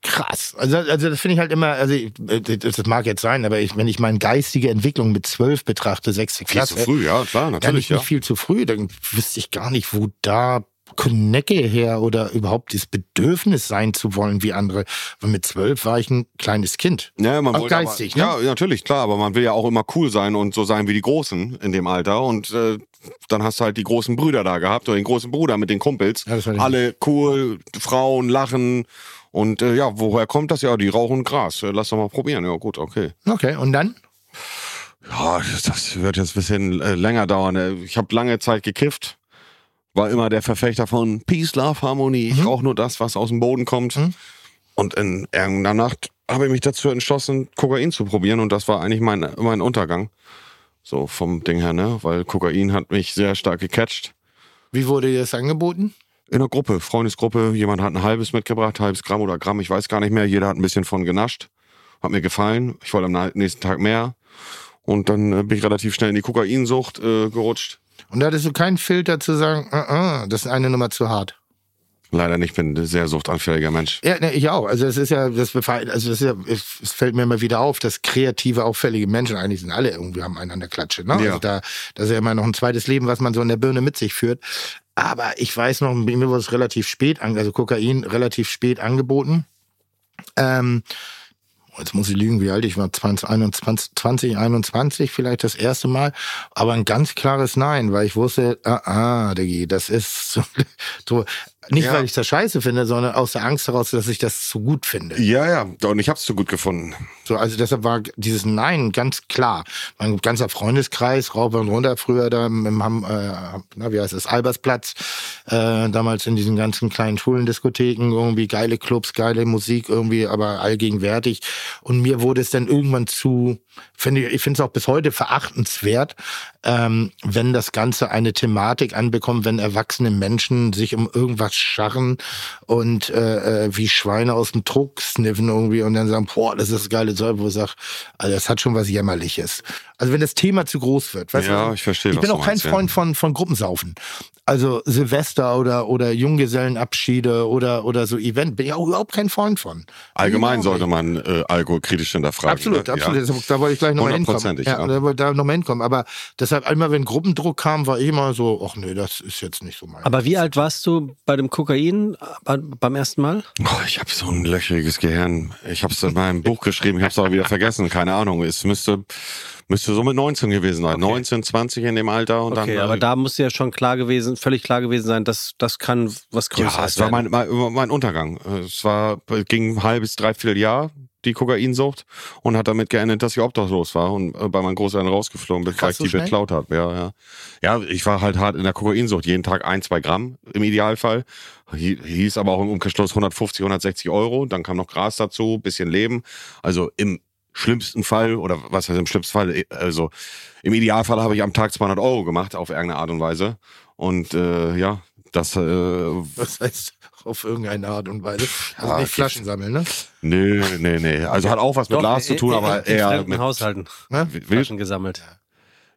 Krass. Also, also das finde ich halt immer, also ich, äh, das das mag jetzt sein, aber ich, wenn ich meine geistige Entwicklung mit zwölf betrachte, sechste Klasse, früh, ja, klar, dann ist nicht viel zu früh, dann wüsste ich gar nicht, wo da Konecke her oder überhaupt das Bedürfnis sein zu wollen wie andere. Weil mit zwölf war ich ein kleines Kind. Ja, man Auch wollte aber- geistig, ne? ja, natürlich, klar, aber man will ja auch immer cool sein und so sein wie die Großen in dem Alter. Und äh, dann hast du halt die großen Brüder da gehabt oder den großen Bruder mit den Kumpels. Ja, das war die- Alle cool, Frauen lachen. Und äh, ja, woher kommt das? Ja, die rauchen Gras. Äh, Lass doch mal probieren. Ja, gut, okay. Okay, und dann? Ja, das- das wird jetzt ein bisschen äh, länger dauern. Äh, Ich habe lange Zeit gekifft, war immer der Verfechter von Peace, Love, Harmonie. Ich rauche nur das, was aus dem Boden kommt. Und in irgendeiner Nacht habe ich mich dazu entschlossen, Kokain zu probieren. Und das war eigentlich mein, mein Untergang. So vom Ding her, ne? Weil Kokain hat mich sehr stark gecatcht. Wie wurde dir das angeboten? In einer Gruppe, Freundesgruppe, jemand hat ein halbes mitgebracht, halbes Gramm oder Gramm, ich weiß gar nicht mehr. Jeder hat ein bisschen von genascht. Hat mir gefallen. Ich wollte am na- nächsten Tag mehr. Und dann äh, bin ich relativ schnell in die Kokainsucht äh, gerutscht. Und da hattest du keinen Filter zu sagen, "Ah, ah, das ist eine Nummer zu hart. Leider nicht, bin ein sehr suchtanfälliger Mensch. Ja, ne, ich auch. Also es ist ja, das befe- also es, ist ja, es, es fällt mir immer wieder auf, dass kreative, auffällige Menschen eigentlich sind alle irgendwie haben einen an der Klatsche. Ne? Ja. Also da, das ist ja immer noch ein zweites Leben, was man so in der Birne mit sich führt. Aber ich weiß noch, mir wurde es relativ spät, an, also Kokain relativ spät angeboten. Ähm, jetzt muss ich lügen, wie alt ich war, 20, 21, 20, 21 vielleicht das erste Mal, aber ein ganz klares Nein, weil ich wusste, ah, ah Diggi, das ist so, [laughs] so nicht, Ja. weil ich das scheiße finde, sondern aus der Angst heraus, dass ich das zu gut finde. Ja, ja, und ich hab's zu gut gefunden. So, also deshalb war dieses Nein ganz klar. Mein ganzer Freundeskreis, rauf und runter, früher da im, im Hamm- äh, na, wie heißt es, Albersplatz, äh, damals in diesen ganzen kleinen Schulendiskotheken, irgendwie geile Clubs, geile Musik, irgendwie, aber allgegenwärtig. Und mir wurde es dann irgendwann zu, finde ich, ich finde es auch bis heute verachtenswert, ähm, wenn das Ganze eine Thematik anbekommt, wenn erwachsene Menschen sich um irgendwas scharren und äh, äh, wie Schweine aus dem Druck sniffen irgendwie und dann sagen, boah, das ist geile Säure, wo ich sage, also das hat schon was Jämmerliches. Also wenn das Thema zu groß wird. Weißt Ja, du, ich verstehe, Ich was bin du auch kein meinst, ja. Freund von, von Gruppensaufen. Also Silvester oder, oder Junggesellenabschiede oder, oder so Event, bin ich auch überhaupt kein Freund von. Also genau, Allgemein Überhaupt sollte nicht. man äh, Alkohol kritisch hinterfragen. Absolut, ne? absolut. Ja. Das- Da wollte ich gleich nochmal hinkommen. Hundertprozentig, Ja, ja. Da wollte ich nochmal hinkommen. Aber deshalb, einmal wenn Gruppendruck kam, war ich immer so, ach nee, das ist jetzt nicht so mein. Aber wie alt warst du bei dem Kokain äh, bei- beim ersten Mal? Oh, ich habe so ein löchriges Gehirn. Ich habe es in meinem Buch geschrieben, ich habe es aber wieder vergessen. Keine Ahnung. Es müsste, müsste so mit 19 gewesen sein. 19, 20 in dem Alter und Okay, dann. aber da muss ja schon klar gewesen, völlig klar gewesen sein, dass das kann was Größeres ja, es war werden. mein, mein, mein Untergang. Es war ging ein halbes, dreiviertel Jahr die Kokainsucht und hat damit geendet, dass ich obdachlos war und äh, bei meinen Großeltern rausgeflogen bin, weil Krass, ich so die schnell? beklaut habe. Ja, ja. ja, ich war halt hart in der Kokainsucht. Jeden Tag ein, zwei Gramm im Idealfall. Hi- Hieß aber auch im Umkehrschluss 150, 160 Euro. Dann kam noch Gras dazu, bisschen Leben. Also im schlimmsten Fall, oder was heißt im schlimmsten Fall, also im Idealfall habe ich am Tag 200 Euro gemacht, auf irgendeine Art und Weise. Und äh, ja, das äh, das heißt, auf irgendeine Art und Weise. Also Ja, nicht Flaschen sammeln, ne? Nö, nee, nee. Also hat auch was mit Doch, äh, Lars zu in- tun, in- aber in eher fremden mit Haushalten Will- Flaschen gesammelt.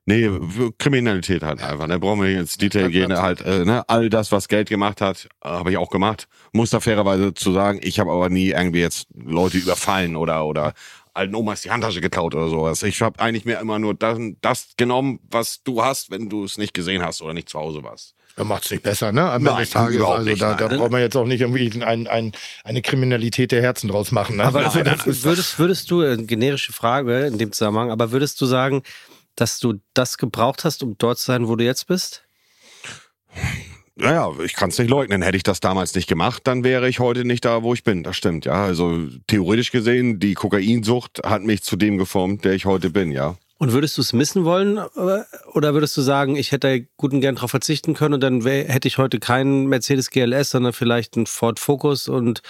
nee, Kriminalität halt einfach. Da brauchen wir nicht ins Detail gehen. Halt, äh, ne? All das, was Geld gemacht hat, äh, habe ich auch gemacht. Muss da fairerweise zu sagen, ich habe aber nie irgendwie jetzt Leute überfallen oder, oder alten Omas die Handtasche geklaut oder sowas. Ich habe eigentlich mir immer nur das, das genommen, was du hast, wenn du es nicht gesehen hast oder nicht zu Hause warst. Ja, macht's nicht besser, ne? Am Ende Nein, des Tages. überhaupt Also nicht, da, da nein. braucht man jetzt auch nicht irgendwie ein, ein, eine Kriminalität der Herzen draus machen. Ne? Aber [laughs] also, das ist, würdest, würdest du, äh, generische Frage in dem Zusammenhang, aber würdest du sagen, dass du das gebraucht hast, um dort zu sein, wo du jetzt bist? Naja, ich kann es nicht leugnen. Hätte ich das damals nicht gemacht, dann wäre ich heute nicht da, wo ich bin. Das stimmt, ja. Also theoretisch gesehen, die Kokainsucht hat mich zu dem geformt, der ich heute bin, ja. Und würdest du es missen wollen? äh, Oder würdest du sagen, ich hätte gut und gern darauf verzichten können und dann wär, hätte ich heute keinen Mercedes GLS, sondern vielleicht einen Ford Focus und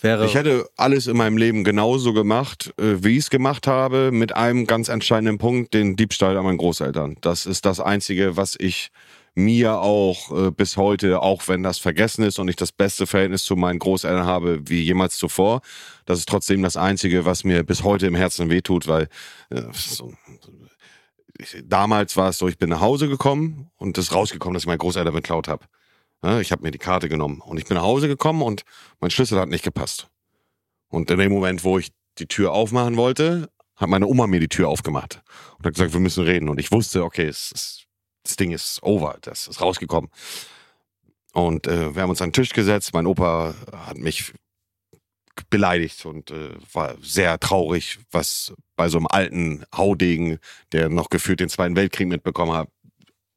wäre. Ich hätte alles in meinem Leben genauso gemacht, äh, wie ich es gemacht habe, mit einem ganz entscheidenden Punkt, den Diebstahl an meinen Großeltern. Das ist das Einzige, was ich mir auch äh, bis heute, auch wenn das vergessen ist und ich das beste Verhältnis zu meinen Großeltern habe wie jemals zuvor, das ist trotzdem das Einzige, was mir bis heute im Herzen wehtut, weil äh, so, ich, damals war es so, ich bin nach Hause gekommen und ist rausgekommen, dass ich meine Großeltern beklaut habe. Ja, ich habe mir die Karte genommen und ich bin nach Hause gekommen und mein Schlüssel hat nicht gepasst. Und in dem Moment, wo ich die Tür aufmachen wollte, hat meine Oma mir die Tür aufgemacht und hat gesagt, wir müssen reden. Und ich wusste, okay, es, ist- das Ding ist over, das ist rausgekommen. Und äh, wir haben uns an den Tisch gesetzt. Mein Opa hat mich beleidigt und äh, war sehr traurig, was bei so einem alten Haudegen, der noch gefühlt den Zweiten Weltkrieg mitbekommen hat,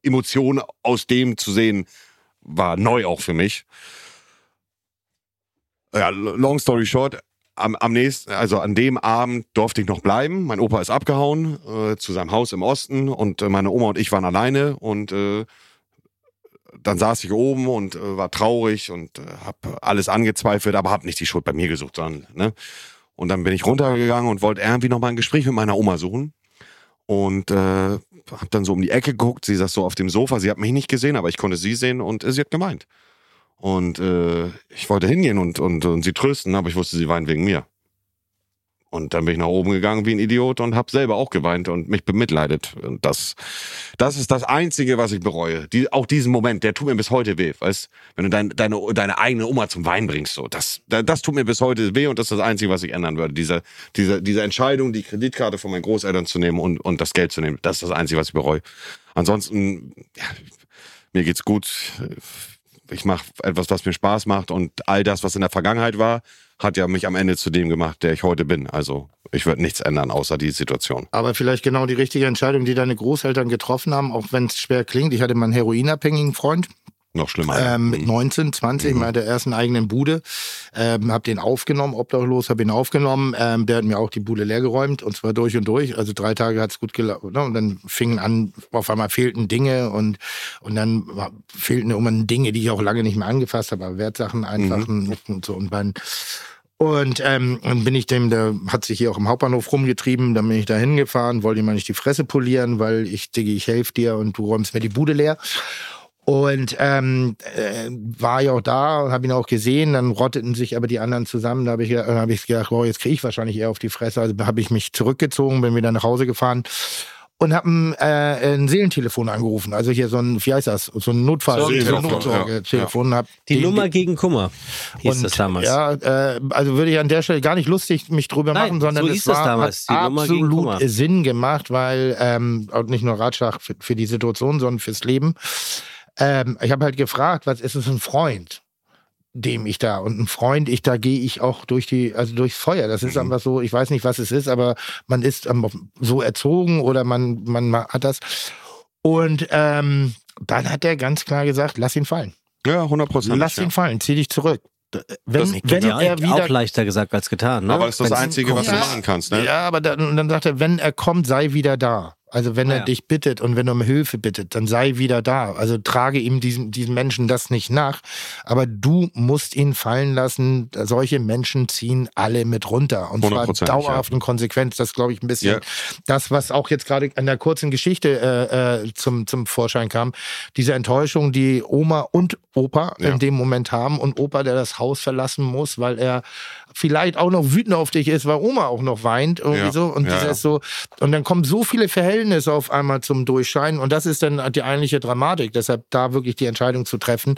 Emotionen aus dem zu sehen, war neu auch für mich. Ja, long story short, am, am nächsten, also an dem Abend durfte ich noch bleiben. Mein Opa ist abgehauen äh, zu seinem Haus im Osten und äh, meine Oma und ich waren alleine und äh, dann saß ich oben und äh, war traurig und äh, habe alles angezweifelt, aber habe nicht die Schuld bei mir gesucht, sondern ne? und dann bin ich runtergegangen und wollte irgendwie noch mal ein Gespräch mit meiner Oma suchen und äh, habe dann so um die Ecke geguckt. Sie saß so auf dem Sofa, sie hat mich nicht gesehen, aber ich konnte sie sehen und äh, sie hat gemeint. Und äh, ich wollte hingehen und, und, und sie trösten, aber ich wusste, sie weint wegen mir. Und dann bin ich nach oben gegangen wie ein Idiot und habe selber auch geweint und mich bemitleidet. Und das, das ist das Einzige, was ich bereue. Die, auch diesen Moment, der tut mir bis heute weh. Weißt, wenn du dein, deine, deine eigene Oma zum Wein bringst, so das, da- das tut mir bis heute weh und das ist das Einzige, was ich ändern würde. Diese, diese, diese Entscheidung, die Kreditkarte von meinen Großeltern zu nehmen und, und das Geld zu nehmen, das ist das Einzige, was ich bereue. Ansonsten, ja, mir geht's gut. Ich mache etwas, was mir Spaß macht und all das, was in der Vergangenheit war, hat ja mich am Ende zu dem gemacht, der ich heute bin. Also ich würde nichts ändern, außer die Situation. aber vielleicht genau die richtige Entscheidung, die deine Großeltern getroffen haben, auch wenn es schwer klingt. Ich hatte mal einen heroinabhängigen Freund, Noch schlimmer. ähm, mit Mhm. 19, 20, mal der ersten eigenen Bude. Ähm, hab den aufgenommen, obdachlos, hab ihn aufgenommen. Ähm, der hat mir auch die Bude leergeräumt und zwar durch und durch. Also drei Tage hat's gut gelaufen. Ne? Und dann fingen an, auf einmal fehlten Dinge und, und dann war, fehlten irgendwann Dinge, die ich auch lange nicht mehr angefasst habe, aber Mhm. Wertsachen einfach und, und so. Und dann und ähm, dann bin ich dem, der hat sich hier auch im Hauptbahnhof rumgetrieben, dann bin ich da hingefahren, wollte ihm mal nicht die Fresse polieren, weil ich, Diggi, ich helfe dir und du räumst mir die Bude leer. Und ähm, äh, war ja auch da, habe ihn auch gesehen, dann rotteten sich aber die anderen zusammen. Da habe ich, ge- dann hab ich gedacht, wow, jetzt kriege ich wahrscheinlich eher auf die Fresse. Also habe ich mich zurückgezogen, bin wieder nach Hause gefahren und habe ein, äh, ein Seelentelefon angerufen. Also hier so ein, wie heißt das, so ein Notfall, Sorgentelefon, Notsorgetelefon. Hab die den- Nummer gegen Kummer hieß und, das damals. Ja, äh, also würde ich an der Stelle gar nicht lustig mich drüber Nein, machen, sondern so es hieß das war, damals, die hat Nummer gegen absolut Kummer. Sinn gemacht, weil ähm, auch nicht nur Ratschlag für, für die Situation, sondern fürs Leben. Ähm, ich habe halt gefragt, was ist es ein Freund? dem ich da und ein Freund, ich da gehe ich auch durch die, also durchs Feuer. Das Mhm. ist einfach so, ich weiß nicht, was es ist, aber man ist ähm, so erzogen oder man, man ma- hat das. Und ähm, dann hat er ganz klar gesagt, lass ihn fallen. ja, 100 Prozent. Lass ja. ihn fallen, zieh dich zurück. D- Das Wenn, klingt wenn ja, er Genau, auch wieder. leichter gesagt als getan. Ne? Aber das ist das Wenn's- Einzige, was du Ja. machen kannst. Ne? Ja, aber dann, und dann sagt er, wenn er kommt, sei wieder da. Also wenn Ah, er ja. dich bittet und wenn er um Hilfe bittet, dann sei wieder da. Also trage ihm diesen, diesen Menschen das nicht nach. Aber du musst ihn fallen lassen. Solche Menschen ziehen alle mit runter. Und zwar 100%, ja. dauerhaft und konsequent. Das glaube ich ein bisschen Ja. das, was auch jetzt gerade an der kurzen Geschichte äh, äh, zum, zum Vorschein kam. Diese Enttäuschung, die Oma und Opa Ja. in dem Moment haben und Opa, der das Haus verlassen muss, weil er vielleicht auch noch wütend auf dich ist, weil Oma auch noch weint irgendwie Ja, so und ja, das ja. ist so und dann kommen so viele Verhältnisse auf einmal zum Durchscheinen und das ist dann die eigentliche Dramatik, deshalb da wirklich die Entscheidung zu treffen,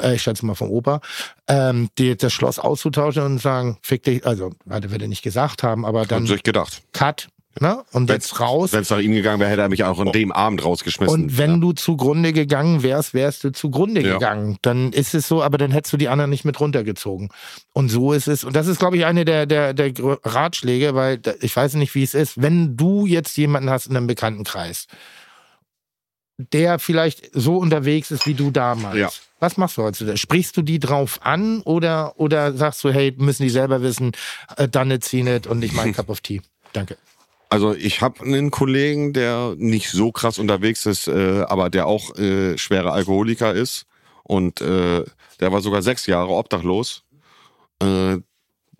äh, ich schätze mal vom Opa, ähm, die, das Schloss auszutauschen und sagen, fick dich, also hatte wir nicht gesagt haben, aber Dann dann sich gedacht. Cut, ne? Und jetzt raus. Wenn es nach ihm gegangen wäre, hätte er mich auch an dem Abend rausgeschmissen. Oh. Und wenn du zugrunde gegangen wärst, wärst du zugrunde Ja. gegangen. Dann ist es so, aber dann hättest du die anderen nicht mit runtergezogen. Und so ist es. Und das ist, glaube ich, eine der, der, der Gr- Ratschläge, weil da- ich weiß nicht, wie es ist. Wenn du jetzt jemanden hast in einem Bekanntenkreis, der vielleicht so unterwegs ist wie du damals. Ja. Was machst du heutzutage? Sprichst du die drauf an oder, oder sagst du, hey, müssen die selber wissen, äh, dann it's seen it und nicht [laughs] mein Cup of Tea. Danke. Also ich habe einen Kollegen, der nicht so krass unterwegs ist, äh, aber der auch äh, schwerer Alkoholiker ist und äh, der war sogar sechs Jahre obdachlos. Äh,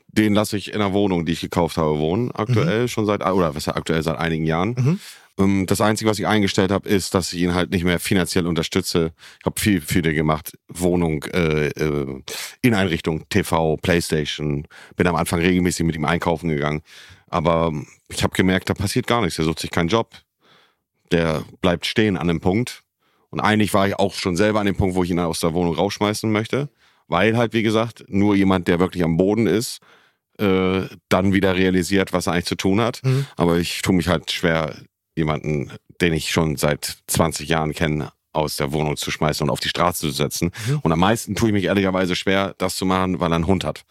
den lasse ich in der Wohnung, die ich gekauft habe, wohnen. Aktuell schon seit äh, oder was ja aktuell seit einigen Jahren. Ähm, das Einzige, was ich eingestellt habe, ist, dass ich ihn halt nicht mehr finanziell unterstütze. Ich habe viel, viele gemacht. Wohnung, äh, äh, Inneneinrichtung, TV, Playstation. Bin am Anfang regelmäßig mit ihm einkaufen gegangen. Aber ähm, ich habe gemerkt, da passiert gar nichts. Er sucht sich keinen Job. Der bleibt stehen an dem Punkt. Und eigentlich war ich auch schon selber an dem Punkt, wo ich ihn aus der Wohnung rausschmeißen möchte. Weil halt, wie gesagt, nur jemand, der wirklich am Boden ist, äh, dann wieder realisiert, was er eigentlich zu tun hat. Mhm. Aber ich tue mich halt schwer, jemanden, den ich schon seit 20 Jahren kenne, aus der Wohnung zu schmeißen und auf die Straße zu setzen. Und am meisten tue ich mich ehrlicherweise schwer, das zu machen, weil er einen Hund hat.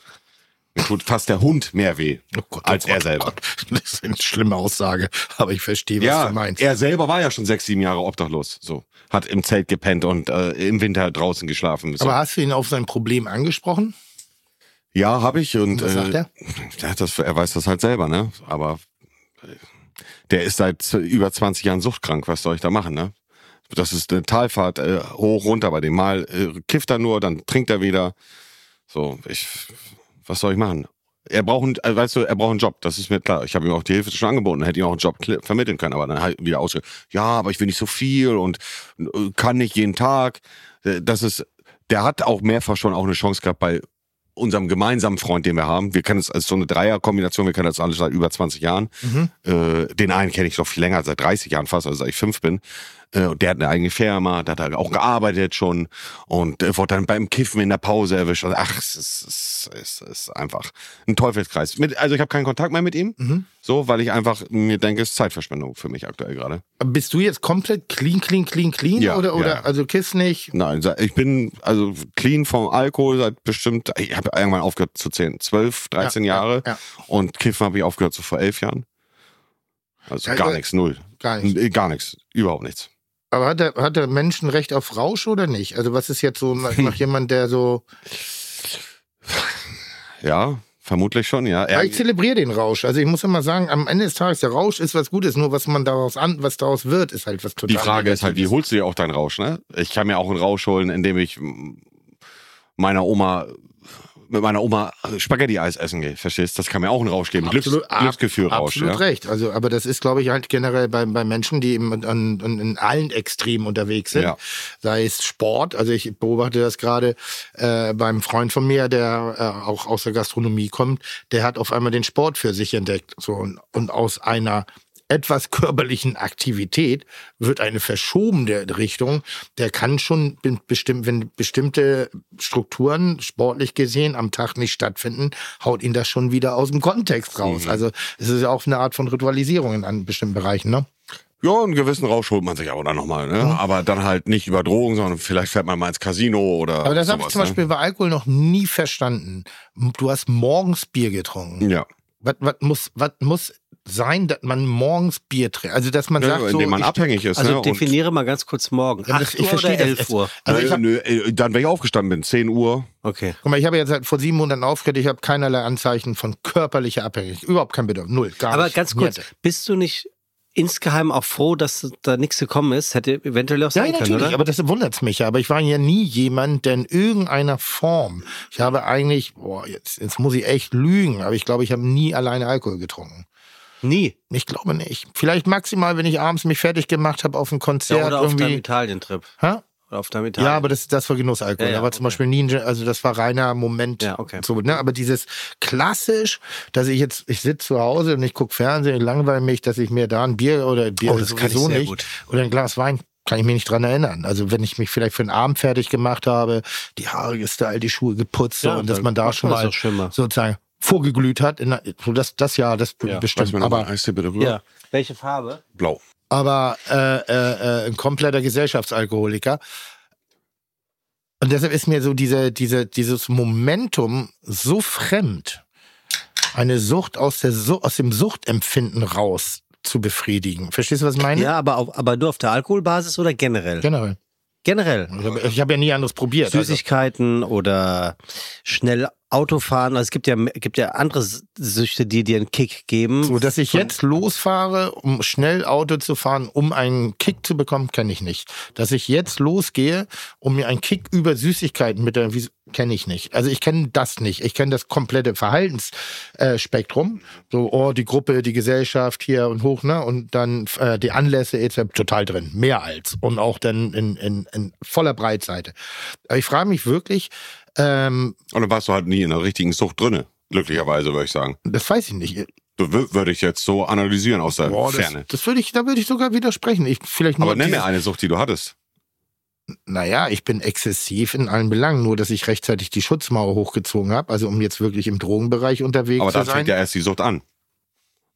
Mir tut fast der Hund mehr weh Oh als er selber. Das ist eine schlimme Aussage, aber ich verstehe, was Ja, du meinst. er selber war ja schon sechs, sieben Jahre obdachlos. So hat im Zelt gepennt und äh, im Winter draußen geschlafen. So. Aber hast du ihn auf sein Problem angesprochen? ja, habe ich und Was sagt äh, er? Der hat das, er weiß das halt selber, ne? Aber äh, der ist seit z- über 20 Jahren suchtkrank. Was soll ich da machen, ne? Das ist eine Talfahrt äh, hoch runter bei dem. Mal äh, kifft er nur, dann trinkt er wieder. So, ich, was soll ich machen? Er braucht, einen- äh, weißt du, er braucht einen Job. Das ist mir klar. Ich habe ihm auch die Hilfe schon angeboten, hätte ihm auch einen Job kl- vermitteln können, aber dann halt wieder ausge. Ja, aber ich will nicht so viel und äh, kann nicht jeden Tag. Äh, Das ist, der hat auch mehrfach schon auch eine Chance gehabt bei unserem gemeinsamen Freund, den wir haben. Wir kennen es als so eine Dreierkombination, wir kennen das alle seit über 20 Jahren. Mhm. Äh, den einen kenne ich noch viel länger, seit 30 Jahren fast, also seit ich fünf bin. Äh, und der hat eine eigene Firma, da hat er auch gearbeitet schon und äh, wurde dann beim Kiffen in der Pause erwischt. Und ach, es ist, es ist, es ist einfach ein Teufelskreis. Mit, also ich habe keinen Kontakt mehr mit ihm, Mhm. so, weil ich einfach mir denke, es ist Zeitverschwendung für mich aktuell gerade. Bist du jetzt komplett clean, clean, clean, clean? Ja, oder, oder ja. also kiss nicht? Nein, se- ich bin also clean vom Alkohol seit bestimmt, ich habe irgendwann aufgehört zu 10, 12, 13 Ja, ja, Jahre. ja. Und Kiffen habe ich aufgehört so vor elf Jahren. Also Ja, gar aber- nichts, null. Gar nicht. N- Gar nichts, überhaupt nichts. Aber hat der, hat der Menschenrecht auf Rausch oder nicht? Also was ist jetzt [laughs] so nach nach jemand, der so... Ja, vermutlich schon, ja. Ja, Er, Ah, ich zelebriere den Rausch. Also ich muss immer sagen, am Ende des Tages, der Rausch ist was Gutes, nur was man daraus an, was daraus wird, ist halt was total die Frage ist halt, wie Negatives. holst du dir auch deinen Rausch, ne? Ich kann mir auch einen Rausch holen, indem ich mm, meiner Oma mit meiner Oma Spaghetti-Eis essen gehe, verstehst? Das kann mir auch einen Rausch geben. Glücks, Absolut- ab- Glücksgefühl-Rausch, Absolut ja. recht. Also, aber das ist, glaube ich, halt generell bei, bei Menschen, die eben an, an, in allen Extremen unterwegs sind. Ja. Sei es Sport, also ich beobachte das gerade äh, beim Freund von mir, der äh, auch aus der Gastronomie kommt, der hat auf einmal den Sport für sich entdeckt. So, und, und aus einer etwas körperlichen Aktivität wird eine verschobene Richtung. Der kann schon be- bestimmt, wenn bestimmte Strukturen sportlich gesehen am Tag nicht stattfinden, haut ihn das schon wieder aus dem Kontext raus. Also es ist ja auch eine Art von Ritualisierung in an bestimmten Bereichen. Ne? Ja, einen gewissen Rausch holt man sich aber dann nochmal, ne? Aber dann halt nicht über Drogen, sondern vielleicht fährt man mal ins Casino oder. Aber das habe ich sowas, zum Beispiel ne? bei Alkohol noch nie verstanden. Du hast morgens Bier getrunken. Ja. Was, was, muss, was muss sein, dass man morgens Bier trinkt? Also dass man Ja, sagt so, indem man ich, abhängig ist, Also ne? Und- definiere mal ganz kurz morgen. Ja, das- 8 ich Uhr verstehe oder das 11 jetzt. Uhr? Also ich hab- nö, äh, dann, wenn ich aufgestanden bin, 10 Uhr. Okay. Guck mal, ich habe jetzt seit vor sieben Monaten aufgehört, ich habe keinerlei Anzeichen von körperlicher Abhängigkeit. Überhaupt kein Bedürfnis. Null, gar Aber nicht. ganz kurz, Niente. bist du nicht insgeheim auch froh, dass da nichts gekommen ist? Hätte eventuell auch sein Nein, können, natürlich, oder? aber das wundert's mich ja. Aber ich war ja nie jemand, der in irgendeiner Form. Ich habe eigentlich, boah, jetzt, jetzt muss ich echt lügen, aber ich glaube, ich habe nie alleine Alkohol getrunken. Nie. Ich glaube nicht. Vielleicht maximal, wenn ich abends mich fertig gemacht habe auf einem Konzert Ja, oder auf irgendwie. deinem Italien-Trip. Hä? drauf, damit Ja, aber das, das war Genussalkohol. Ja, ja, aber zum okay. Beispiel Ninja, also das war reiner Moment. Ja, okay. So, ne? Aber dieses klassisch, dass ich jetzt, ich sitze zu Hause und ich gucke Fernsehen, ich langweile mich, dass ich mir da ein Bier oder Bier Oh, ist das kann ich sowieso sehr nicht gut. oder ein Glas Wein. Kann ich mich nicht dran erinnern. Also wenn ich mich vielleicht für den Abend fertig gemacht habe, die Haare gestylt, die Schuhe geputzt so, Ja, und dass dann man da macht schon man das mal doch schon mal. sozusagen vorgeglüht hat. In, der- so das, das ja, das Ja, Lass bestimmt. mir noch mal Aber ein Eis hier bitte rüber. ja. Welche Farbe? Blau. aber äh, äh, äh, ein kompletter Gesellschaftsalkoholiker. Und deshalb ist mir so diese, diese, dieses Momentum so fremd, eine Sucht aus, der Su aus dem Suchtempfinden raus zu befriedigen. Verstehst du, was ich meine? Ja, aber, auf, aber nur auf der Alkoholbasis oder generell? Generell. generell. Ich habe hab ja nie anderes probiert. also. Süßigkeiten oder schnell Autofahren. Also es gibt ja, gibt ja andere Süchte, die dir einen Kick geben. So, dass ich Von- jetzt losfahre, um schnell Auto zu fahren, um einen Kick zu bekommen, kenne ich nicht. Dass ich jetzt losgehe, um mir einen Kick über Süßigkeiten mit der, kenne ich nicht. Also ich kenne das nicht. Ich kenne das komplette Verhaltensspektrum. So, oh, die Gruppe, die Gesellschaft hier und hoch, ne? Und dann äh, die Anlässe etc. total drin. Mehr als. Und auch dann in, in, in voller Breitseite. Aber ich frage mich wirklich, ähm, Und dann warst du halt nie in der richtigen Sucht drinne. Glücklicherweise, würde ich sagen. das weiß ich nicht. Du wür- Würde ich jetzt so analysieren aus der Boah, das, Ferne. das würde ich, da würde ich sogar widersprechen. Ich, vielleicht nur Aber nenn dieses- mir eine Sucht, die du hattest. naja, ich bin exzessiv in allen Belangen, nur dass ich rechtzeitig die Schutzmauer hochgezogen habe, also um jetzt wirklich im Drogenbereich unterwegs Aber zu dann sein. fängt ja erst die Sucht an.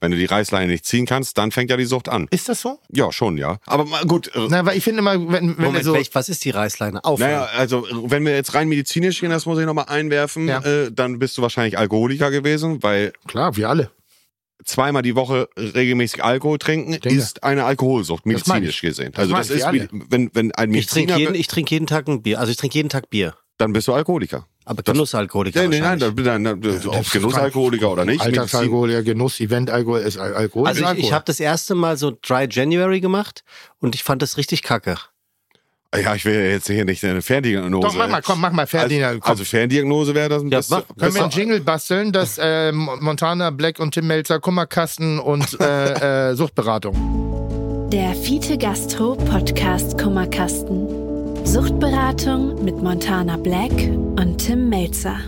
Wenn du die Reißleine nicht ziehen kannst, dann fängt ja die Sucht an. ist das so? Ja, schon, ja. Aber mal gut, äh, Na, weil ich finde immer, wenn, wenn wir Moment, so. welch, was ist die Reißleine? Auf. Naja, also wenn wir jetzt rein medizinisch gehen, das muss ich nochmal einwerfen, Ja. äh, dann bist du wahrscheinlich Alkoholiker gewesen, weil Klar, wir alle. zweimal die Woche regelmäßig Alkohol trinken Denke. ist eine Alkoholsucht, Das meine medizinisch ich. gesehen. Das Also meine das ich, ist, wir wie, wenn, wenn ein ich trinke Mediziner, jeden, ich trinke jeden Tag ein Bier. Also ich trinke jeden Tag Bier. dann bist du Alkoholiker. Aber Das- Genussalkoholiker. Nein, nein, nein, wahrscheinlich. dann, dann, dann, ob Genussalkoholiker oder nicht. Medizin- Alltagsalkohol, ja, Genuss, Eventalkohol ist Al- Alkohol. ist also ich, ich Alkohol. habe das erste Mal so Dry January gemacht und ich fand das richtig kacke. ja, ich will ja jetzt hier nicht eine Ferndiagnose. Doch, mach mal, komm, mach mal fertig. Also, komm. also Ferndiagnose wäre das ein Ja, bisschen. mach- Können wir einen bisschen- Jingle basteln, dass äh, Mon- Montana, Black und Tim Melzer Kummerkasten und äh, äh, Suchtberatung. Der Fiete Gastro Podcast Kummerkasten. Suchtberatung mit Montana Black und Tim Melzer.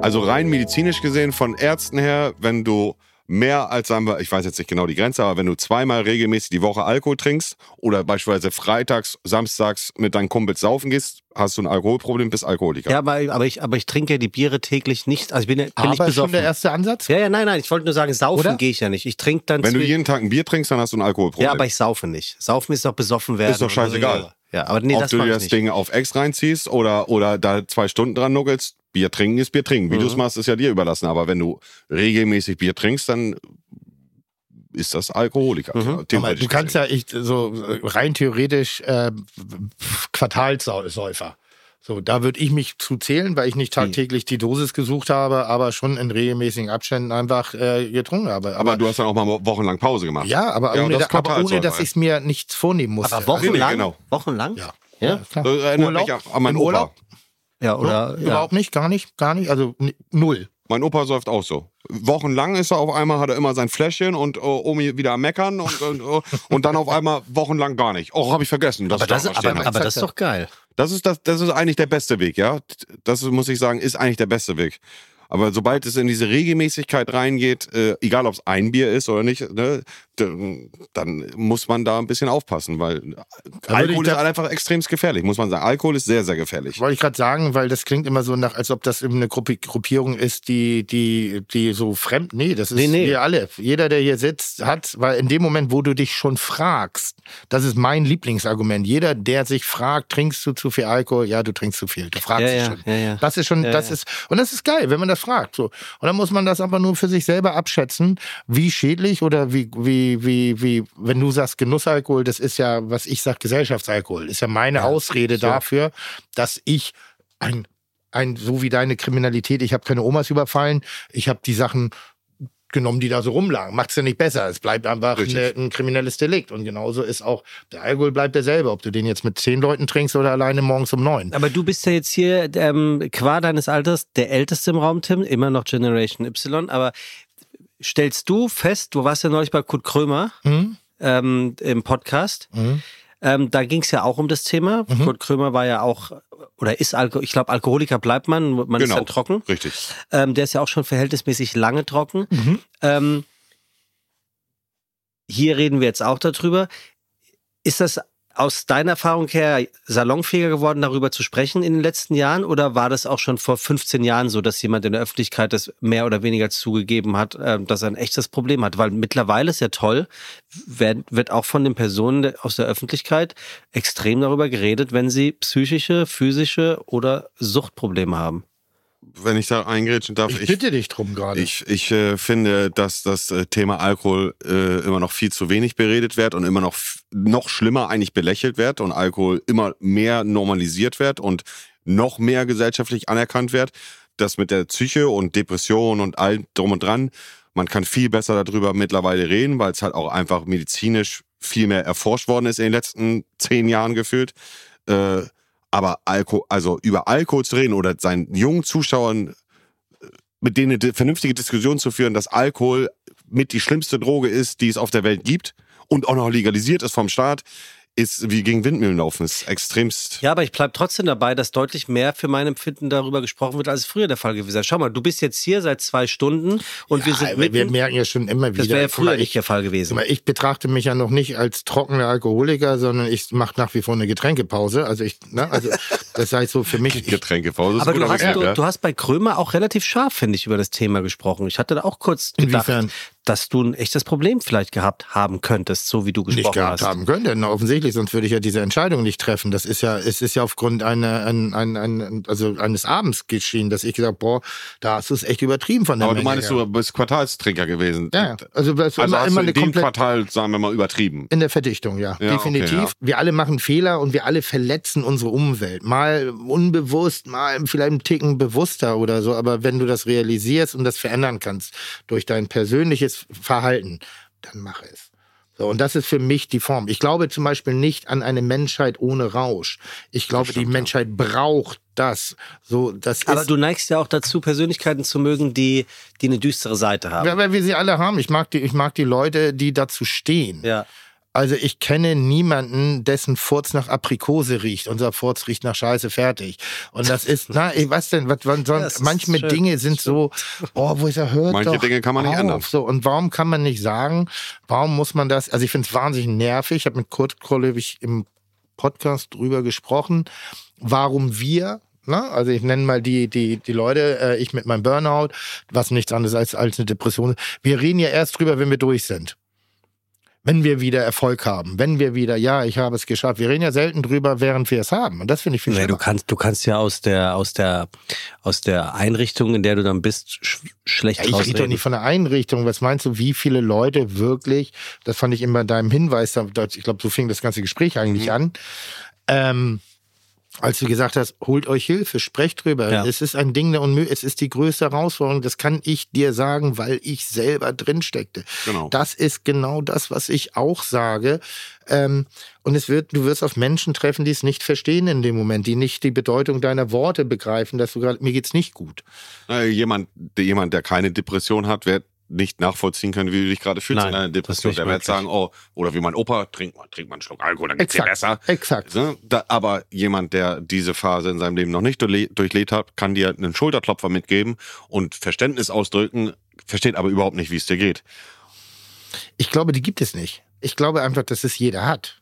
Also rein medizinisch gesehen von Ärzten her, wenn du mehr als, sagen wir, ich weiß jetzt nicht genau die Grenze, aber wenn du zweimal regelmäßig die Woche Alkohol trinkst oder beispielsweise freitags, samstags mit deinen Kumpels saufen gehst, hast du ein Alkoholproblem, bist Alkoholiker. Ja, aber, aber, ich, aber ich trinke ja die Biere täglich nicht. Also ich bin, ja- bin nicht Aber schon besoffen. der erste Ansatz? ja, ja, nein, nein. Ich wollte nur sagen, Oder? saufen gehe ich ja nicht. Ich trinke dann Wenn du zwi- jeden Tag ein Bier trinkst, dann hast du ein Alkoholproblem. Ja, aber ich saufe nicht. Saufen ist doch besoffen werden. Ist doch und- scheißegal. Ja, aber nee, Ob das du mach dir ich das nicht. Ding auf Ex reinziehst oder, oder da zwei Stunden dran nuckelst, Bier trinken ist Bier trinken. Wie Mhm. du es machst, ist ja dir überlassen. Aber wenn du regelmäßig Bier trinkst, dann ist das Alkoholiker. Mhm. Aber du kannst ja ich, so äh, rein theoretisch äh, Quartalsäufer. So, da würde ich mich zu zählen, weil ich nicht Hm. tagtäglich die Dosis gesucht habe, aber schon in regelmäßigen Abständen einfach äh, getrunken habe. aber du hast dann auch mal wochenlang Pause gemacht. ja, aber Ja, ohne, das da, aber ohne Quartalsäufer, dass ja. ich es mir nichts vornehmen musste. Aber wochenlang? Nee, nee, genau. Wochenlang? Ja. Ja, klar. Das Äh, erinnert Urlaub? mich an- an meinen Im Opa. Urlaub? ja oder? ja. Überhaupt nicht, gar nicht, gar nicht. Also n- null. Mein Opa säuft auch so. Wochenlang ist er auf einmal, hat er immer sein Fläschchen und äh, Omi wieder am meckern und, und, äh, und dann auf einmal wochenlang gar nicht. Oh, habe ich vergessen, dass Aber, ich da das, noch stehen aber, hab. aber das ist doch geil. das ist das, das ist eigentlich der beste Weg, ja. Das muss ich sagen, ist eigentlich der beste Weg. Aber sobald es in diese Regelmäßigkeit reingeht, äh, egal ob es ein Bier ist oder nicht, ne, d- dann muss man da ein bisschen aufpassen, weil Alkohol ist da- einfach extrem gefährlich, muss man sagen. Alkohol ist sehr, sehr gefährlich. Wollte ich gerade sagen, weil das klingt immer so nach, als ob das eben eine Gruppi- Gruppierung ist, die, die, die so fremd. Nee, das ist Nee, nee. wir alle. Jeder, der hier sitzt, hat, weil in dem Moment, wo du dich schon fragst, das ist mein Lieblingsargument. Jeder, der sich fragt, trinkst du zu viel Alkohol? Ja, du trinkst zu viel. Du fragst Ja, dich ja, schon. ja, ja. Das ist schon, Ja, das ja. ist, und das ist geil, wenn man das fragt. So. Und dann muss man das aber nur für sich selber abschätzen, wie schädlich oder wie, wie, wie, wie, wenn du sagst Genussalkohol, das ist ja, was ich sag, Gesellschaftsalkohol. Ist ja meine Ausrede dafür, dass ich ein, ein, so wie deine Kriminalität, ich habe keine Omas überfallen, ich habe die Sachen genommen, die da so rumlagen. Macht's ja nicht besser. Es bleibt einfach Richtig. eine, ein kriminelles Delikt. Und genauso ist auch, der Alkohol bleibt derselbe, ob du den jetzt mit zehn Leuten trinkst oder alleine morgens um neun. Aber du bist ja jetzt hier, ähm, qua deines Alters, der Älteste im Raum, Tim, immer noch Generation Y, aber stellst du fest, du warst ja neulich bei Kurt Krömer Hm? ähm, im Podcast. Hm? Ähm, da ging es ja auch um das Thema. Kurt Krömer war ja auch, oder ist, Alko ich glaube, Alkoholiker bleibt man, man ist Genau. dann trocken. Richtig. Ähm, der ist ja auch schon verhältnismäßig lange trocken. Ähm, hier reden wir jetzt auch darüber. Ist das aus deiner Erfahrung her salonfähiger geworden, darüber zu sprechen in den letzten Jahren? Oder war das auch schon vor 15 Jahren so, dass jemand in der Öffentlichkeit das mehr oder weniger zugegeben hat, ähm, dass er ein echtes Problem hat? Weil mittlerweile ist ja toll, werden- wird auch von den Personen der- aus der Öffentlichkeit extrem darüber geredet, wenn sie psychische, physische oder Suchtprobleme haben. Wenn ich da eingrätschen darf, Ich Also ich, bitte dich drum gerade. ich, ich äh, finde, dass das äh, Thema Alkohol äh, immer noch viel zu wenig beredet wird und immer noch, f- noch schlimmer eigentlich belächelt wird und Alkohol immer mehr normalisiert wird und noch mehr gesellschaftlich anerkannt wird. Das mit der Psyche und Depression und all drum und dran. Man kann viel besser darüber mittlerweile reden, weil es halt auch einfach medizinisch viel mehr erforscht worden ist in den letzten zehn Jahren gefühlt. Äh, aber Alko also über Alkohol zu reden oder seinen jungen Zuschauern äh, mit denen eine di- vernünftige Diskussion zu führen, dass Alkohol mit die schlimmste Droge ist, die es auf der Welt gibt und auch noch legalisiert ist vom Staat, ist wie gegen Windmühlen laufen. Ist extremst. Ja, aber ich bleibe trotzdem dabei, dass deutlich mehr für mein Empfinden darüber gesprochen wird, als es früher der Fall gewesen ist. Schau mal, du bist jetzt hier seit zwei Stunden und wir sind wir, mitten. wir merken ja schon immer wieder. das wäre ja Guck mal, früher ich, nicht der Fall gewesen. Guck mal, Ich betrachte mich ja noch nicht als trockener Alkoholiker, sondern ich mache nach wie vor eine Getränkepause. Also ich, ne, [laughs] also das heißt so für mich. Ich, Getränkepause. ist aber du gut, hast, du, ja. du hast bei Krömer auch relativ scharf, finde ich, über das Thema gesprochen. Ich hatte da auch kurz gedacht, Inwiefern? dass du ein echtes Problem vielleicht gehabt haben könntest, so wie du gesprochen nicht gehabt hast. haben können, denn offensichtlich, sonst würde ich ja diese Entscheidung nicht treffen. Das ist ja, es ist ja aufgrund einer, ein, ein, ein, also eines Abends geschehen, dass ich gesagt, boah, da hast du es echt übertrieben von der aber du Menge meinst, her. du bist Quartalstrinker gewesen. Ja, ja. also, das war Also immer, hast immer du eine in dem komplett Quartal, sagen wir mal, übertrieben. In der Verdichtung, ja. Ja, Definitiv. okay, ja. Wir alle machen Fehler und wir alle verletzen unsere Umwelt. Mal unbewusst, mal vielleicht einen Ticken bewusster oder so. Aber wenn du das realisierst und das verändern kannst durch dein persönliches Verhalten, dann mach es. So, und das ist für mich die Form. Ich glaube zum Beispiel nicht an eine Menschheit ohne Rausch. Ich glaube, die Menschheit braucht das. So, das Aber ist du neigst ja auch dazu, Persönlichkeiten zu mögen, die, die eine düstere Seite haben. Ja, weil wir sie alle haben. Ich mag die, ich mag die Leute, die dazu stehen. Ja. Also ich kenne niemanden, dessen Furz nach Aprikose riecht. Unser Furz riecht nach Scheiße fertig. Und das ist, na, ey, was denn? Was, wann soll, Das ist manchmal schön. Dinge sind so, oh, wo ist er hört Manche doch Dinge kann man nicht auf. ändern. So und warum kann man nicht sagen? Warum muss man das? Also ich finde es wahnsinnig nervig. Ich habe mit Kurt Kollewig im Podcast drüber gesprochen, warum wir na, also ich nenne mal die, die, die Leute, äh, ich mit meinem Burnout, was nichts anderes als, als eine Depression ist. Wir reden ja erst drüber, wenn wir durch sind wenn wir wieder Erfolg haben, wenn wir wieder, ja, ich habe es geschafft. Wir reden ja selten drüber, während wir es haben. Und das finde ich viel Nee, du schlimmer. kannst, du kannst ja aus der, aus der, aus der Einrichtung, in der du dann bist, sch schlecht Ja, ich rede doch rausreden. nicht von der Einrichtung. Was meinst du, wie viele Leute wirklich, das fand ich immer in deinem Hinweis, da- da- ich glaube, so fing das ganze Gespräch eigentlich Mhm. an, ähm, als du gesagt hast, holt euch Hilfe, sprecht drüber. Ja. Es ist ein Ding der Unmöglichkeit, es ist die größte Herausforderung, das kann ich dir sagen, weil ich selber drin steckte. Genau. Das ist genau das, was ich auch sage. Ähm, und es wird, du wirst auf Menschen treffen, die es nicht verstehen in dem Moment, die nicht die Bedeutung deiner Worte begreifen, dass du gerade, mir geht's nicht gut. Äh, jemand, der, jemand, der keine Depression hat, wird nicht nachvollziehen können, wie du dich gerade fühlst Nein, in einer das Depression. ist nicht Der wird möglich. sagen, oh, oder wie mein Opa, trink mal, trink mal einen Schluck Alkohol, dann geht's dir Exakt. besser. Exakt. Ne? Da, aber jemand, der diese Phase in seinem Leben noch nicht durchle- durchlebt hat, kann dir einen Schulterklopfer mitgeben und Verständnis ausdrücken, versteht aber überhaupt nicht, wie es dir geht. Ich glaube, die gibt es nicht. Ich glaube einfach, dass es jeder hat.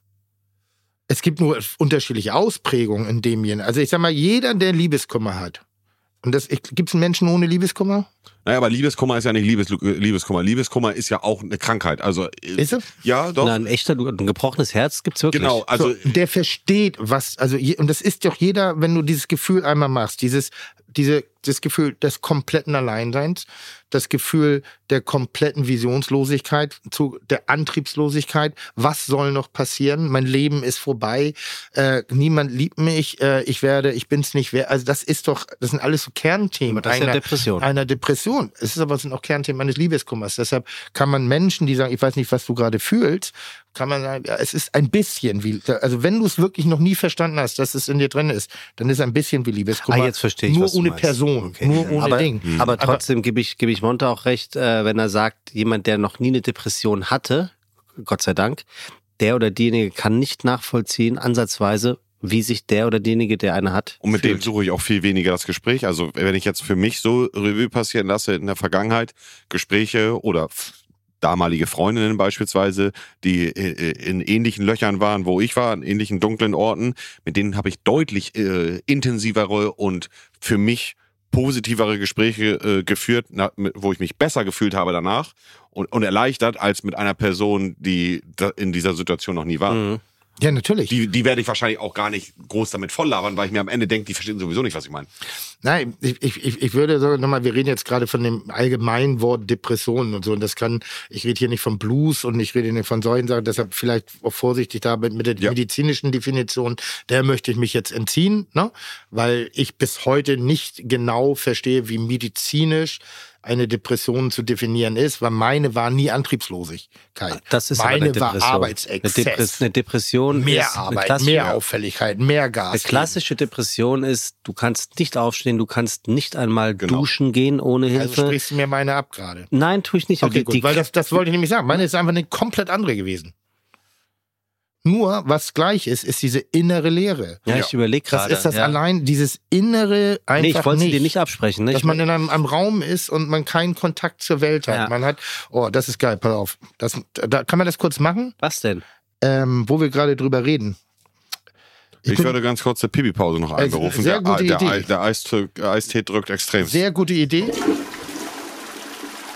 Es gibt nur unterschiedliche Ausprägungen in dem jenen. Also ich sag mal, jeder, der Liebeskummer hat. Und das gibt es einen Menschen ohne Liebeskummer? Naja, aber Liebeskummer ist ja nicht Liebes, Liebeskummer. Liebeskummer ist ja auch eine Krankheit. Also, äh, Ist es? ja, doch. Na, ein echter, ein gebrochenes Herz gibt's wirklich. genau, also so, der versteht, was, also, je, und das ist doch jeder, wenn du dieses Gefühl einmal machst, dieses, diese, das Gefühl des kompletten Alleinseins, das Gefühl der kompletten Visionslosigkeit, zu, der Antriebslosigkeit, was soll noch passieren, mein Leben ist vorbei, äh, niemand liebt mich, äh, ich werde, ich bin's nicht wert, also das ist doch, das sind alles so Kernthemen Aber das ist ja einer- Depression. einer Depression. Es ist aber es sind auch Kernthemen eines Liebeskummers. Deshalb kann man Menschen, die sagen, ich weiß nicht, was du gerade fühlst, kann man sagen, ja, es ist ein bisschen wie, also wenn du es wirklich noch nie verstanden hast, dass es in dir drin ist, dann ist ein bisschen wie Liebeskummer. Ah, jetzt verstehe ich, Nur was du ohne meinst. Person, Okay. nur ohne aber, Ding. Mhm. Aber trotzdem gebe ich, gebe ich Monte auch recht, äh, wenn er sagt, jemand, der noch nie eine Depression hatte, Gott sei Dank, der oder diejenige kann nicht nachvollziehen, ansatzweise, wie sich der oder diejenige, der eine hat, Um Und mit dem fühlt. suche ich auch viel weniger das Gespräch. Also wenn ich jetzt für mich so Revue passieren lasse in der Vergangenheit, Gespräche oder f- damalige Freundinnen beispielsweise, die äh, in ähnlichen Löchern waren, wo ich war, in ähnlichen dunklen Orten, mit denen habe ich deutlich äh, intensivere und für mich positivere Gespräche äh, geführt, na, mit- wo ich mich besser gefühlt habe danach und, und erleichtert als mit einer Person, die da in dieser Situation noch nie war. Mhm. Ja, natürlich. Die, die werde ich wahrscheinlich auch gar nicht groß damit volllabern, weil ich mir am Ende denke, die verstehen sowieso nicht, was ich meine. Nein, ich, ich, ich ich würde sogar nochmal, wir reden jetzt gerade von dem allgemeinen Wort Depressionen und so. Und das kann, ich rede hier nicht von Blues und ich rede nicht von solchen Sachen, deshalb vielleicht auch vorsichtig da mit, mit der Ja. medizinischen Definition, der möchte ich mich jetzt entziehen, ne? weil ich bis heute nicht genau verstehe, wie medizinisch eine Depression zu definieren ist, weil meine war nie Antriebslosigkeit. Ah, Das ist aber meine eine Depression. war Eine, Depres Arbeitsexzess. eine Depression Mehr ist eine Arbeit, klassische- mehr Auffälligkeit, mehr Gas. Eine klassische Depression ist, du kannst nicht aufstehen, du kannst nicht einmal Genau. duschen gehen ohne Also Hilfe. sprichst du mir meine ab gerade. Nein, tue ich nicht. Okay, Die- gut, die- weil das, das wollte ich nämlich sagen. Meine ist einfach eine komplett andere gewesen. Nur, was gleich ist, ist diese innere Leere. ja, ich überlege Das gerade. ist das ja. allein, dieses innere einfach Nee, ich wollte sie nicht. dir nicht absprechen. Ne? dass Ich- man in einem, einem Raum ist und man keinen Kontakt zur Welt hat. Ja. Man hat, oh, das ist geil, pass auf. Das, da, kann man das kurz machen, was denn? ähm, wo wir gerade drüber reden? Ich, bin- würde ganz kurz der Pipi-Pause noch Also, einberufen. sehr Der, gute der, Idee. Ei- der Eistee, Eistee drückt extrem. Sehr gute Idee.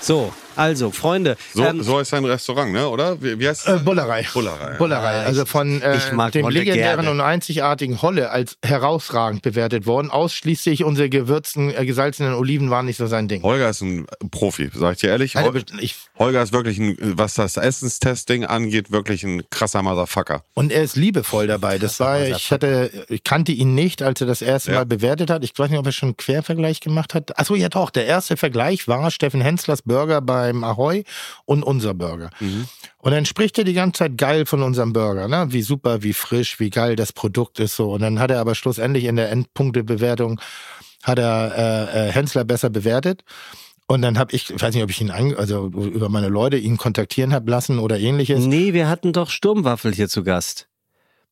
So, also, Freunde. So, ähm, so ist sein Restaurant, ne? oder? Wie, wie heißt Äh, Bullerei. Bullerei. Bullerei, also von äh, Ah, ich mag dem Holle legendären gerne. und einzigartigen Holle als herausragend bewertet worden. Ausschließlich unsere gewürzten, äh, gesalzenen Oliven waren nicht so sein Ding. Holger ist ein Profi, sag ich dir ehrlich. Alter, Also, Hol- ich, Holger ist wirklich, ein, was das Essenstesting angeht, wirklich ein krasser Motherfucker. und er ist liebevoll dabei. Das war, ich hatte, ich kannte ihn nicht, als er das erste Ja. Mal bewertet hat. Ich weiß nicht, ob er schon einen Quervergleich gemacht hat. Achso, ja doch. Der erste Vergleich war Steffen Henslers Burger beim Ahoy und unser Burger. Und dann spricht er die ganze Zeit geil von unserem Burger, ne? Wie super, wie frisch, wie geil das Produkt ist so. Und dann hat er aber schlussendlich in der Endpunktebewertung hat er äh, äh, Hensler besser bewertet. Und dann habe ich, weiß nicht, ob ich ihn an, also über meine Leute ihn kontaktieren hab lassen oder ähnliches. nee, wir hatten doch Sturmwaffel hier zu Gast.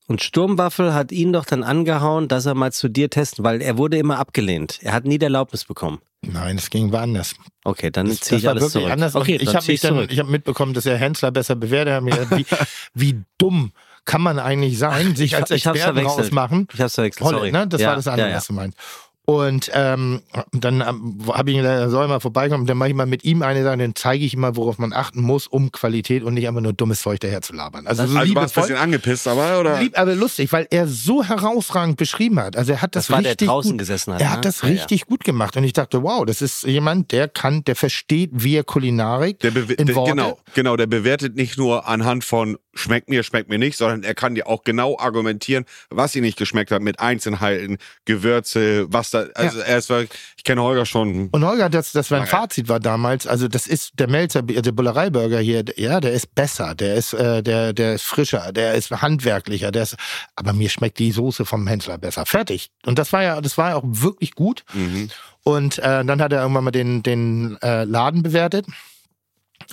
Und Sturmwaffel hat ihn doch dann angehauen, dass er mal zu dir testen, weil er wurde immer abgelehnt. Er hat nie die Erlaubnis bekommen. Nein, es ging woanders. Okay, dann Das, ziehe das ich war alles wirklich zurück. anders. Okay, ich dann habe ziehe ich dann, zurück. ich hab mitbekommen, dass er Hensler besser bewertet hat. Mir gedacht, [laughs] Wie, wie dumm kann man eigentlich sein, sich ich- als ich hab's Experten verwechselt. rausmachen? Ich hab's verwechselt, Holle, sorry. Ne? Das Ja, war das andere, ja, ja. was du meinst. Und ähm, dann habe ich ihn gesagt, er soll mal vorbeikommen, dann mache ich mal mit ihm eine Sache, dann zeige ich ihm mal, worauf man achten muss, um Qualität und nicht einfach nur dummes Zeug daher zu labern. Also, so Also war es ein liebevoll, bisschen angepisst, aber oder? lieb, aber lustig, weil er so herausragend beschrieben hat. Also er hat das, Das war der, richtig der draußen gut, gesessen hat, Er ne? hat das Ja, ja. richtig gut gemacht und ich dachte, wow, das ist jemand, der kann, der versteht, wie er Kulinarik Der bewe- in der, Worte. genau, genau, der bewertet nicht nur anhand von schmeckt mir, schmeckt mir nicht, sondern er kann dir auch genau argumentieren, was ihm nicht geschmeckt hat mit Einzelheiten, Gewürze, was da. Also er ist wirklich, ich kenne Holger schon. Und Holger, das, das mein Naja. Fazit war damals, also das ist der Melzer, also der Bullereiburger hier, ja, der ist besser, der ist, äh, der, der ist frischer, der ist handwerklicher, der ist, aber mir schmeckt die Soße vom Hensler besser. Fertig. Und das war ja, das war ja auch wirklich gut. Mhm. Und äh, dann hat er irgendwann mal den, den äh, Laden bewertet.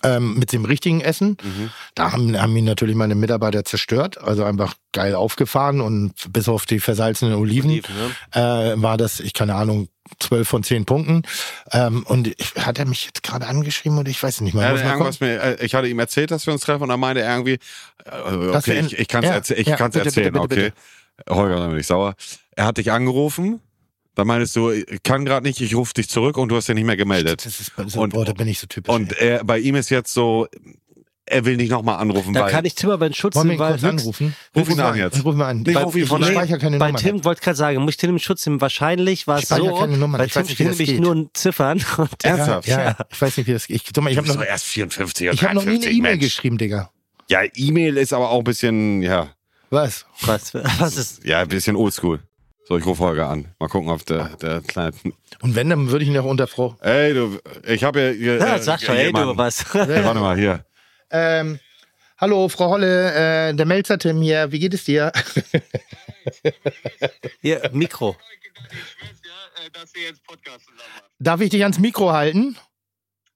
Ähm, mit dem richtigen Essen. Mhm. Da haben, haben ihn natürlich meine Mitarbeiter zerstört, also einfach geil aufgefahren und bis auf die versalzenen Oliven ne? äh, war das, ich keine Ahnung, 12 von 10 Punkten. Ähm, und ich, hat er mich jetzt gerade angeschrieben oder ich weiß nicht Er mehr. hatte Muss mal gucken. irgendwas mir, äh, ich hatte ihm erzählt, dass wir uns treffen und er meinte er irgendwie, äh, Dass wir okay, in- ich, ich kann es ja, ich ja, kann's bitte, erzählen, bitte, bitte, okay. Holger, dann bin ich sauer. Er hat dich angerufen, dann meintest du, ich kann gerade nicht, ich rufe dich zurück und du hast dich nicht mehr gemeldet. Das ist, so, Und- boah, da bin ich so typisch. Und er, bei ihm ist jetzt so, er will nicht nochmal anrufen, Da weil kann ich Tim aber in Schutz Wollen wir nehmen, ihn weil kurz höchst- anrufen? Ruf ihn an jetzt. Ruf ihn mal an. Nee, Weil ruf ihn ich von der- speichere keine bei Nummer. Tim wollte gerade sagen, muss ich Tim im Schutz nehmen? Wahrscheinlich war Ich es speichere so. keine Nummern. Bei Ich Tim weiß nicht, wie stehen das nämlich geht. nur [laughs] Ziffern. Und ernsthaft. ja, ja, ich weiß nicht, wie das geht. Ich, guck mal, ich habe Du bist noch, doch erst 54 ich hab noch nie eine 53, E-Mail Mensch. geschrieben, Digga. Ja, E-Mail ist aber auch ein bisschen, ja, Was? was, was ist? ja, ein bisschen oldschool. So, ich rufe Holger an. Mal gucken, ob der, der kleine. Und wenn, dann würde ich ihn auch unter Frau. Ey, du, ich habe ja. Ja, [laughs] sag schon, hey, du, was? Ja, warte mal, hier. Ähm, hallo, Frau Holle, äh, der Melzer Tim hier. Wie geht es dir? [laughs] Hier, Mikro. dass wir jetzt Podcast zusammen machen. Darf ich dich ans Mikro halten?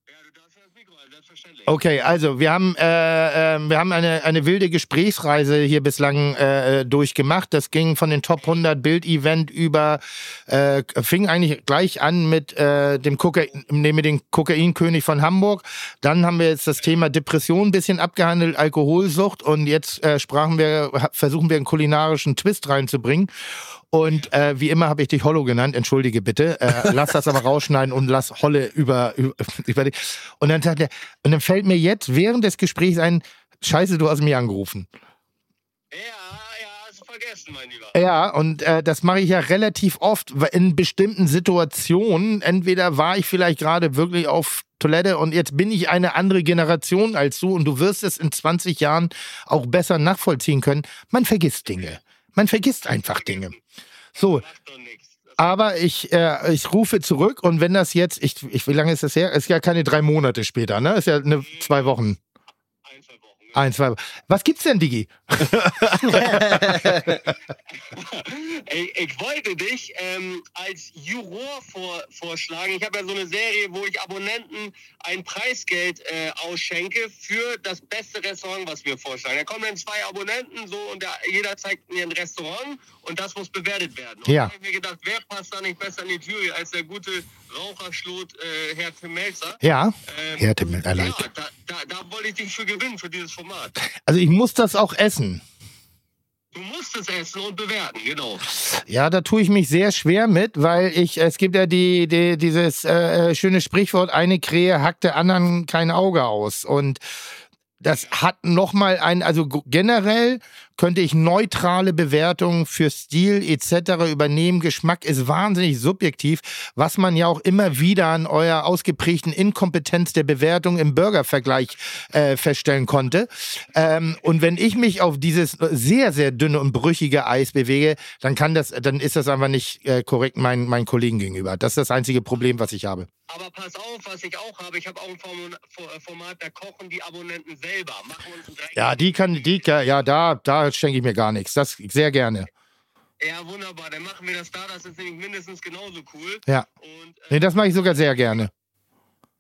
Ja, du darfst ja das Mikro halten, selbstverständlich. Okay, also wir haben, äh, äh, wir haben eine, eine wilde Gesprächsreise hier bislang äh, äh, durchgemacht. Das ging von den Top 100 Bild-Event über, äh, fing eigentlich gleich an mit, äh, dem Kokain, nee, mit dem Kokainkönig von Hamburg. Dann haben wir jetzt das Thema Depression ein bisschen abgehandelt, Alkoholsucht und jetzt äh, sprachen wir, ha- versuchen wir einen kulinarischen Twist reinzubringen. Und äh, wie immer habe ich dich Hollow genannt, entschuldige bitte. Äh, lass das aber rausschneiden und lass Holle über, über, [laughs] über dich. Und dann sagt er, und dann fällt mir jetzt während des Gesprächs ein, Scheiße, du hast mich angerufen. Ja, ja, hast du vergessen, mein Lieber. Ja, und äh, das mache ich ja relativ oft weil in bestimmten Situationen. Entweder war ich vielleicht gerade wirklich auf Toilette und jetzt bin ich eine andere Generation als du und du wirst es in 20 Jahren auch besser nachvollziehen können. Man vergisst Dinge. Man vergisst einfach Dinge. So, Macht doch nichts. aber ich, äh, ich rufe zurück und wenn das jetzt, ich, ich, wie lange ist das her? Ist ja keine drei Monate später, ne? Ist ja eine, zwei Wochen. Ein, zwei Wochen. Ein, zwei Wochen. Was gibt's denn, Digi? Ey, ich wollte dich ähm, als Juror vor, vorschlagen. Ich habe ja so eine Serie, wo ich Abonnenten ein Preisgeld äh, ausschenke für das beste Restaurant, was wir vorschlagen. Da kommen dann zwei Abonnenten so und der, jeder zeigt mir ein Restaurant und das muss bewertet werden. Und Ja. da habe ich mir gedacht, wer passt da nicht besser in die Jury als der gute Raucherschlot äh, Herr Tim Melzer? Ja. Ähm, Herr Tim, I like. Ja, da, da, da wollte ich dich für gewinnen, für dieses Format. Also ich muss das auch essen. Du musst es essen und bewerten, genau. Ja, da tue ich mich sehr schwer mit, weil ich, es gibt ja die, die, dieses äh, schöne Sprichwort, eine Krähe hackt der anderen kein Auge aus. Und das hat nochmal ein, also g- generell könnte ich neutrale Bewertungen für Stil etc. übernehmen. Geschmack ist wahnsinnig subjektiv, was man ja auch immer wieder an eurer ausgeprägten Inkompetenz der Bewertung im Burgervergleich äh, feststellen konnte. Ähm, und wenn ich mich auf dieses sehr, sehr dünne und brüchige Eis bewege, dann kann das, dann ist das einfach nicht äh, korrekt meinen, meinen Kollegen gegenüber. Das ist das einzige Problem, was ich habe. Aber pass auf, was ich auch habe. Ich habe auch ein Formu- Fo- äh, Format, da kochen die Abonnenten selber. Machen uns einen Dreck. Ja, die kann, die, ja, da, da schenke ich mir gar nichts. Das sehr gerne. Ja, wunderbar. Dann machen wir das da. Das ist nämlich mindestens genauso cool. Ja. Und äh, Nee, das mache ich sogar sehr gerne.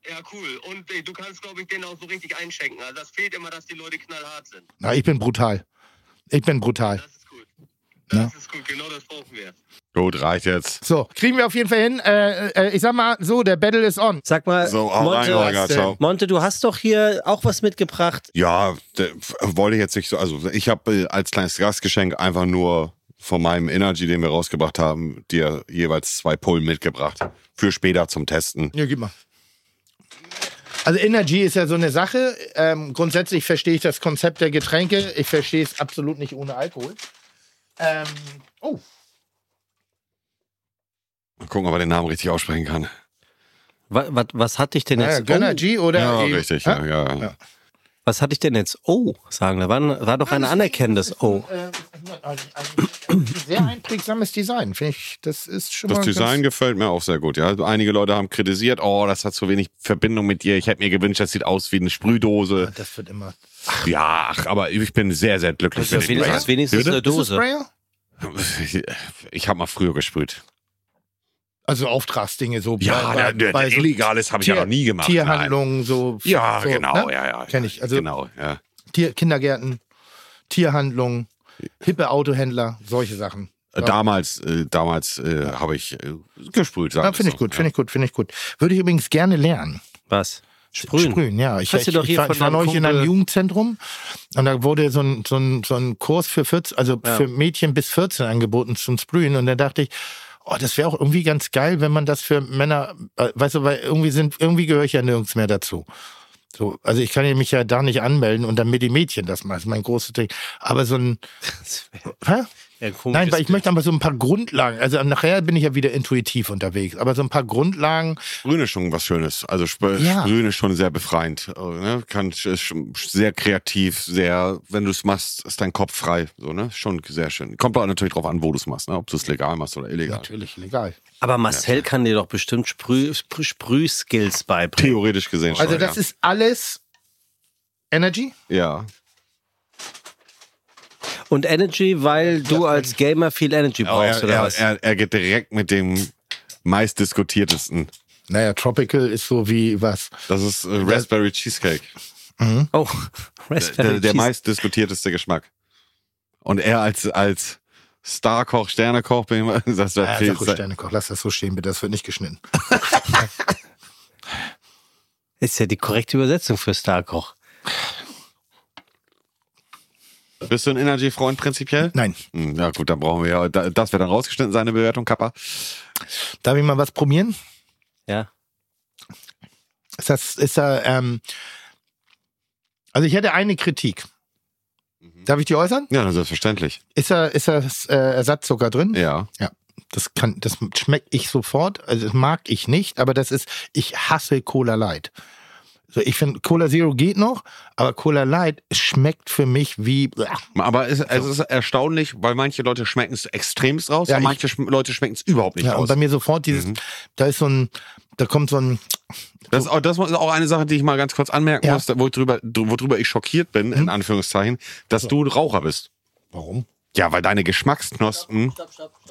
ja, cool. Und äh, du kannst, glaube ich, den auch so richtig einschenken. Also das fehlt immer, dass die Leute knallhart sind. Na, ich bin brutal. Ich bin brutal. Das ist gut. Das ist gut. Genau das brauchen wir. Gut, reicht jetzt. So, kriegen wir auf jeden Fall hin. Äh, äh, ich sag mal so, der Battle is on. Sag mal, So, hau rein, Monte, Holger, ciao. Monte, du hast doch hier auch was mitgebracht. Ja, der, f- wollte ich jetzt nicht so. Also, ich habe äh, als kleines Gastgeschenk einfach nur von meinem Energy, den wir rausgebracht haben, dir jeweils zwei Pullen mitgebracht. Für später zum Testen. Ja, gib mal. Also Energy ist ja so eine Sache. Ähm, grundsätzlich verstehe ich das Konzept der Getränke. Ich verstehe es absolut nicht ohne Alkohol. Ähm, oh, Mal gucken, ob er den Namen richtig aussprechen kann. Was, was, was hatte ich denn naja, jetzt? oh, Äh, Energy oder Ja, eben- richtig. Hä? Ja, ja. Ja. was hatte ich denn jetzt? Oh, sagen, da war, war doch ein anerkennendes Oh. Äh, also, ein sehr einprägsames Design, finde ich. Das ist schon Das mal Design ganz, gefällt mir auch sehr gut. Ja, Also einige Leute haben kritisiert, oh, das hat zu wenig Verbindung mit dir. Ich hätte mir gewünscht, das sieht aus wie eine Sprühdose. Das wird immer. Ja, ach, aber ich bin sehr, sehr glücklich. Das ist mit dem wenigstens, wenigstens eine Bitte? Ist das Dose. Sprayer? Projekt. Ich habe mal früher gesprüht. Also Auftragsdinge so. Ja, bei- da- da- bei so Illegales habe ich ja Tier- noch nie gemacht. Tierhandlungen, so. Nein. Ja, so, genau, ne? ja, ja. Kenn ich. Also genau, ja. Tier Kindergärten, Tierhandlungen, hippe Autohändler, solche Sachen. Äh, Damals, äh, damals äh, habe ich äh, gesprüht. sagen Ja, wir finde so. ich gut, Ja. finde ich gut, finde ich gut. Würde ich übrigens gerne lernen. Was? Sprühen. Sprühen, ja. Ich, Hast ich, du doch ich, hier war, von ich war deinem neulich in einem Kumpel- Jugendzentrum und da wurde so ein, so ein, so ein Kurs für 14, also Ja. für Mädchen bis 14 angeboten zum Sprühen und da dachte ich, oh, das wäre auch irgendwie ganz geil, wenn man das für Männer, äh, weißt du, weil irgendwie sind, irgendwie gehöre ich ja nirgends mehr dazu. So, also ich kann ja [laughs] mich ja da nicht anmelden und damit die Mädchen das machen, das ist mein großes Ding. Aber so ein, hä? Ja, komisch Nein, weil ist- ich möchte aber so ein paar Grundlagen, also nachher bin ich ja wieder intuitiv unterwegs, aber so ein paar Grundlagen, Grün ist schon was Schönes. Also Sp Ja. Grün ist schon sehr befreiend. äh, Ne? Kann, ist schon sehr kreativ, sehr, wenn du es machst, ist dein Kopf frei. So, ne? Schon sehr schön. Kommt auch natürlich drauf an, wo du es machst, ne? ob du es legal machst oder illegal. natürlich, legal. Aber Marcel kann dir doch bestimmt Sprüh- Sprüh- Sprüh-Skills beibringen. Theoretisch gesehen schon. Also das ja. ist alles Energy? Ja. Und Energy, weil du als Gamer viel Oh, Energy Aber brauchst, er, oder er, was? Oh, er, er geht direkt mit dem meistdiskutiertesten. Naja, Tropical ist so wie was. Das ist äh, Raspberry Cheesecake. oh, [laughs] Der, Raspberry der Cheese. meistdiskutierteste Geschmack. Und er als, als Starkoch, Sternekoch, bin ich mal- [laughs] das wird Ja, viel Ah, sag ruhig, Sternekoch, lass das so stehen, bitte, das wird nicht geschnitten. Ist ja die korrekte Übersetzung für Starkoch. Bist du ein Energy-Freund prinzipiell? Nein, Hm, Ja gut, dann brauchen wir ja, da- das wird dann rausgeschnitten, seine Bewertung, Kappa. darf ich mal was probieren? Ja. Ist das, ist da, ähm, also ich hätte eine Kritik. Darf ich die äußern? Ja, dann selbstverständlich. Ist da, ist das äh, Ersatzzucker drin? Ja. Das kann, das schmeckt ich sofort. Also das mag ich nicht, aber das ist, ich hasse Cola Light. So, ich finde, Cola Zero geht noch, aber Cola Light schmeckt für mich wie. Aber es, es ist erstaunlich, weil manche Leute schmecken es extremst raus Ja, und ich- manche schm- Leute schmecken es überhaupt nicht Mhm. Ja, und raus. bei mir sofort dieses, da ist so ein, da kommt so ein, Das, ist auch- das ist auch eine Sache, die ich mal ganz kurz anmerken Ja. Mhm. muss, da- worüber, dr- worüber ich schockiert bin, in Anführungszeichen, dass du Raucher bist. warum? Ja, weil deine Geschmacksknospen,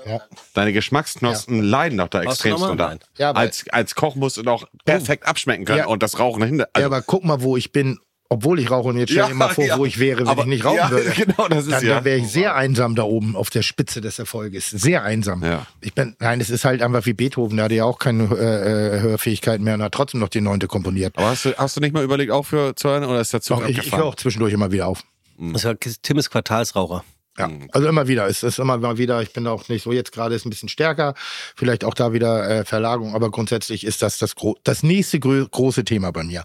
Ja. deine Geschmacksknospen leiden doch da extremst nochmal? unter. Nein. Ja, aber- als, als Koch musst du doch perfekt abschmecken können Ja. und das Rauchen hinter. ja, aber guck mal, wo ich bin, obwohl ich rauche. Und jetzt stell dir mal vor, Also ja. wo ich wäre, wenn Aber- ich nicht rauchen ja, [laughs] würde. Genau, das ist Dann, ja. dann wäre ich sehr einsam da oben auf der Spitze des Erfolges. Sehr einsam. Ja. Ich bin, nein, es ist halt einfach wie Beethoven, der hatte ja auch keine äh, äh, Hörfähigkeit mehr und hat trotzdem noch die Neunte komponiert. Aber hast du, hast du nicht mal überlegt, aufhören zu hören oder ist der Zug Doch, ich, ich höre abgefahren? auch zwischendurch immer wieder auf. Das war Also, Tim ist Quartalsraucher. Ja. Also immer wieder. Es ist immer mal wieder, ich bin auch nicht so, jetzt gerade ist ein bisschen stärker, vielleicht auch da wieder äh, Verlagerung, aber grundsätzlich ist das das, gro das nächste grö große Thema bei mir.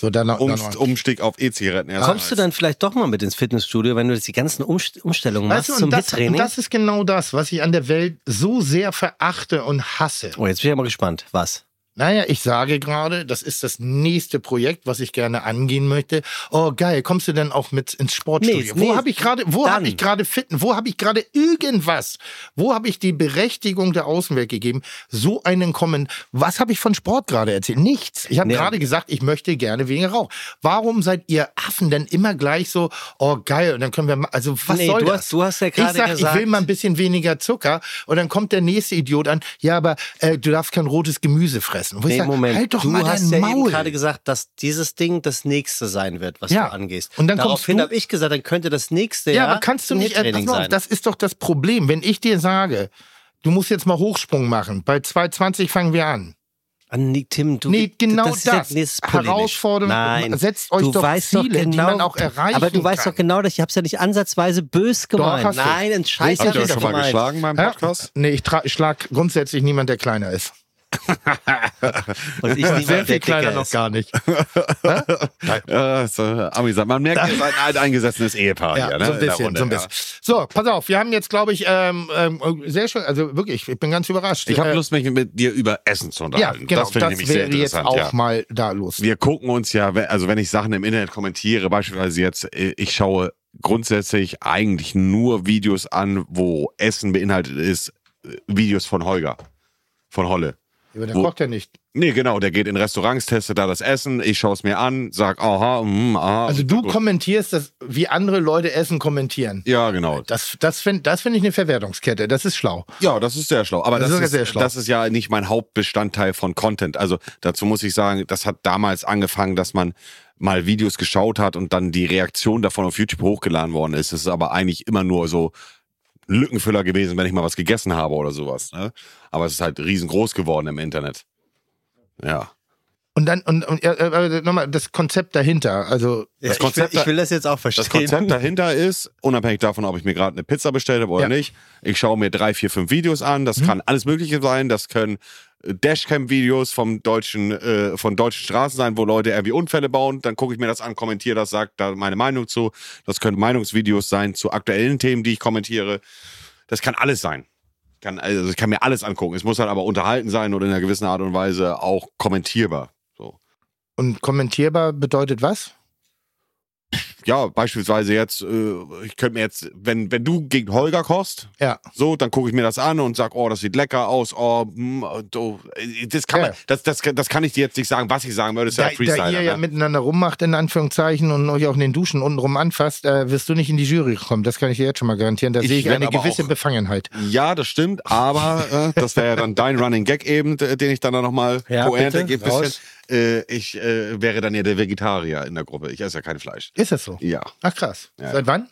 So, dann, Umst- Umstieg auf E-Zigaretten Ah, erst. Kommst du dann vielleicht doch mal mit ins Fitnessstudio, wenn du jetzt die ganzen Umst Umstellungen machst Weißt du, um zum und das, und Hittraining? das ist genau das, was ich an der Welt so sehr verachte und hasse. oh, jetzt bin ich aber gespannt. Was? Naja, ich sage gerade, das ist das nächste Projekt, was ich gerne angehen möchte. Oh geil, kommst du denn auch mit ins Sportstudio? Nee, wo nee, habe ich gerade, wo dann. habe ich gerade Fitten, wo habe ich gerade irgendwas? Wo habe ich die Berechtigung der Außenwelt gegeben? So einen Komment. Was habe ich von Sport gerade erzählt? Nichts. Ich habe Nee. gerade gesagt, ich möchte gerne weniger Rauch. Warum seid ihr Affen denn immer gleich so, oh geil, und dann können wir ma- also was Nee, soll du das? hast- du hast ja gerade ich sag, gesagt- ich will mal ein bisschen weniger Zucker und dann kommt der nächste Idiot an, ja, aber äh, du darfst kein rotes Gemüse fressen. Wo ich Nee, sag, Moment. halt doch du mal hast dein ja eben Maul. gerade gesagt, dass dieses Ding das nächste sein wird, was Ja. du angehst. Und dann kommst Daraufhin du- habe ich gesagt, dann könnte das nächste ja, Jahr aber kannst du ein nicht, äh, pass Hittraining mal auf, sein. das ist doch das Problem, wenn ich dir sage, du musst jetzt mal Hochsprung machen, bei 220 fangen wir an. Ah, nee, Tim, du, Nee, genau das. Ist jetzt, das. nee, das ist polemisch. Herausforderung. Nein. Setzt euch du doch weißt Ziele, die man auch erreichen Aber du weißt kann. doch genau, dass ich habe es ja nicht ansatzweise bös gemeint. hast du. Nein, ein Scheiß Habt Habt hab ihr ich euch Ja, schon doch mal gemeint. geschlagen beim Hä? Podcast? Nee, ich, tra- ich schlag grundsätzlich niemand, der kleiner ist. Und ich niemand, Sehr der viel kleiner dicker noch ist. gar nicht. Ja, ist, äh, amüsant. Man merkt, ihr seid ein alteingesessenes Ehepaar Ja, hier, ne? so ein in der bisschen, Runde, so ein [laughs] ja. bisschen. So, pass auf, wir haben jetzt, glaube ich, ähm, ähm, sehr schön, also wirklich, ich bin ganz überrascht. Ich habe Äh, Lust, mich mit dir über Essen zu Ja, unterhalten. genau, das das, finde ich nämlich sehr wäre jetzt interessant. auch ja. mal da los. Wir gucken uns ja, we- also wenn ich Sachen im Internet kommentiere, beispielsweise jetzt, äh, ich schaue grundsätzlich eigentlich nur Videos an, wo Essen beinhaltet ist, äh, Videos von Holger, von Holle. Aber der Wo- kocht ja nicht. Nee, genau, der geht in Restaurants, testet da das Essen, ich schaue es mir an, sag aha, mm, aha. Also du kommentierst das, wie andere Leute Essen kommentieren. Ja, genau. Das, das finde das find ich eine Verwertungskette. Das ist schlau. Ja, das ist sehr schlau. Aber Das das, ist sogar ist, sehr schlau. das ist ja nicht mein Hauptbestandteil von Content. Also dazu muss ich sagen, das hat damals angefangen, dass man mal Videos geschaut hat und dann die Reaktion davon auf YouTube hochgeladen worden ist. Das ist aber eigentlich immer nur so ein Lückenfüller gewesen, wenn ich mal was gegessen habe oder sowas. Ne? Aber es ist halt riesengroß geworden im Internet. Ja. Und dann, und, und ja, äh, äh, nochmal, das Konzept dahinter. Also, Das Konzept- ich, will, ich will das jetzt auch verstehen. Das Konzept dahinter ist, unabhängig davon, ob ich mir gerade eine Pizza bestellt habe oder Ja. nicht, ich schaue mir drei, vier, fünf Videos an. Das kann alles Mögliche sein. Das können äh, Dashcam-Videos vom deutschen, äh, von deutschen Straßen sein, wo Leute irgendwie Unfälle bauen. Dann gucke ich mir das an, kommentiere das, sage da meine Meinung zu. Das können Meinungsvideos sein zu aktuellen Themen, die ich kommentiere. das kann alles sein. Kann, also ich kann mir alles angucken. Es muss halt aber unterhalten sein oder in einer gewissen Art und Weise auch kommentierbar. So. Und kommentierbar bedeutet was? Ja, beispielsweise jetzt, äh, ich könnte mir jetzt, wenn, wenn du gegen Holger kochst, Ja. so, dann gucke ich mir das an und sag, oh, das sieht lecker aus, oh, mm, oh, das kann man, Ja. das, das, das kann ich dir jetzt nicht sagen, was ich sagen würde, ist ja da, Freestyle. da ihr ja ne? miteinander rummacht, in Anführungszeichen, und euch auch in den Duschen untenrum anfasst, äh, wirst du nicht in die Jury kommen. Das kann ich dir jetzt schon mal garantieren. Da Ich sehe ich werd eine aber gewisse auch- Befangenheit. ja, das stimmt, aber äh, das wäre ja dann dein Running Gag eben, d- den ich [laughs] dann nochmal Ja, bitte, poente gebe. bisschen. raus. Äh, ich äh, wäre dann ja der Vegetarier in der Gruppe. Ich esse ja kein Fleisch. Ist das so? Ja. Ach krass. Ja. Seit wann?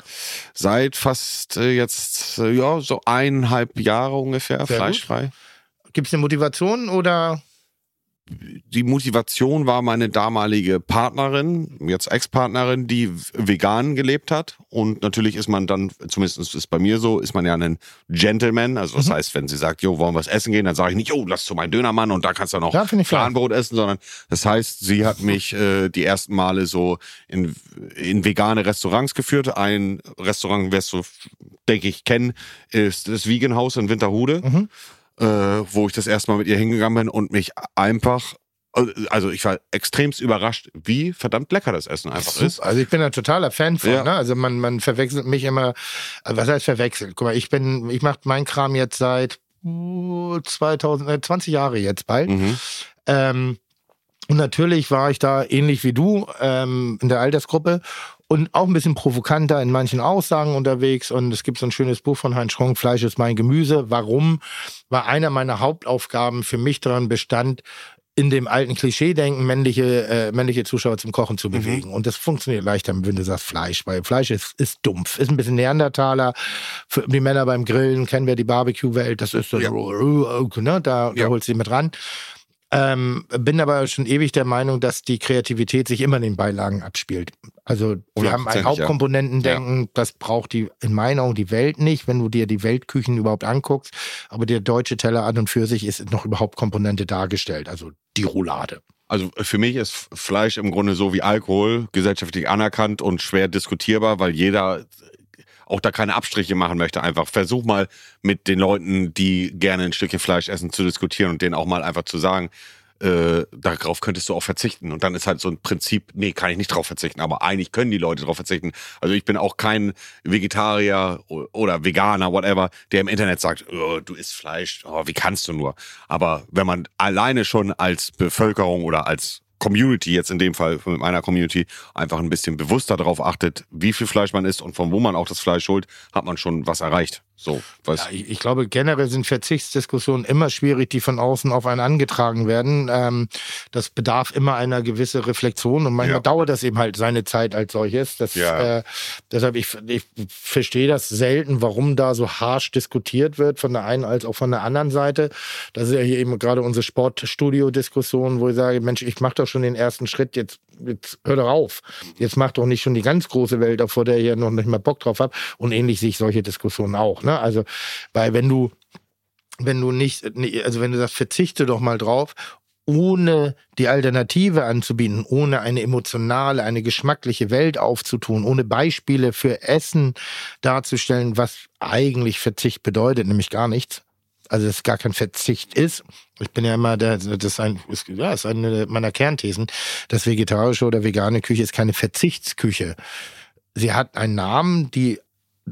Seit fast äh, jetzt, äh, ja, so eineinhalb Jahre ungefähr gut. fleischfrei. Gibt es eine Motivation oder? die Motivation war meine damalige Partnerin, jetzt Ex-Partnerin, die w- vegan gelebt hat. Und natürlich ist man dann, zumindest ist bei mir so, ist man ja ein Gentleman. Also das heißt, wenn sie sagt, jo, wollen wir was essen gehen, dann sage ich nicht, jo, lass zu meinem Dönermann und da kannst du noch Ja, finde ich klar. Fladenbrot essen, sondern das heißt, sie hat mich äh, die ersten Male so in, in vegane Restaurants geführt. Ein Restaurant wirst du, denke ich, kennen, ist das Vegan House in Winterhude äh, wo ich das erste Mal mit ihr hingegangen bin und mich einfach, also ich war extremst überrascht, wie verdammt lecker das Essen einfach ist. Also ich bin ein totaler Fan von. Ja. Ne? Also man, man verwechselt mich immer. äh, Was heißt verwechselt? Guck mal, ich bin, ich mache meinen Kram jetzt seit uh, 2000, äh, 20 Jahre jetzt bald. Mhm. Ähm, und natürlich war ich da ähnlich wie du ähm, in der Altersgruppe und auch ein bisschen provokanter in manchen Aussagen unterwegs. Und es gibt so ein schönes Buch von Heinz Schrunk, Fleisch ist mein Gemüse. Warum? War einer meiner Hauptaufgaben für mich daran bestand, in dem alten Klischee-Denken männliche, äh, männliche Zuschauer zum Kochen zu bewegen. Und das funktioniert leichter, wenn du sagst Fleisch, weil Fleisch ist, ist dumpf, ist ein bisschen Neandertaler. Für die Männer beim Grillen kennen wir die Barbecue-Welt, das ist so, ne, da, da Ja. holst du die mit ran. Ähm, bin aber schon ewig der Meinung, dass die Kreativität sich immer in den Beilagen abspielt. Also wir haben ein Hundertprozentig, ja. Hauptkomponentendenken, das braucht die in meinen Augen die Welt nicht, wenn du dir die Weltküchen überhaupt anguckst. Aber der deutsche Teller an und für sich ist noch überhaupt Komponente dargestellt, also die Roulade. Also für mich ist F- Fleisch im Grunde so wie Alkohol, gesellschaftlich anerkannt und schwer diskutierbar, weil jeder auch da keine Abstriche machen möchte. Einfach versuch mal mit den Leuten, die gerne ein Stückchen Fleisch essen, zu diskutieren und denen auch mal einfach zu sagen, äh, darauf könntest du auch verzichten. Und dann ist halt so ein Prinzip, nee, kann ich nicht drauf verzichten, aber eigentlich können die Leute drauf verzichten. Also ich bin auch kein Vegetarier o- oder Veganer, whatever, der im Internet sagt, oh, du isst Fleisch, oh, wie kannst du nur? Aber wenn man alleine schon als Bevölkerung oder als Community, jetzt in dem Fall mit meiner Community, einfach ein bisschen bewusster darauf achtet, wie viel Fleisch man isst und von wo man auch das Fleisch holt, hat man schon was erreicht. So, Ja, weißt ich, ich glaube, generell sind Verzichtsdiskussionen immer schwierig, die von außen auf einen angetragen werden. Ähm, das bedarf immer einer gewissen Reflexion und manchmal Ja. dauert das eben halt seine Zeit als solches. Das, Ja. äh, deshalb, ich, ich verstehe das selten, warum da so harsch diskutiert wird, von der einen als auch von der anderen Seite. Das ist ja hier eben gerade unsere Sportstudio-Diskussion, wo ich sage, Mensch, ich mache doch schon den ersten Schritt, jetzt, jetzt hör doch auf. Jetzt mach doch nicht schon die ganz große Welt auf, vor der ich ja noch nicht mal Bock drauf hab. Und ähnlich sehe ich solche Diskussionen auch. Ne? Also, weil wenn du, wenn du nicht, nee, also wenn du sagst, verzichte doch mal drauf, ohne die Alternative anzubieten, ohne eine emotionale, eine geschmackliche Welt aufzutun, ohne Beispiele für Essen darzustellen, was eigentlich Verzicht bedeutet, nämlich gar nichts. Also es gar kein Verzicht ist. Ich bin ja immer, der, das ist, ein, ist, ja, ist eine meiner Kernthesen, dass vegetarische oder vegane Küche ist keine Verzichtsküche. Sie hat einen Namen, die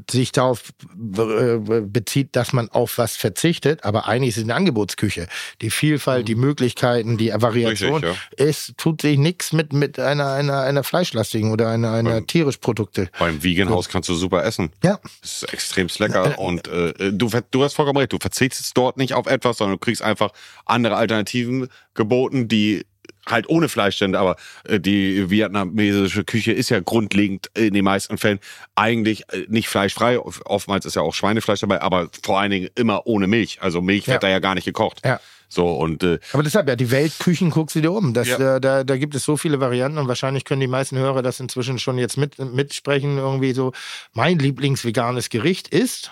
sich darauf äh, bezieht, dass man auf was verzichtet, aber eigentlich ist es eine Angebotsküche. Die Vielfalt, die Möglichkeiten, die Variation, Richtig, es tut sich nichts mit, mit einer, einer, einer fleischlastigen oder einer, einer Ähm, tierisch Produkte. Beim Vegan-Haus kannst du super essen. Ja. Es ist extrem lecker und äh, du, ver- du hast vollkommen recht, du verzichtest dort nicht auf etwas, sondern du kriegst einfach andere Alternativen geboten, die halt ohne Fleisch sind, aber äh, die vietnamesische Küche ist ja grundlegend in den meisten Fällen eigentlich äh, nicht fleischfrei, Oft- oftmals ist ja auch Schweinefleisch dabei, aber vor allen Dingen immer ohne Milch, also Milch wird Ja. da ja gar nicht gekocht. Ja. So und äh, Aber deshalb, ja, die Weltküchen guckst du dir um. Das, Ja. äh, da, da gibt es so viele Varianten und wahrscheinlich können die meisten Hörer das inzwischen schon jetzt mit, mitsprechen. Irgendwie so, mein Lieblingsveganes Gericht ist.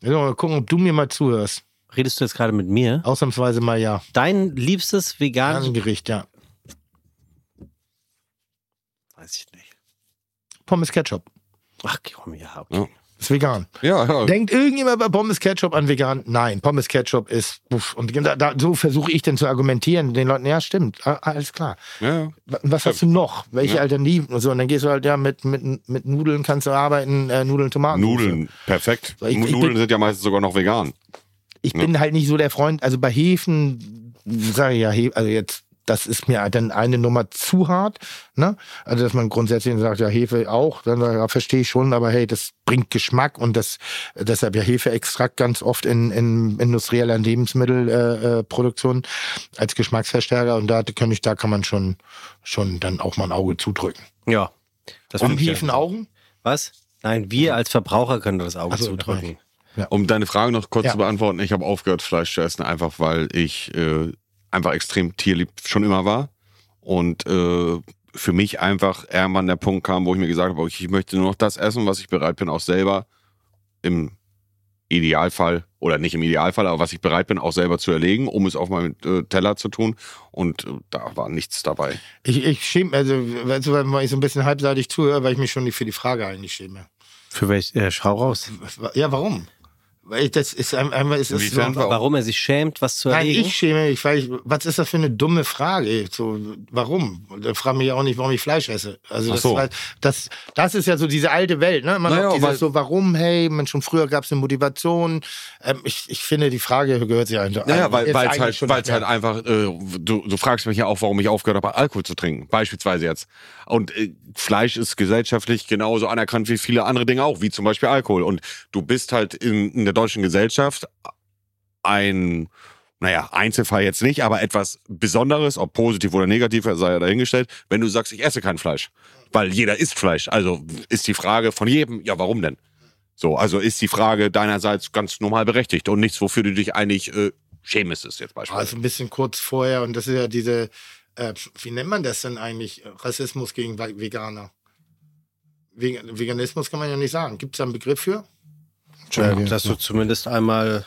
Wir sollen mal gucken, ob du mir mal zuhörst. Redest du jetzt gerade mit mir? Ausnahmsweise mal ja. Dein liebstes veganes. Also Ein Gericht, ja. Weiß ich nicht. Pommes Ketchup. Ach, komm, ja, okay. Ja. Ist vegan. Ja, ja. Denkt irgendjemand bei Pommes Ketchup an vegan? Nein, Pommes Ketchup ist. Uff. Und da, da, so versuche ich denn zu argumentieren. Den Leuten, ja, stimmt, a- alles klar. ja. ja. Wa- Was hast du noch? Welche Alternativen? Und, so, und dann gehst du halt, ja, mit, mit, mit Nudeln kannst du arbeiten, äh, Nudeln, Tomaten. Nudeln, perfekt. Ich- ich Nudeln bin- sind ja meistens sogar noch vegan. Ich bin halt nicht so der Freund, also bei Hefen, sage ich ja, He- also jetzt, das ist mir halt dann eine Nummer zu hart, ne? Also, dass man grundsätzlich sagt, ja, Hefe auch, dann sag ich, ja, verstehe ich schon, aber hey, das bringt Geschmack und das, deshalb ja Hefeextrakt ganz oft in, in industrieller Lebensmittelproduktion äh, Produktion als Geschmacksverstärker und da kann ich, da kann man schon, schon dann auch mal ein Auge zudrücken. Um Ja. Das Und finde ich Hefen ja. Augen? Was? Nein, wir als Verbraucher können das Auge Ach so, zudrücken. Um deine Frage noch kurz Ja. zu beantworten, ich habe aufgehört, Fleisch zu essen, einfach weil ich äh, einfach extrem tierlieb schon immer war. Und äh, für mich einfach irgendwann der Punkt kam, wo ich mir gesagt habe, okay, ich möchte nur noch das essen, was ich bereit bin, auch selber im Idealfall, oder nicht im Idealfall, aber was ich bereit bin, auch selber zu erlegen, um es auf meinem äh, Teller zu tun. Und äh, da war nichts dabei. Ich, ich schäme, also, weißt du, weil ich so ein bisschen halbseitig zuhöre, weil ich mich schon nicht für die Frage eigentlich schäme. Für welch? Äh, schau raus. Ja, warum? Weil ich, das ist ein- einmal ist es so, Inwiefern? Warum? Warum er sich schämt, was zu Nein, erlegen? ich schäme mich, weil ich, was ist das für eine dumme Frage? So, warum? Da frage mich ja auch nicht, warum ich Fleisch esse. Also Ach das, so. war- das, das ist ja so diese alte Welt, ne? Man Naja, hat weil- dieses so, warum, hey, man, schon früher gab es eine Motivation. Ähm, ich, ich finde, die Frage gehört sich einfach. Naja, weil jetzt es eigentlich halt, schon weil's nicht halt mehr. einfach, äh, du, du fragst mich ja auch, warum ich aufgehört habe, Alkohol zu trinken, beispielsweise jetzt. Und äh, Fleisch ist gesellschaftlich genauso anerkannt wie viele andere Dinge auch, wie zum Beispiel Alkohol. Und du bist halt in, in der deutschen Gesellschaft ein, naja, Einzelfall jetzt nicht, aber etwas Besonderes, ob positiv oder negativ, sei ja dahingestellt, wenn du sagst, ich esse kein Fleisch. Weil jeder isst Fleisch. Also ist die Frage von jedem, ja, warum denn? So, also ist die Frage deinerseits ganz normal berechtigt und nichts, wofür du dich eigentlich äh, schämest, ist jetzt Also beispielsweise. ein bisschen kurz vorher und das ist ja diese, äh, wie nennt man das denn eigentlich? Rassismus gegen Ve- Veganer. Vegan- Veganismus kann man ja nicht sagen. Gibt es da einen Begriff für? dass du zumindest einmal.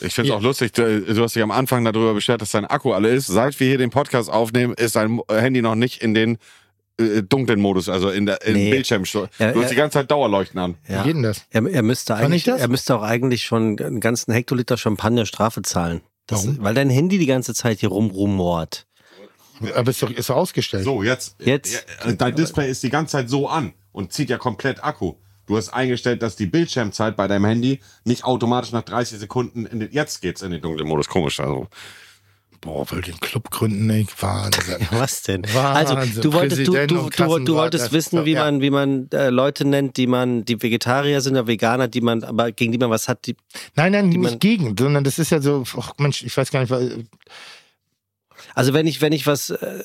Ich finde es auch lustig, du, du hast dich am Anfang darüber beschwert, dass dein Akku alle ist. Seit wir hier den Podcast aufnehmen, ist dein äh, Handy noch nicht in den äh, dunklen Modus, also in der in Nee. Bildschirm. Du Ja, hast ja. die ganze Zeit Dauerleuchten an. Wie geht denn das? Er, er müsste Kann ich eigentlich, das? er müsste auch eigentlich schon einen ganzen Hektoliter Champagner Strafe zahlen. Das, Warum? Weil dein Handy die ganze Zeit hier rumrumort. Aber ist doch ist doch ausgestellt. So, jetzt. Jetzt. Ja, also Dein Display ist die ganze Zeit so an und zieht ja komplett Akku. Du hast eingestellt, dass die Bildschirmzeit bei deinem Handy nicht automatisch nach 30 Sekunden in den. Jetzt geht's in den dunklen Modus. Komisch, also. Boah, will den Club gründen, ey. Wahnsinn. [laughs] Was denn? Wahnsinn. Also du wolltest, du, du, Präsident du, und du, du wolltest wissen, Kassenwart. wie Ja. man, wie man äh, Leute nennt, die man, die Vegetarier sind oder Veganer, die man, aber gegen die man was hat, die [laughs] Nein, nein, man- nicht gegen, sondern das ist ja so, ach Mensch, ich weiß gar nicht, weil- Also wenn ich, wenn ich was äh,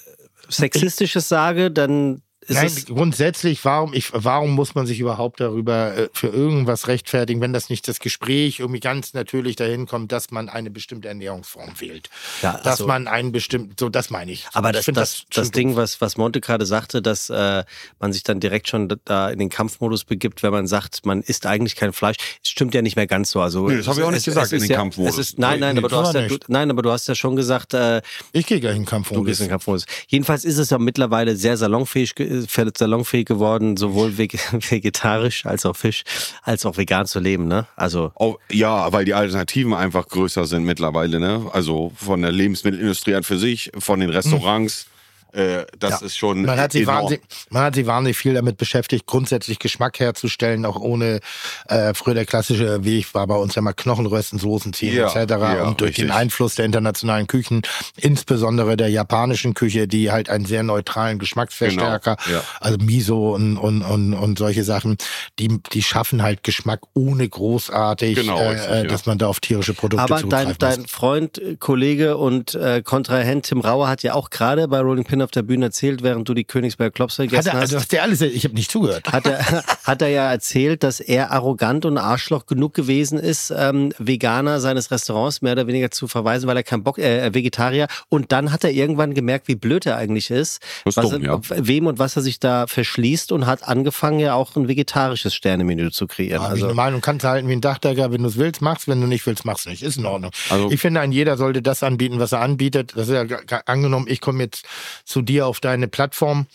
Sexistisches sage, dann ist nein, es. grundsätzlich, warum, ich, warum muss man sich überhaupt darüber äh, für irgendwas rechtfertigen, wenn das nicht das Gespräch irgendwie ganz natürlich dahin kommt, dass man eine bestimmte Ernährungsform wählt. Ja, dass also- man einen bestimmten, so, das meine ich. Aber Ich das, find das, schon das Ding, was, was Monte gerade sagte, dass äh, man sich dann direkt schon da in den Kampfmodus begibt, wenn man sagt, man isst eigentlich kein Fleisch, es stimmt ja nicht mehr ganz so. Also, Nee, das hab ich auch nicht gesagt, in ist den ja, Kampfmodus. Es ist, nein, nein, Nee, aber du nee, hast war ja, du, nicht. nein, aber du hast ja schon gesagt, äh, Ich gehe gleich in den Kampf du gehst in den Kampfmodus. Jedenfalls ist es ja mittlerweile sehr salonfähig, ge- äh, salonfähig geworden, sowohl vege- [laughs] vegetarisch als auch Fisch, als auch vegan zu leben. Ne? Also Au- ja, weil die Alternativen einfach größer sind mittlerweile, ne? Also von der Lebensmittelindustrie an für sich, von den Restaurants. Äh, das ist schon. Hm. Man hat, sich enorm. wahnsinnig, man hat sich wahnsinnig viel damit beschäftigt, grundsätzlich Geschmack herzustellen, auch ohne äh, früher der klassische Weg war bei uns ja mal Knochenrösten, Soßen ziehen Ja, etc. ja, und durch richtig. den Einfluss der internationalen Küchen, insbesondere der japanischen Küche, die halt einen sehr neutralen Geschmacksverstärker, Genau, ja. also Miso und, und, und, und solche Sachen, die, die schaffen halt Geschmack ohne großartig, Genau, äh, richtig, äh, ja. dass man da auf tierische Produkte um Aber dein, zurückgreifen dein muss. Freund, äh, Kollege und äh, Kontrahent Tim Rauer hat ja auch gerade bei Rolling Pin auf der Bühne erzählt, während du die Königsberger Klops Hat gegessen er, also, hast. was der alles, ich habe nicht zugehört. Hat er, [laughs] hat er ja erzählt, dass er arrogant und Arschloch genug gewesen ist, ähm, Veganer seines Restaurants mehr oder weniger zu verweisen, weil er keinen Bock, äh, Vegetarier. Und dann hat er irgendwann gemerkt, wie blöd er eigentlich ist, Das ist was dumm, er, ja. wem und was er sich da verschließt und hat angefangen, ja auch ein vegetarisches Sternemenü zu kreieren. Ja, also, also, eine Meinung kannst du halten wie ein Dachdecker. Wenn du es willst, machst. Wenn du nicht willst, machst nicht. Ist in Ordnung. Also- ich finde, ein jeder sollte das anbieten, was er anbietet. Das ist ja g- g- angenommen, ich komme jetzt zu dir auf deine Plattform.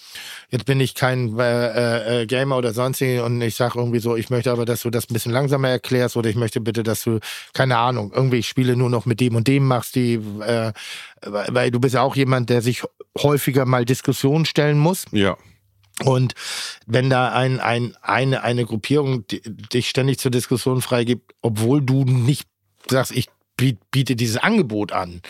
Jetzt bin ich kein äh, äh, Gamer oder sonstiges und ich sage irgendwie so, ich möchte aber, dass du das ein bisschen langsamer erklärst oder ich möchte bitte, dass du, keine Ahnung, irgendwie Spiele nur noch mit dem und dem machst, die, äh, weil du bist ja auch jemand, der sich häufiger mal Diskussionen stellen muss. Ja. Und wenn da ein, ein, eine, eine Gruppierung die- dich ständig zur Diskussion freigibt, obwohl du nicht sagst, ich biet- biete dieses Angebot an,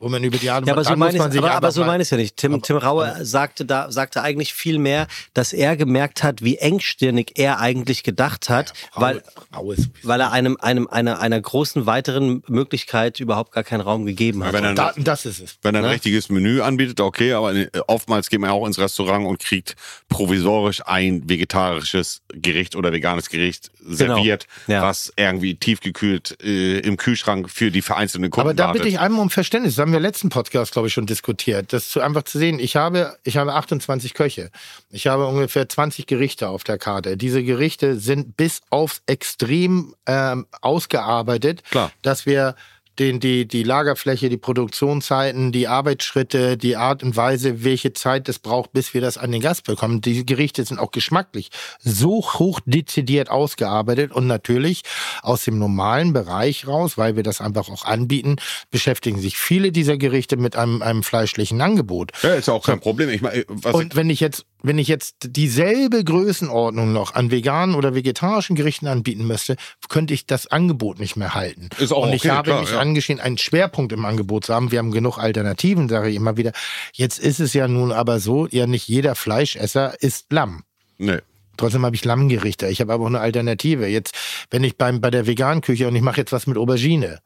wo man über die Art und Ja, aber so dann muss meine ich man sich aber, aber so mal- meine ich ja nicht. Tim, Tim Raue sagte da sagte eigentlich viel mehr, dass er gemerkt hat, wie engstirnig er eigentlich gedacht hat, weil Raue ist weil er einem einem einer einer großen weiteren Möglichkeit überhaupt gar keinen Raum gegeben hat. Wenn er, da, das ist es. wenn er ein ne? richtiges Menü anbietet, okay, aber äh, oftmals geht man ja auch ins Restaurant und kriegt provisorisch ein vegetarisches Gericht oder veganes Gericht Genau. serviert, Ja. was irgendwie tiefgekühlt äh, im Kühlschrank für die vereinzelten Kunden Aber da wartet. bitte ich einmal um Verständnis. Das haben wir im letzten Podcast, glaube ich, schon diskutiert. Das zu einfach zu sehen. Ich habe, ich habe 28 Köche. Ich habe ungefähr 20 Gerichte auf der Karte. Diese Gerichte sind bis aufs Extrem ähm, ausgearbeitet, Klar. dass wir den, die, die Lagerfläche, die Produktionszeiten, die Arbeitsschritte, die Art und Weise, welche Zeit es braucht, bis wir das an den Gast bekommen. Diese Gerichte sind auch geschmacklich so hoch dezidiert ausgearbeitet und natürlich aus dem normalen Bereich raus, weil wir das einfach auch anbieten, beschäftigen sich viele dieser Gerichte mit einem, einem fleischlichen Angebot. ja, ist ja auch kein Problem. Ich meine, äh, was Und wenn ich jetzt, wenn ich jetzt dieselbe Größenordnung noch an veganen oder vegetarischen Gerichten anbieten müsste, könnte ich das Angebot nicht mehr halten. Ist auch Und ich okay, habe klar, mich ja. angeschehen, einen Schwerpunkt im Angebot zu haben. Wir haben genug Alternativen, sage ich immer wieder. Jetzt ist es ja nun aber so, ja nicht jeder Fleischesser isst Lamm. nee. Trotzdem habe ich Lammgerichte. Ich habe aber auch eine Alternative. Jetzt, wenn ich beim, bei der veganen Küche und ich mache jetzt was mit Aubergine.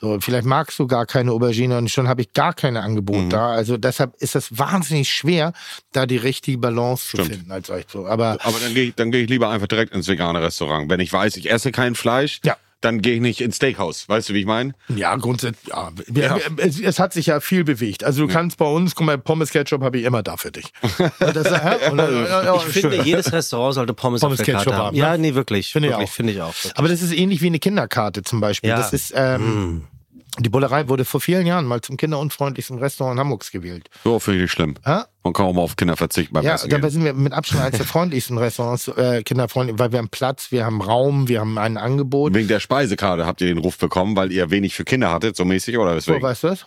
So, vielleicht magst du gar keine Aubergine und schon habe ich gar keine Angebot da. Also deshalb ist das wahnsinnig schwer, da die richtige Balance zu finden als euch so. Aber Aber dann gehe ich, dann gehe ich lieber einfach direkt ins vegane Restaurant. Wenn ich weiß, ich esse kein Fleisch, Ja. dann gehe ich nicht ins Steakhouse. Weißt du, wie ich meine? ja, grundsätzlich, ja, wir, Ja. Es, es hat sich ja viel bewegt. Also du kannst bei uns, guck mal, Pommes Ketchup habe ich immer da für dich. Und das, hä? [laughs] Und dann, ja, ja, ich finde, schön. jedes Restaurant sollte Pommes, Pommes auf der Karte Ketchup haben. haben, ne? Ja, nee, wirklich. Finde ich wirklich, auch. Finde ich auch. Aber das ist ähnlich wie eine Kinderkarte zum Beispiel. Ja. Das ist, ähm, die Bullerei wurde vor vielen Jahren mal zum kinderunfreundlichsten Restaurant Hamburgs gewählt. So finde ich schlimm. Hä? Man kann auch mal auf Kinder verzichten beim Ja, Essen. dabei Gehen. sind wir mit Abstand [laughs] eines der freundlichsten Restaurants, äh, kinderfreundlich, weil wir haben Platz, wir haben Raum, wir haben ein Angebot. Wegen der Speisekarte habt ihr den Ruf bekommen, weil ihr wenig für Kinder hattet, so mäßig oder So, deswegen. weißt du das?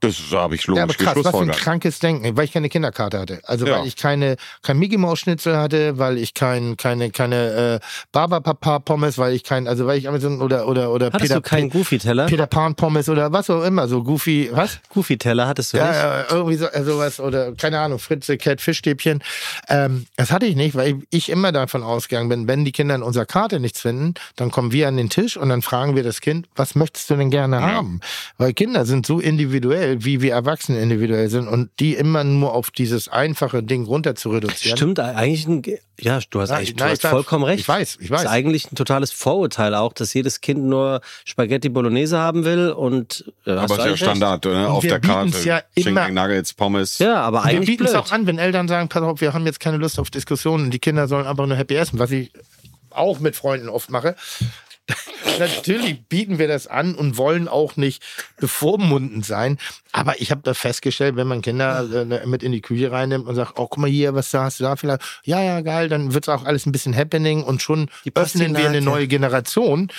das habe ich Ja, aber logisch krass, was für ein geschlussfolgert. krankes Denken, weil ich keine Kinderkarte hatte. Also Ja. weil ich keine kein Mickey Maus Schnitzel hatte, weil ich kein keine keine äh, Barberpapa Pommes, weil ich kein also weil ich einfach so ein- oder oder oder Hattest du keinen Goofy-Teller? Peter Pan Pommes oder was auch immer, so Goofy, was? Goofy-Teller hattest du Ja, nicht? ja, irgendwie so, äh, sowas oder keine Ahnung, Fritze, Cat, Fischstäbchen. Ähm, das hatte ich nicht, weil ich immer davon ausgegangen bin, wenn die Kinder in unserer Karte nichts finden, dann kommen wir an den Tisch und dann fragen wir das Kind, was möchtest du denn gerne haben? Weil Kinder sind so individuell, wie wir Erwachsene individuell sind und die immer nur auf dieses einfache Ding runter zu reduzieren. Stimmt, e-, eigentlich ein, Ge- ja, du hast, Nein, eigentlich, du nein, ich hast darf- vollkommen recht. ich weiß, ich weiß. Ist eigentlich ein totales Vorurteil auch, dass jedes Kind nur Spaghetti Bolognese haben will und äh, hast du Aber ist ja eigentlich recht. Standard, ne? Auf wir der Karte. bieten's ja Chicken immer- Nuggets, Pommes. Ja, aber Wir eigentlich bieten blöd. es auch an, wenn Eltern sagen, pass auf, wir haben jetzt keine Lust auf Diskussionen, die Kinder sollen einfach nur happy essen, was ich auch mit Freunden oft mache. [laughs] Natürlich bieten wir das an und wollen auch nicht bevormunden sein. Aber ich habe da festgestellt, wenn man Kinder äh, mit in die Küche reinnimmt und sagt, oh, guck mal hier, was da hast du da vielleicht? Ja, ja, geil, dann wird es auch alles ein bisschen happening und schon Die öffnen wir eine Pastinake. neue Generation,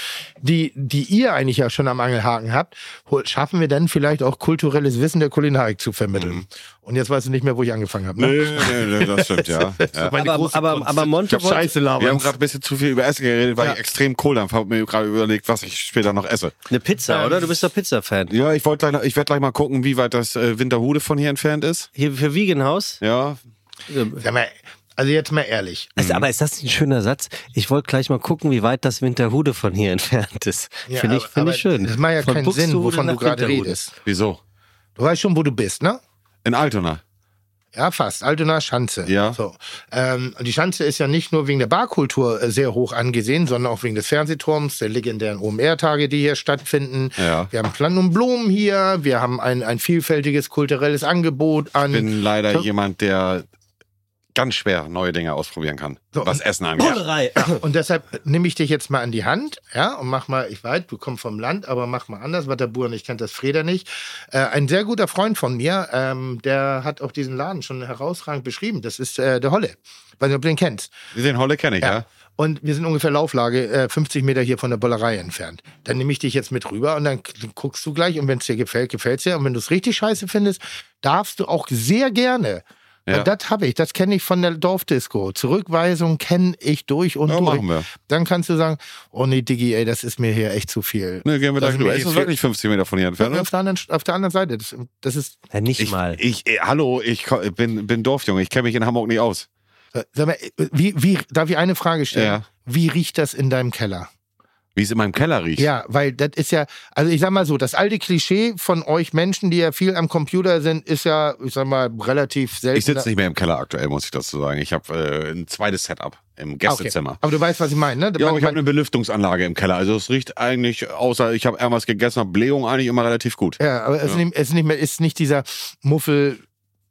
die, die ihr eigentlich ja schon am Angelhaken habt. Hol- Schaffen wir dann vielleicht auch kulturelles Wissen der Kulinarik zu vermitteln? Und jetzt weißt du nicht mehr, wo ich angefangen habe. Nee, Ne? nee, nee, das [laughs] stimmt, ja. ja. Meine aber, große aber, Kunst. aber Monte wollte, Scheiße Wir haben labern. gerade ein bisschen zu viel über Essen geredet, weil Ja. ich extrem cool habe. Ich habe mir gerade überlegt, was ich später noch esse. eine Ähm, Pizza, oder? Du bist doch Pizza-Fan. Ja, ich wollte gleich, ich werde gleich mal gucken, wie weit das äh, Winterhude von hier entfernt ist. Hier für Wiegenhaus. Ja, Sag mal, Also jetzt mal ehrlich. Mhm. Also, aber ist das nicht ein schöner Satz? Ich wollte gleich mal gucken, wie weit das Winterhude von hier [laughs] entfernt ist. Ja, Finde ich, aber- finde aber ich schön. Das macht ja Von keinen Sinn, Buxtehude wovon nach du gerade Winterhude. redest. wieso? Du weißt schon, wo du bist, ne? In Altona. Ja, fast. Altona Schanze. Ja. So. Ähm, und die Schanze ist ja nicht nur wegen der Barkultur äh, sehr hoch angesehen, sondern auch wegen des Fernsehturms, der legendären OMR-Tage, die hier stattfinden. Ja. Wir haben Plan und Blumen hier, wir haben ein, ein vielfältiges kulturelles Angebot an. bin leider Hm. So. jemand, der ganz schwer neue Dinge ausprobieren kann, So, was und- Essen angeht. Bullerei. Und deshalb nehme ich dich jetzt mal an die Hand, ja, und mach mal, ich weiß, du kommst vom Land, aber mach mal anders, was der Buhr nicht kennt, das Freder nicht. Äh, ein sehr guter Freund von mir, ähm, der hat auch diesen Laden schon herausragend beschrieben. Das ist äh, der Holle. Weiß nicht, ob du den kennst. Den Holle kenne ich, ja. Ja. Und wir sind ungefähr Lauflage äh, 50 Meter hier von der Bollerei entfernt. Dann nehme ich dich jetzt mit rüber und dann k- guckst du gleich. Und wenn es dir gefällt, gefällt es dir. Und wenn du es richtig scheiße findest, darfst du auch sehr gerne. Ja. Weil Das habe ich, das kenne ich von der Dorfdisco. Zurückweisung kenne ich durch und Ja, durch. machen wir. Dann kannst du sagen, oh nee, Diggi, ey, das ist mir hier echt zu viel. Ne, gehen wir Das da ist drüber. mir Ist das viel- wirklich 50 Meter von hier entfernt? Auf der anderen, auf der anderen Seite, das, das ist, Ja, nicht Ich, mal. ich, eh, hallo, ich ko- bin, bin Dorfjunge. Ich kenne mich in Hamburg nicht aus. äh, sag mal, wie, wie, darf ich eine Frage stellen? Ja. Wie riecht das in deinem Keller? Wie es in meinem Keller riecht. Ja, weil das ist ja, also ich sag mal so, das alte Klischee von euch Menschen, die ja viel am Computer sind, ist ja, ich sag mal, relativ selten. ne? Ich sitze nicht mehr im Keller aktuell, muss ich dazu sagen. Ich habe äh, ein zweites Setup im Ah, okay. Gästezimmer. Aber du weißt, was ich meine, ne? Ja, aber Man- ich habe man- eine Belüftungsanlage im Keller. Also es riecht eigentlich, außer ich habe irgendwas gegessen, habe Blähung eigentlich immer relativ gut. ja, aber es, Ja. Ist nicht, es ist nicht mehr, ist nicht dieser Muffel.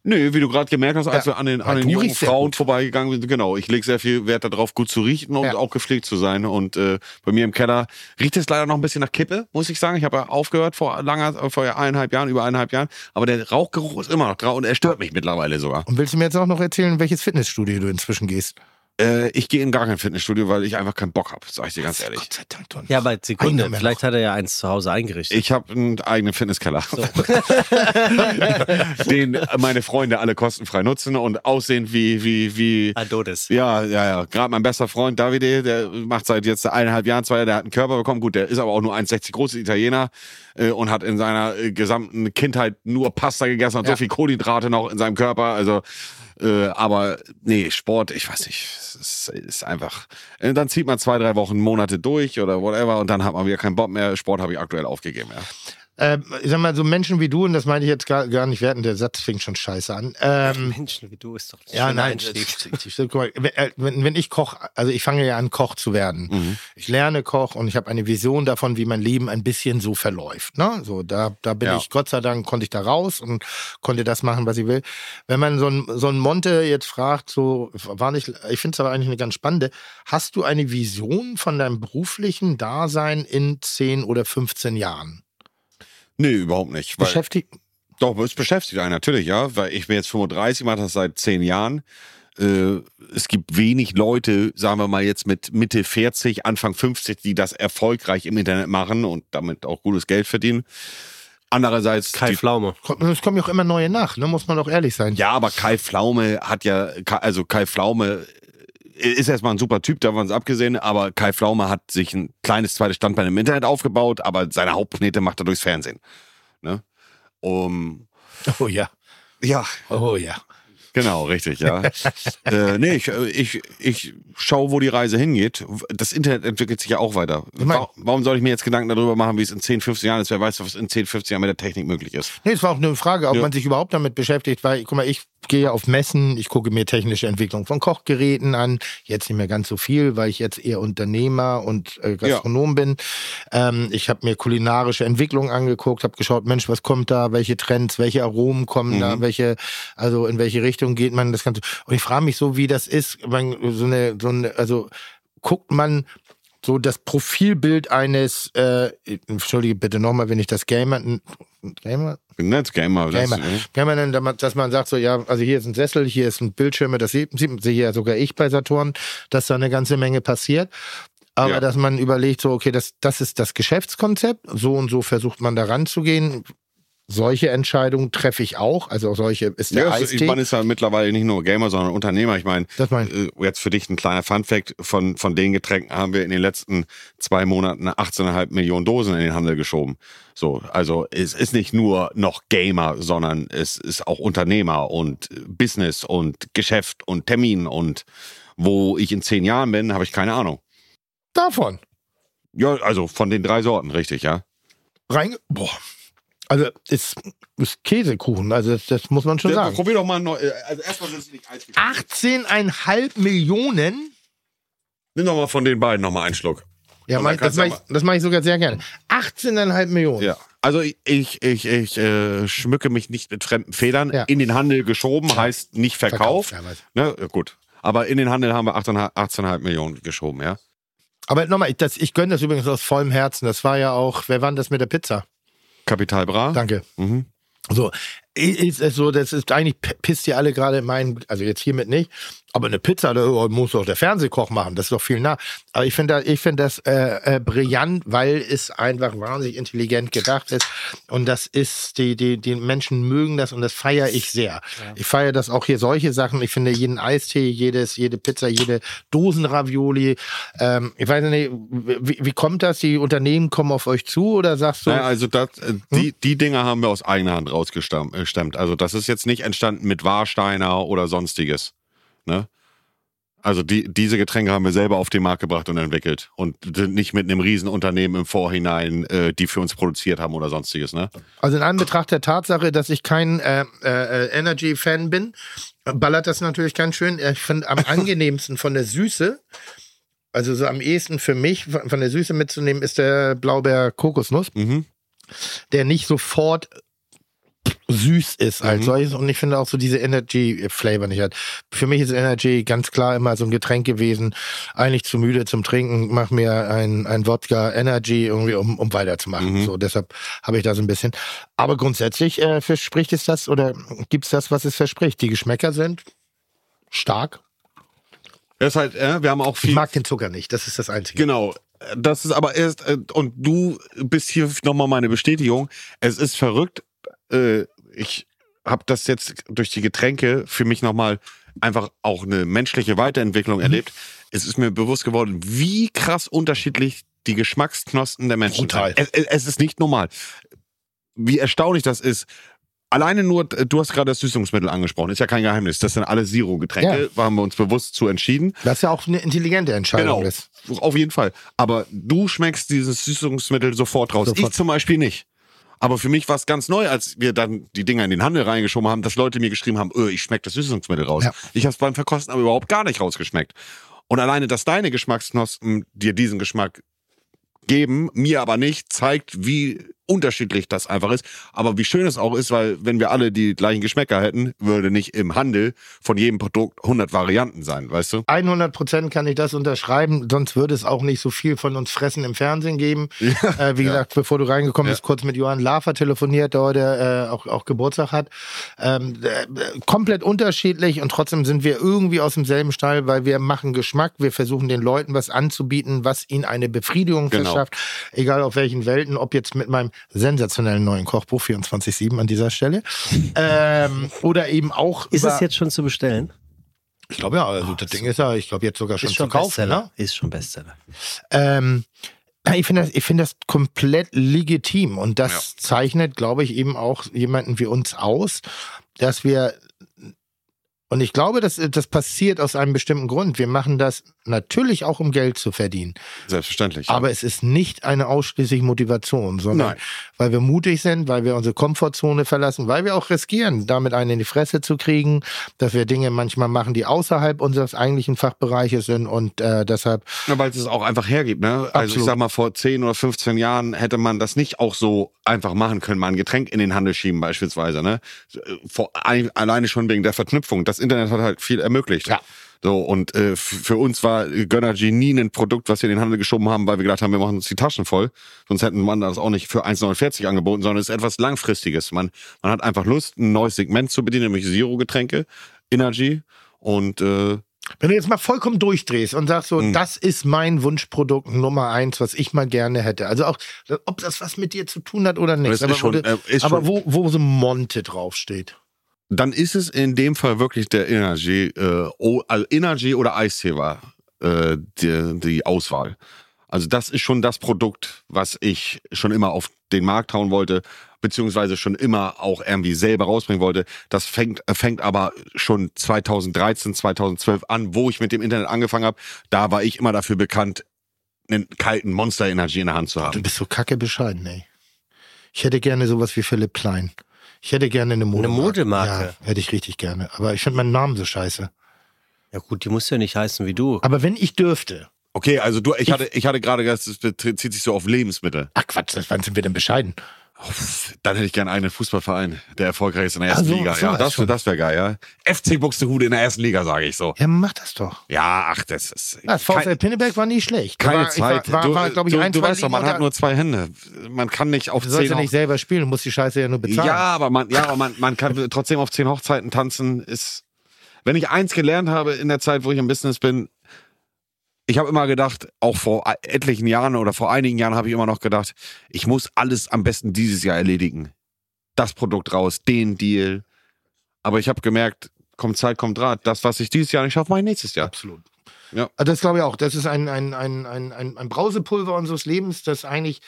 Nö, wie du gerade gemerkt hast, als Ja. wir an den, Ja, an den du jungen riechst sehr Frauen gut. vorbeigegangen sind, genau, ich lege sehr viel Wert darauf, gut zu riechen und Ja. auch gepflegt zu sein. Und äh, bei mir im Keller riecht es leider noch ein bisschen nach Kippe, muss ich sagen. Ich habe ja aufgehört vor langer, äh, vor eineinhalb Jahren, über eineinhalb Jahren. Aber der Rauchgeruch ist immer noch dran und er stört mich mittlerweile sogar. Und willst du mir jetzt auch noch erzählen, welches Fitnessstudio du inzwischen gehst? Äh, ich gehe in gar kein Fitnessstudio, weil ich einfach keinen Bock habe, sag ich dir ganz ehrlich. Gott sei Dank, Don. Ja, aber Sekunde, Einer mehr vielleicht hat er ja eins zu Hause eingerichtet. Ich habe einen eigenen Fitnesskeller, [laughs] den meine Freunde alle kostenfrei nutzen und aussehen wie, wie, wie Adonis. Ja, ja, ja. Gerade mein bester Freund Davide, der macht seit jetzt eineinhalb Jahren, zwei Jahre, der hat einen Körper bekommen. Gut, der ist aber auch nur 1,60 groß, ist Italiener äh, und hat in seiner äh, gesamten Kindheit nur Pasta gegessen, hat so Ja. viel Kohlenhydrate noch in seinem Körper. Also, äh, aber nee, Sport, ich weiß nicht, es ist, ist einfach. Äh, dann zieht man zwei, drei Wochen, Monate durch oder whatever und dann hat man wieder keinen Bock mehr. Sport habe ich aktuell aufgegeben, ja. Ähm, ich sag mal, so Menschen wie du, und das meine ich jetzt gar, gar nicht werten, der Satz fing schon scheiße an. Ähm, Menschen wie du ist doch ein Ja, schöner nein. Einstieg. Guck mal, wenn- äh, wenn, wenn ich Koch, also ich fange ja an, Koch zu werden. Mhm. Ich lerne Koch und ich habe eine Vision davon, wie mein Leben ein bisschen so verläuft. Ne? So, da, da bin Ja. ich, Gott sei Dank, konnte ich da raus und konnte das machen, was ich will. Wenn man so ein, so ein Monte jetzt fragt, so war nicht, ich finde es aber eigentlich eine ganz spannende, hast du eine Vision von deinem beruflichen Dasein in 10 oder 15 Jahren? Nee, überhaupt nicht. weil- Beschäftigt. Doch, es beschäftigt einen natürlich, ja, weil ich bin jetzt 35, mache das seit zehn Jahren. Äh, es gibt wenig Leute, sagen wir mal jetzt mit Mitte 40, Anfang 50, die das erfolgreich im Internet machen und damit auch gutes Geld verdienen. Andererseits, Kai die, Pflaume. Es kommen ja auch immer neue nach, ne? muss man doch ehrlich sein. ja, aber Kai Pflaume hat ja, Kai- also Kai Pflaume äh, ist erstmal ein super Typ, davon ist abgesehen, aber Kai Pflaume hat sich ein kleines zweites Standbein im Internet aufgebaut, aber seine Hauptknete macht er durchs Fernsehen. Ne? Um, Oh ja, ja, oh ja. Genau, [laughs] richtig, ja. äh, nee, ich, äh, ich, ich schaue, wo die Reise hingeht. Das Internet entwickelt sich ja auch weiter. mein- Wa- Warum soll ich mir jetzt Gedanken darüber machen, wie es in 10, 15 Jahren ist? Wer weiß, was in 10, 15 Jahren mit der Technik möglich ist. Nee, es war auch eine Frage, ob Ja. man sich überhaupt damit beschäftigt, weil, guck mal, ich gehe ja auf Messen, ich gucke mir technische Entwicklung von Kochgeräten an, jetzt nicht mehr ganz so viel, weil ich jetzt eher Unternehmer und äh, Gastronom bin. Ähm, ich habe mir kulinarische Entwicklung angeguckt, habe geschaut, Mensch, was kommt da, welche Trends, welche Aromen kommen da, welche, also in welche Richtung geht man das Ganze. Und ich frage mich so, wie das ist, man, so eine, so eine, also guckt man so das Profilbild eines, äh, entschuldige bitte nochmal, wenn ich das Gamer, Gamer, Netz Gamer. das- Gamer. Gamer nennen, da man- dass man sagt, so, ja, also hier ist ein Sessel, hier ist ein Bildschirme, das sieht, sieht sehe ja sogar ich bei Saturn, dass da eine ganze Menge passiert. Aber Ja. dass man überlegt, so, okay, das, das ist das Geschäftskonzept, so und so versucht man da ranzugehen. Solche Entscheidungen treffe ich auch, also auch solche ist der Ja, also, ich- Eistee. man ist ja mittlerweile nicht nur Gamer, sondern Unternehmer. Ich meine, Das mein- äh, jetzt für dich ein kleiner Funfact, von, von den Getränken haben wir in den letzten zwei Monaten 18,5 Millionen Dosen in den Handel geschoben. So, also es ist nicht nur noch Gamer, sondern es ist auch Unternehmer und äh, Business und Geschäft und Termin und wo ich in zehn Jahren bin, habe ich keine Ahnung. Davon. Ja, also von den drei Sorten, richtig, ja. Rein, boah. Also ist, ist Käsekuchen, also das, das muss man schon sagen. Probier doch mal neu. Also erstmal sind es nicht eins. Ah. 18,5 Millionen Nimm doch mal von den beiden nochmal einen Schluck. Ja, Und mach, dann ich- das kannst du mache ich, das mach ich sogar sehr gerne. 18,5 Millionen. Ja. Also ich, ich, ich, ich äh, schmücke mich nicht mit fremden Federn. Ja. In den Handel geschoben heißt nicht verkauft. teilweise. Ne? Ja, gut. Aber in den Handel haben wir 8,5 18,5 Millionen geschoben, ja. Aber nochmal, ich, das- ich gönne das übrigens aus vollem Herzen. Das war ja auch, wer war denn das mit der Pizza? Kapital Bra. Danke. Mhm. So, ist es so, das ist eigentlich p- pisst ihr alle gerade in meinen, also jetzt hiermit nicht, aber eine Pizza, da oh, muss doch der Fernsehkoch machen, das ist doch viel nah. Aber ich finde da- ich finde das äh, äh, brillant, weil es einfach wahnsinnig intelligent gedacht ist und das ist, die, die, die Menschen mögen das und das feiere ich sehr. Ich feiere das auch hier, solche Sachen, ich finde jeden Eistee, jedes, jede Pizza, jede Dosenravioli, ähm, ich weiß nicht, wie, wie kommt das, die Unternehmen kommen auf euch zu oder sagst du, Naja, also das, äh, Hm? die, die Dinger haben wir aus eigener Hand rausgestammt. äh, stammt. Also das ist jetzt nicht entstanden mit Warsteiner oder sonstiges. Ne? Also die, diese Getränke haben wir selber auf den Markt gebracht und entwickelt und sind nicht mit einem Riesenunternehmen im Vorhinein, äh, die für uns produziert haben oder sonstiges. Ne? Also in Anbetracht der Tatsache, dass ich kein äh, äh, Energy-Fan bin, ballert das natürlich ganz schön. Ich finde am angenehmsten von der Süße, also so am ehesten für mich, von von der Süße mitzunehmen, ist der Blaubeer-Kokosnuss, Mhm. der nicht sofort süß ist Mhm. als solches und ich finde auch so diese Energy-Flavor nicht hat. Für mich ist Energy ganz klar immer so ein Getränk gewesen, eigentlich zu müde zum Trinken, mach mir ein, ein Wodka Energy irgendwie, um, um weiterzumachen. Mhm. So, deshalb habe ich da so ein bisschen. Aber grundsätzlich äh, verspricht es das oder gibt es das, was es verspricht? Die Geschmäcker sind stark. Das ist halt, äh, wir haben auch Ich viel mag den Zucker nicht, das ist das Einzige. Genau. Das ist aber erst, äh, und du bist hier nochmal meine Bestätigung. Es ist verrückt. Äh, Ich habe das jetzt durch die Getränke für mich nochmal einfach auch eine menschliche Weiterentwicklung erlebt. Es ist mir bewusst geworden, wie krass unterschiedlich die Geschmacksknospen der Menschen Brutal. sind. Es, es ist nicht normal. Wie erstaunlich das ist. Alleine nur, äh, du hast gerade das Süßungsmittel angesprochen, ist ja kein Geheimnis. Das sind alle Zero-Getränke, haben wir uns bewusst zu entschieden. Das ist ja auch eine intelligente Entscheidung. Genau. Ist. Auf jeden Fall. Aber du schmeckst dieses Süßungsmittel sofort raus. Sofort. Ich zum Beispiel nicht. Aber für mich war es ganz neu, als wir dann die Dinger in den Handel reingeschoben haben, dass Leute mir geschrieben haben, öh, ich schmecke das Süßungsmittel raus. Ja. Ich habe es beim Verkosten aber überhaupt gar nicht rausgeschmeckt. Und alleine, dass deine Geschmacksknospen dir diesen Geschmack geben, mir aber nicht, zeigt, wie unterschiedlich das einfach ist. Aber wie schön es auch ist, weil wenn wir alle die gleichen Geschmäcker hätten, würde nicht im Handel von jedem Produkt 100 Varianten sein, weißt du? 100 Prozent kann ich das unterschreiben, sonst würde es auch nicht so viel von uns Fressen im Fernsehen geben. Äh, wie gesagt, bevor du reingekommen bist, kurz mit Johann Lafer telefoniert, der heute äh, auch, auch Geburtstag hat. Ähm, äh, äh, komplett unterschiedlich und trotzdem sind wir irgendwie aus demselben Stall, weil wir machen Geschmack, wir versuchen den Leuten was anzubieten, was ihnen eine Befriedigung Genau. verschafft, egal auf welchen Welten, ob jetzt mit meinem sensationellen neuen Kochbuch 24-7 an dieser Stelle ähm, oder eben auch Ist über, es jetzt schon zu bestellen? ich glaube ja, also das Ding ist ja, ich glaube jetzt sogar schon, Ah, ist schon zu kaufen, Bestseller. ne? Ist schon Bestseller. Ähm, [clears throat] ich finde das, ich finde das komplett legitim und das zeichnet, glaube ich, eben auch jemanden wie uns aus, dass wir und ich glaube, das, das passiert aus einem bestimmten Grund. Wir machen das natürlich auch, um Geld zu verdienen. Selbstverständlich. Aber es ist nicht eine ausschließliche Motivation, sondern Nein. weil wir mutig sind, weil wir unsere Komfortzone verlassen, weil wir auch riskieren, damit einen in die Fresse zu kriegen, dass wir Dinge manchmal machen, die außerhalb unseres eigentlichen Fachbereiches sind und äh, deshalb Na, weil es es auch einfach hergibt, ne? Also ich Absolut. sag mal, vor 10 oder 15 Jahren hätte man das nicht auch so einfach machen können, mal ein Getränk in den Handel schieben beispielsweise, ne? Vor, ein, alleine schon wegen der Verknüpfung. Das Internet hat halt viel ermöglicht. Ja. So, und äh, f- für uns war Gönnergy nie ein Produkt, was wir in den Handel geschoben haben, weil wir gedacht haben, wir machen uns die Taschen voll. Sonst hätten man das auch nicht für 1,49 angeboten, sondern es ist etwas Langfristiges. Man, man hat einfach Lust, ein neues Segment zu bedienen, nämlich Zero-Getränke, Energy und äh, Wenn du jetzt mal vollkommen durchdrehst und sagst Hm. so, das ist mein Wunschprodukt Nummer eins, was ich mal gerne hätte. Also auch, ob das was mit dir zu tun hat oder nicht. Das ist aber schon- wo, äh, du- ist aber schon- wo, wo so Monte draufsteht. dann ist es in dem Fall wirklich der Energy, äh, o, also Energy oder Eistee war äh, die, die Auswahl. Also das ist schon das Produkt, was ich schon immer auf den Markt hauen wollte, beziehungsweise schon immer auch irgendwie selber rausbringen wollte. Das fängt, äh, fängt aber schon 2013, 2012 an, wo ich mit dem Internet angefangen habe. Da war ich immer dafür bekannt, einen kalten Monster Energy in der Hand zu Du haben. Ah, bist so kacke bescheiden, ey. Ich hätte gerne sowas wie Philipp Klein. Ich hätte gerne eine Modemarke. Modemarke. Ja, hätte ich richtig gerne. Aber ich finde meinen Namen so scheiße. Ja gut, die muss ja nicht heißen wie du. Aber wenn ich dürfte. Okay, also du, ich hatte, ich hatte gerade, gedacht, das bezieht sich so auf Lebensmittel. Ach Quatsch, das wann sind wir denn bescheiden? Dann hätte ich gern einen Fußballverein, der erfolgreich ist in der Ach ersten so, Liga. Also, so ja, was das, schon. das wäre geil, ja. FC Buxtehude in der ersten Liga, sage ich so. Ja, mach das doch. Ja, ach, das ist. Das VfL Pinneberg war nie schlecht. keine war, ich Zeit. War, war, du war, glaub ich, du, ein, du zwei weißt doch, man Ligen hat unter- nur zwei Hände. Man kann nicht auf Du sollst zehn. ja Hoch- nicht selber spielen, du musst die Scheiße ja nur bezahlen. ja, aber man, ja, aber man, man kann trotzdem auf zehn Hochzeiten tanzen. Ist, wenn ich eins gelernt habe in der Zeit, wo ich im Business bin, ich habe immer gedacht, auch vor e, etlichen Jahren oder vor einigen Jahren habe ich immer noch gedacht, ich muss alles am besten dieses Jahr erledigen. Das Produkt raus, den Deal. Aber ich habe gemerkt, kommt Zeit, kommt Rat. Das, was ich dieses Jahr nicht schaffe, mache ich nächstes Jahr. Absolut. Ja. Also das glaube ich auch. Das ist ein, ein, ein, ein, ein, ein Brausepulver unseres Lebens, das eigentlich,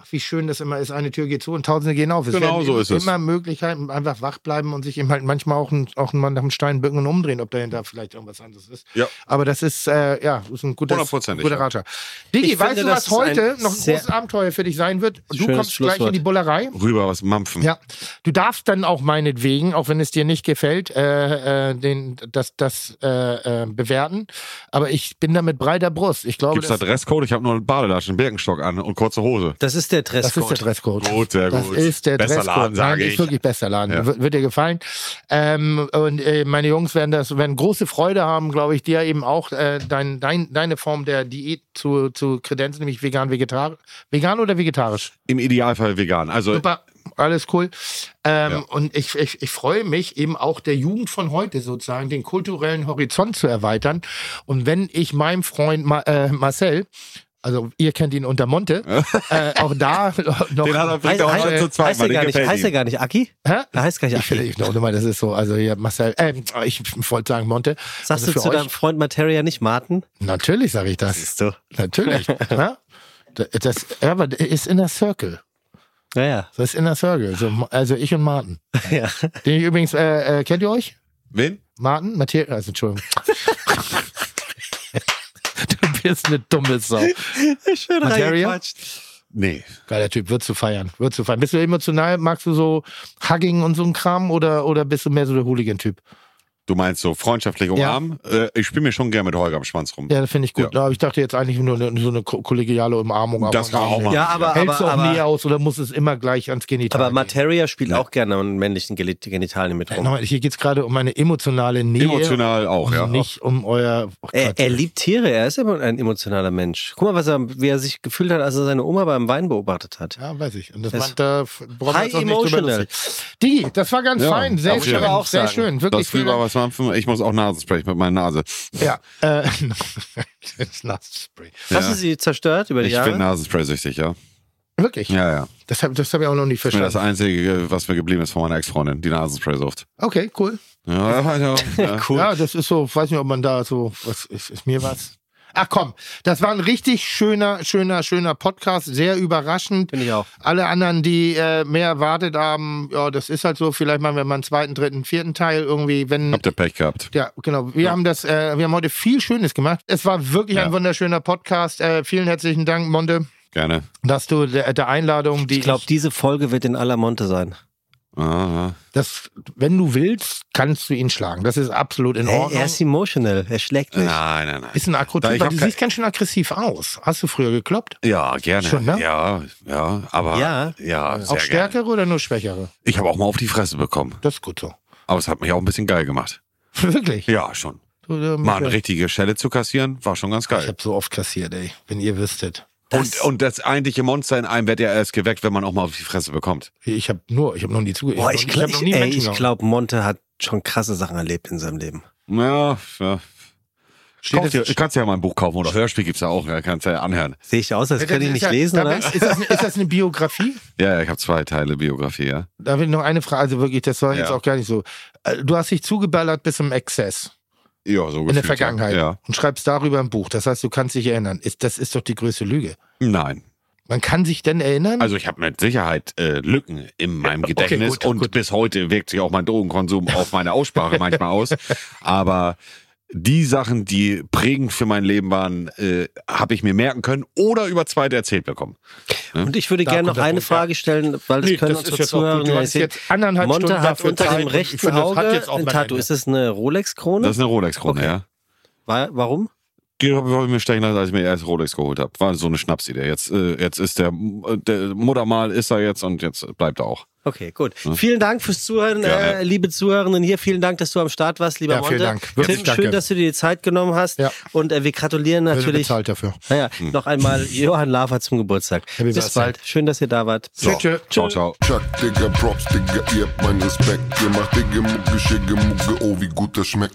ach, wie schön das immer ist, eine Tür geht zu und Tausende gehen auf. Es Genau werden so ist es. Immer Möglichkeiten, einfach wach bleiben und sich eben halt manchmal auch, ein, auch mal nach dem Stein bücken und umdrehen, ob dahinter vielleicht irgendwas anderes ist. Ja. Aber das ist, äh, ja, ist ein guter, Hundertprozentig, guter ja. Ratscher. Digi, Ich weißt finde, du, das was ist ein heute noch ein sehr- großes Abenteuer für dich sein wird? Du Schönes kommst gleich in die Schlusswort. Bullerei. Rüber was mampfen. Ja, du darfst dann auch meinetwegen, auch wenn es dir nicht gefällt, äh, äh, den, das, das äh, äh, bewerten. Aber ich bin da mit breiter Brust. Ich glaube, Gibt es da das, Dresscode? Ich habe nur einen Badelatschen, einen Birkenstock an und kurze Hose. Das ist der das ist der Dresscode. Dresscode. Gut, sehr Das gut. ist der Besser Dresscode. Laden, Nein, sage ist ich. wirklich bester Laden. Ja. Wird, wird dir gefallen. Ähm, und äh, meine Jungs werden das, werden große Freude haben, glaube ich, dir eben auch äh, dein, dein, deine Form der Diät zu, zu kredenzen, nämlich vegan, vegetarisch. Vegan oder vegetarisch? Im Idealfall vegan. Also Super, alles cool. Ähm, Ja. Und ich, ich, ich freue mich eben auch der Jugend von heute sozusagen, den kulturellen Horizont zu erweitern. Und wenn ich meinem Freund Ma äh, Marcel, also ihr kennt ihn unter Monte, äh, auch [laughs] da noch. den hat er bringt er auch Heißt- schon zu zweit. heißt er Mal. gar Den nicht, gefällt heißt er ihm. gar nicht Aki? Hä? Er heißt gar nicht ich finde, Aki. ich glaube immer, das ist so. Also hier Marcel, äh, ich wollte sagen Monte. Sagst also du für zu euch- deinem Freund Materia nicht Martin? Natürlich sage ich das. du. Natürlich. [laughs] ja? Das, das, ja, aber der ist in der Circle. Naja. Das ist in der Circle. So, also ich und Martin. Ja. Den ich übrigens, äh, äh, kennt ihr euch? Wen? Martin, Materia, also Entschuldigung. [laughs] du bist eine dumme Sau. [laughs] Schön Materia? Nee. Geiler Typ, wird zu feiern, wird zu feiern. Bist du emotional, magst du so Hugging und so ein Kram oder, oder bist du mehr so der Hooligan-Typ? Du meinst so freundschaftlich umarmen? Äh, ich spiele mir schon gern mit Holger am Schwanz rum. Ja, das finde ich gut. Ja. Aber ich dachte jetzt eigentlich nur ne- so eine ko- kollegiale Umarmung. aber Das kann auch mal. Ja, aber, Hältst aber, du auch nie aber, aus oder muss es immer gleich ans Genital aber gehen? Materia spielt auch gerne an männlichen Geni- Genitalien mit Äh, rum. nochmal, Hier geht es gerade um eine emotionale Nähe. Emotional auch, und ja. Nicht um euer... Oh Er, Gott. er liebt Tiere, er ist immer ein emotionaler Mensch. Guck mal, was er, wie er sich gefühlt hat, als er seine Oma beim Wein beobachtet hat. Ja, weiß ich. Und das Das- meint, da f- brauchen wir High jetzt auch nicht drüber emotional. lustig. Digi, das war ganz Ja, fein. Sehr darf ich schön. aber auch sehr sagen. schön. Wirklich. Das vielen früher Dank. was mampfen. Ich muss auch Nasenspray mit meiner Nase. Ja. Äh, [laughs] das Nasenspray. Hast Ja. du sie zerstört über die Ich bin Jahre? Nasenspray süchtig, ja. Wirklich? Ja, ja. Das habe das hab ich auch noch nie Das ist mir das verstanden. Einzige, was mir geblieben ist von meiner Ex-Freundin, die Nasenspray-Sucht. Okay, cool. Ja, [laughs] ja, ja. Cool. Ja, das ist so, weiß nicht, ob man da so, was ist, ist mir was? Ach komm, das war ein richtig schöner, schöner, schöner Podcast, sehr überraschend. Finde ich auch. Alle anderen, die äh, mehr erwartet haben, ja, das ist halt so, vielleicht machen wir mal einen zweiten, dritten, vierten Teil irgendwie, wenn Habt ihr Pech gehabt. Ja, genau. Wir haben das, äh, wir haben heute viel Schönes gemacht. Es war wirklich Ja. ein wunderschöner Podcast. Äh, vielen herzlichen Dank, Monte, Gerne. dass du der, der Einladung, die Ich glaube, diese Folge wird in aller Monte sein. Ah, das, wenn du willst, kannst du ihn schlagen. Das ist absolut in Hey, Ordnung. er ist emotional, er schlägt ja. mich. Nein, nein, nein. ist ein Da, ich Akrotyp, aber hab du kein- siehst ganz schön aggressiv aus. Hast du früher gekloppt? Ja, gerne. Schon, ne? Ja, ja, aber Ja. ja Auch sehr gerne. stärkere oder nur schwächere? Ich habe auch mal auf die Fresse bekommen. Das ist gut so. [laughs] Aber es hat mich auch ein bisschen geil gemacht. Wirklich. Ja, schon. Du, äh, Mal eine richtige Schelle zu kassieren, war schon ganz ich geil. habe so oft kassiert, ey, wenn ihr wüsstet. Und, und das eigentliche Monster in einem wird ja erst geweckt, wenn man auch mal auf die Fresse bekommt. Ich habe nur, ich habe noch nie zugehört. Boah, ich, hab noch- glaub- hab noch ich, nie ey, Menschen ich gehauen. glaube, Monte hat schon krasse Sachen erlebt in seinem Leben. Ja, ja. Steht Kauf das- dir, kannst ja mal ein Buch kaufen oder Hörspiel gibt's ja auch, ja, kannst ja anhören. Sehe ich aus, als könnte ich Ist nicht ja- lesen, da oder? bin- Ist das, ist das eine Biografie? Ja, ja, ich habe zwei Teile Biografie, ja. Da will ich noch eine Frage, also wirklich, das war jetzt Ja. auch gar nicht so. Äh, Du hast dich zugeballert bis zum Exzess Ja, so in der gefühlt, Vergangenheit Ja. ja. und schreibst darüber ein Buch. Das heißt, du kannst dich erinnern. Ist, das ist doch die größte Lüge. Nein. Man kann sich denn erinnern? Also ich habe mit Sicherheit äh, Lücken in meinem Gedächtnis gut, und bis heute wirkt sich auch mein Drogenkonsum auf meine Aussprache manchmal [laughs] aus. Aber die Sachen, die prägend für mein Leben waren, äh, habe ich mir merken können oder über zweite erzählt bekommen. Und ich würde Da gerne noch kommt der eine Punkt, Frage stellen, weil das Nee, können das ist unsere jetzt auch gut. Zuhörer Du ja hast sehen. jetzt anderthalb Monte Stunden hat dafür unter Zeit dem und ich rechten finde, das hat Auge jetzt auch ein mal Tattoo. Ende. Ist das eine Das Rolex-Krone? ist eine Rolex-Krone, Okay. ja. Wa- Warum? habe mir stechen lassen, als ich mir erst Rolex geholt habe. War so eine Schnapsidee. Jetzt, äh, jetzt ist der, der Muttermal ist er jetzt und jetzt bleibt er auch. Okay, gut. Vielen Dank fürs Zuhören, Gerne. äh, liebe Zuhörenden hier. Vielen Dank, dass du am Start warst, lieber Ja, Monte. vielen Dank. Wirklich Tim, danke. schön, dass du dir die Zeit genommen hast. Ja. Und äh, wir gratulieren Werde natürlich bezahlt dafür. naja, noch einmal Johann Lafer zum Geburtstag. Happy Bis Birthday. bald. Schön, dass ihr da wart. Tschüss. tschüss. Ciao, ciao. Chuck, Digga, Props, Digga, ihr habt meinen Respekt. Ihr macht Digga, Mucke, Schicke, Mucke, oh, wie gut das schmeckt.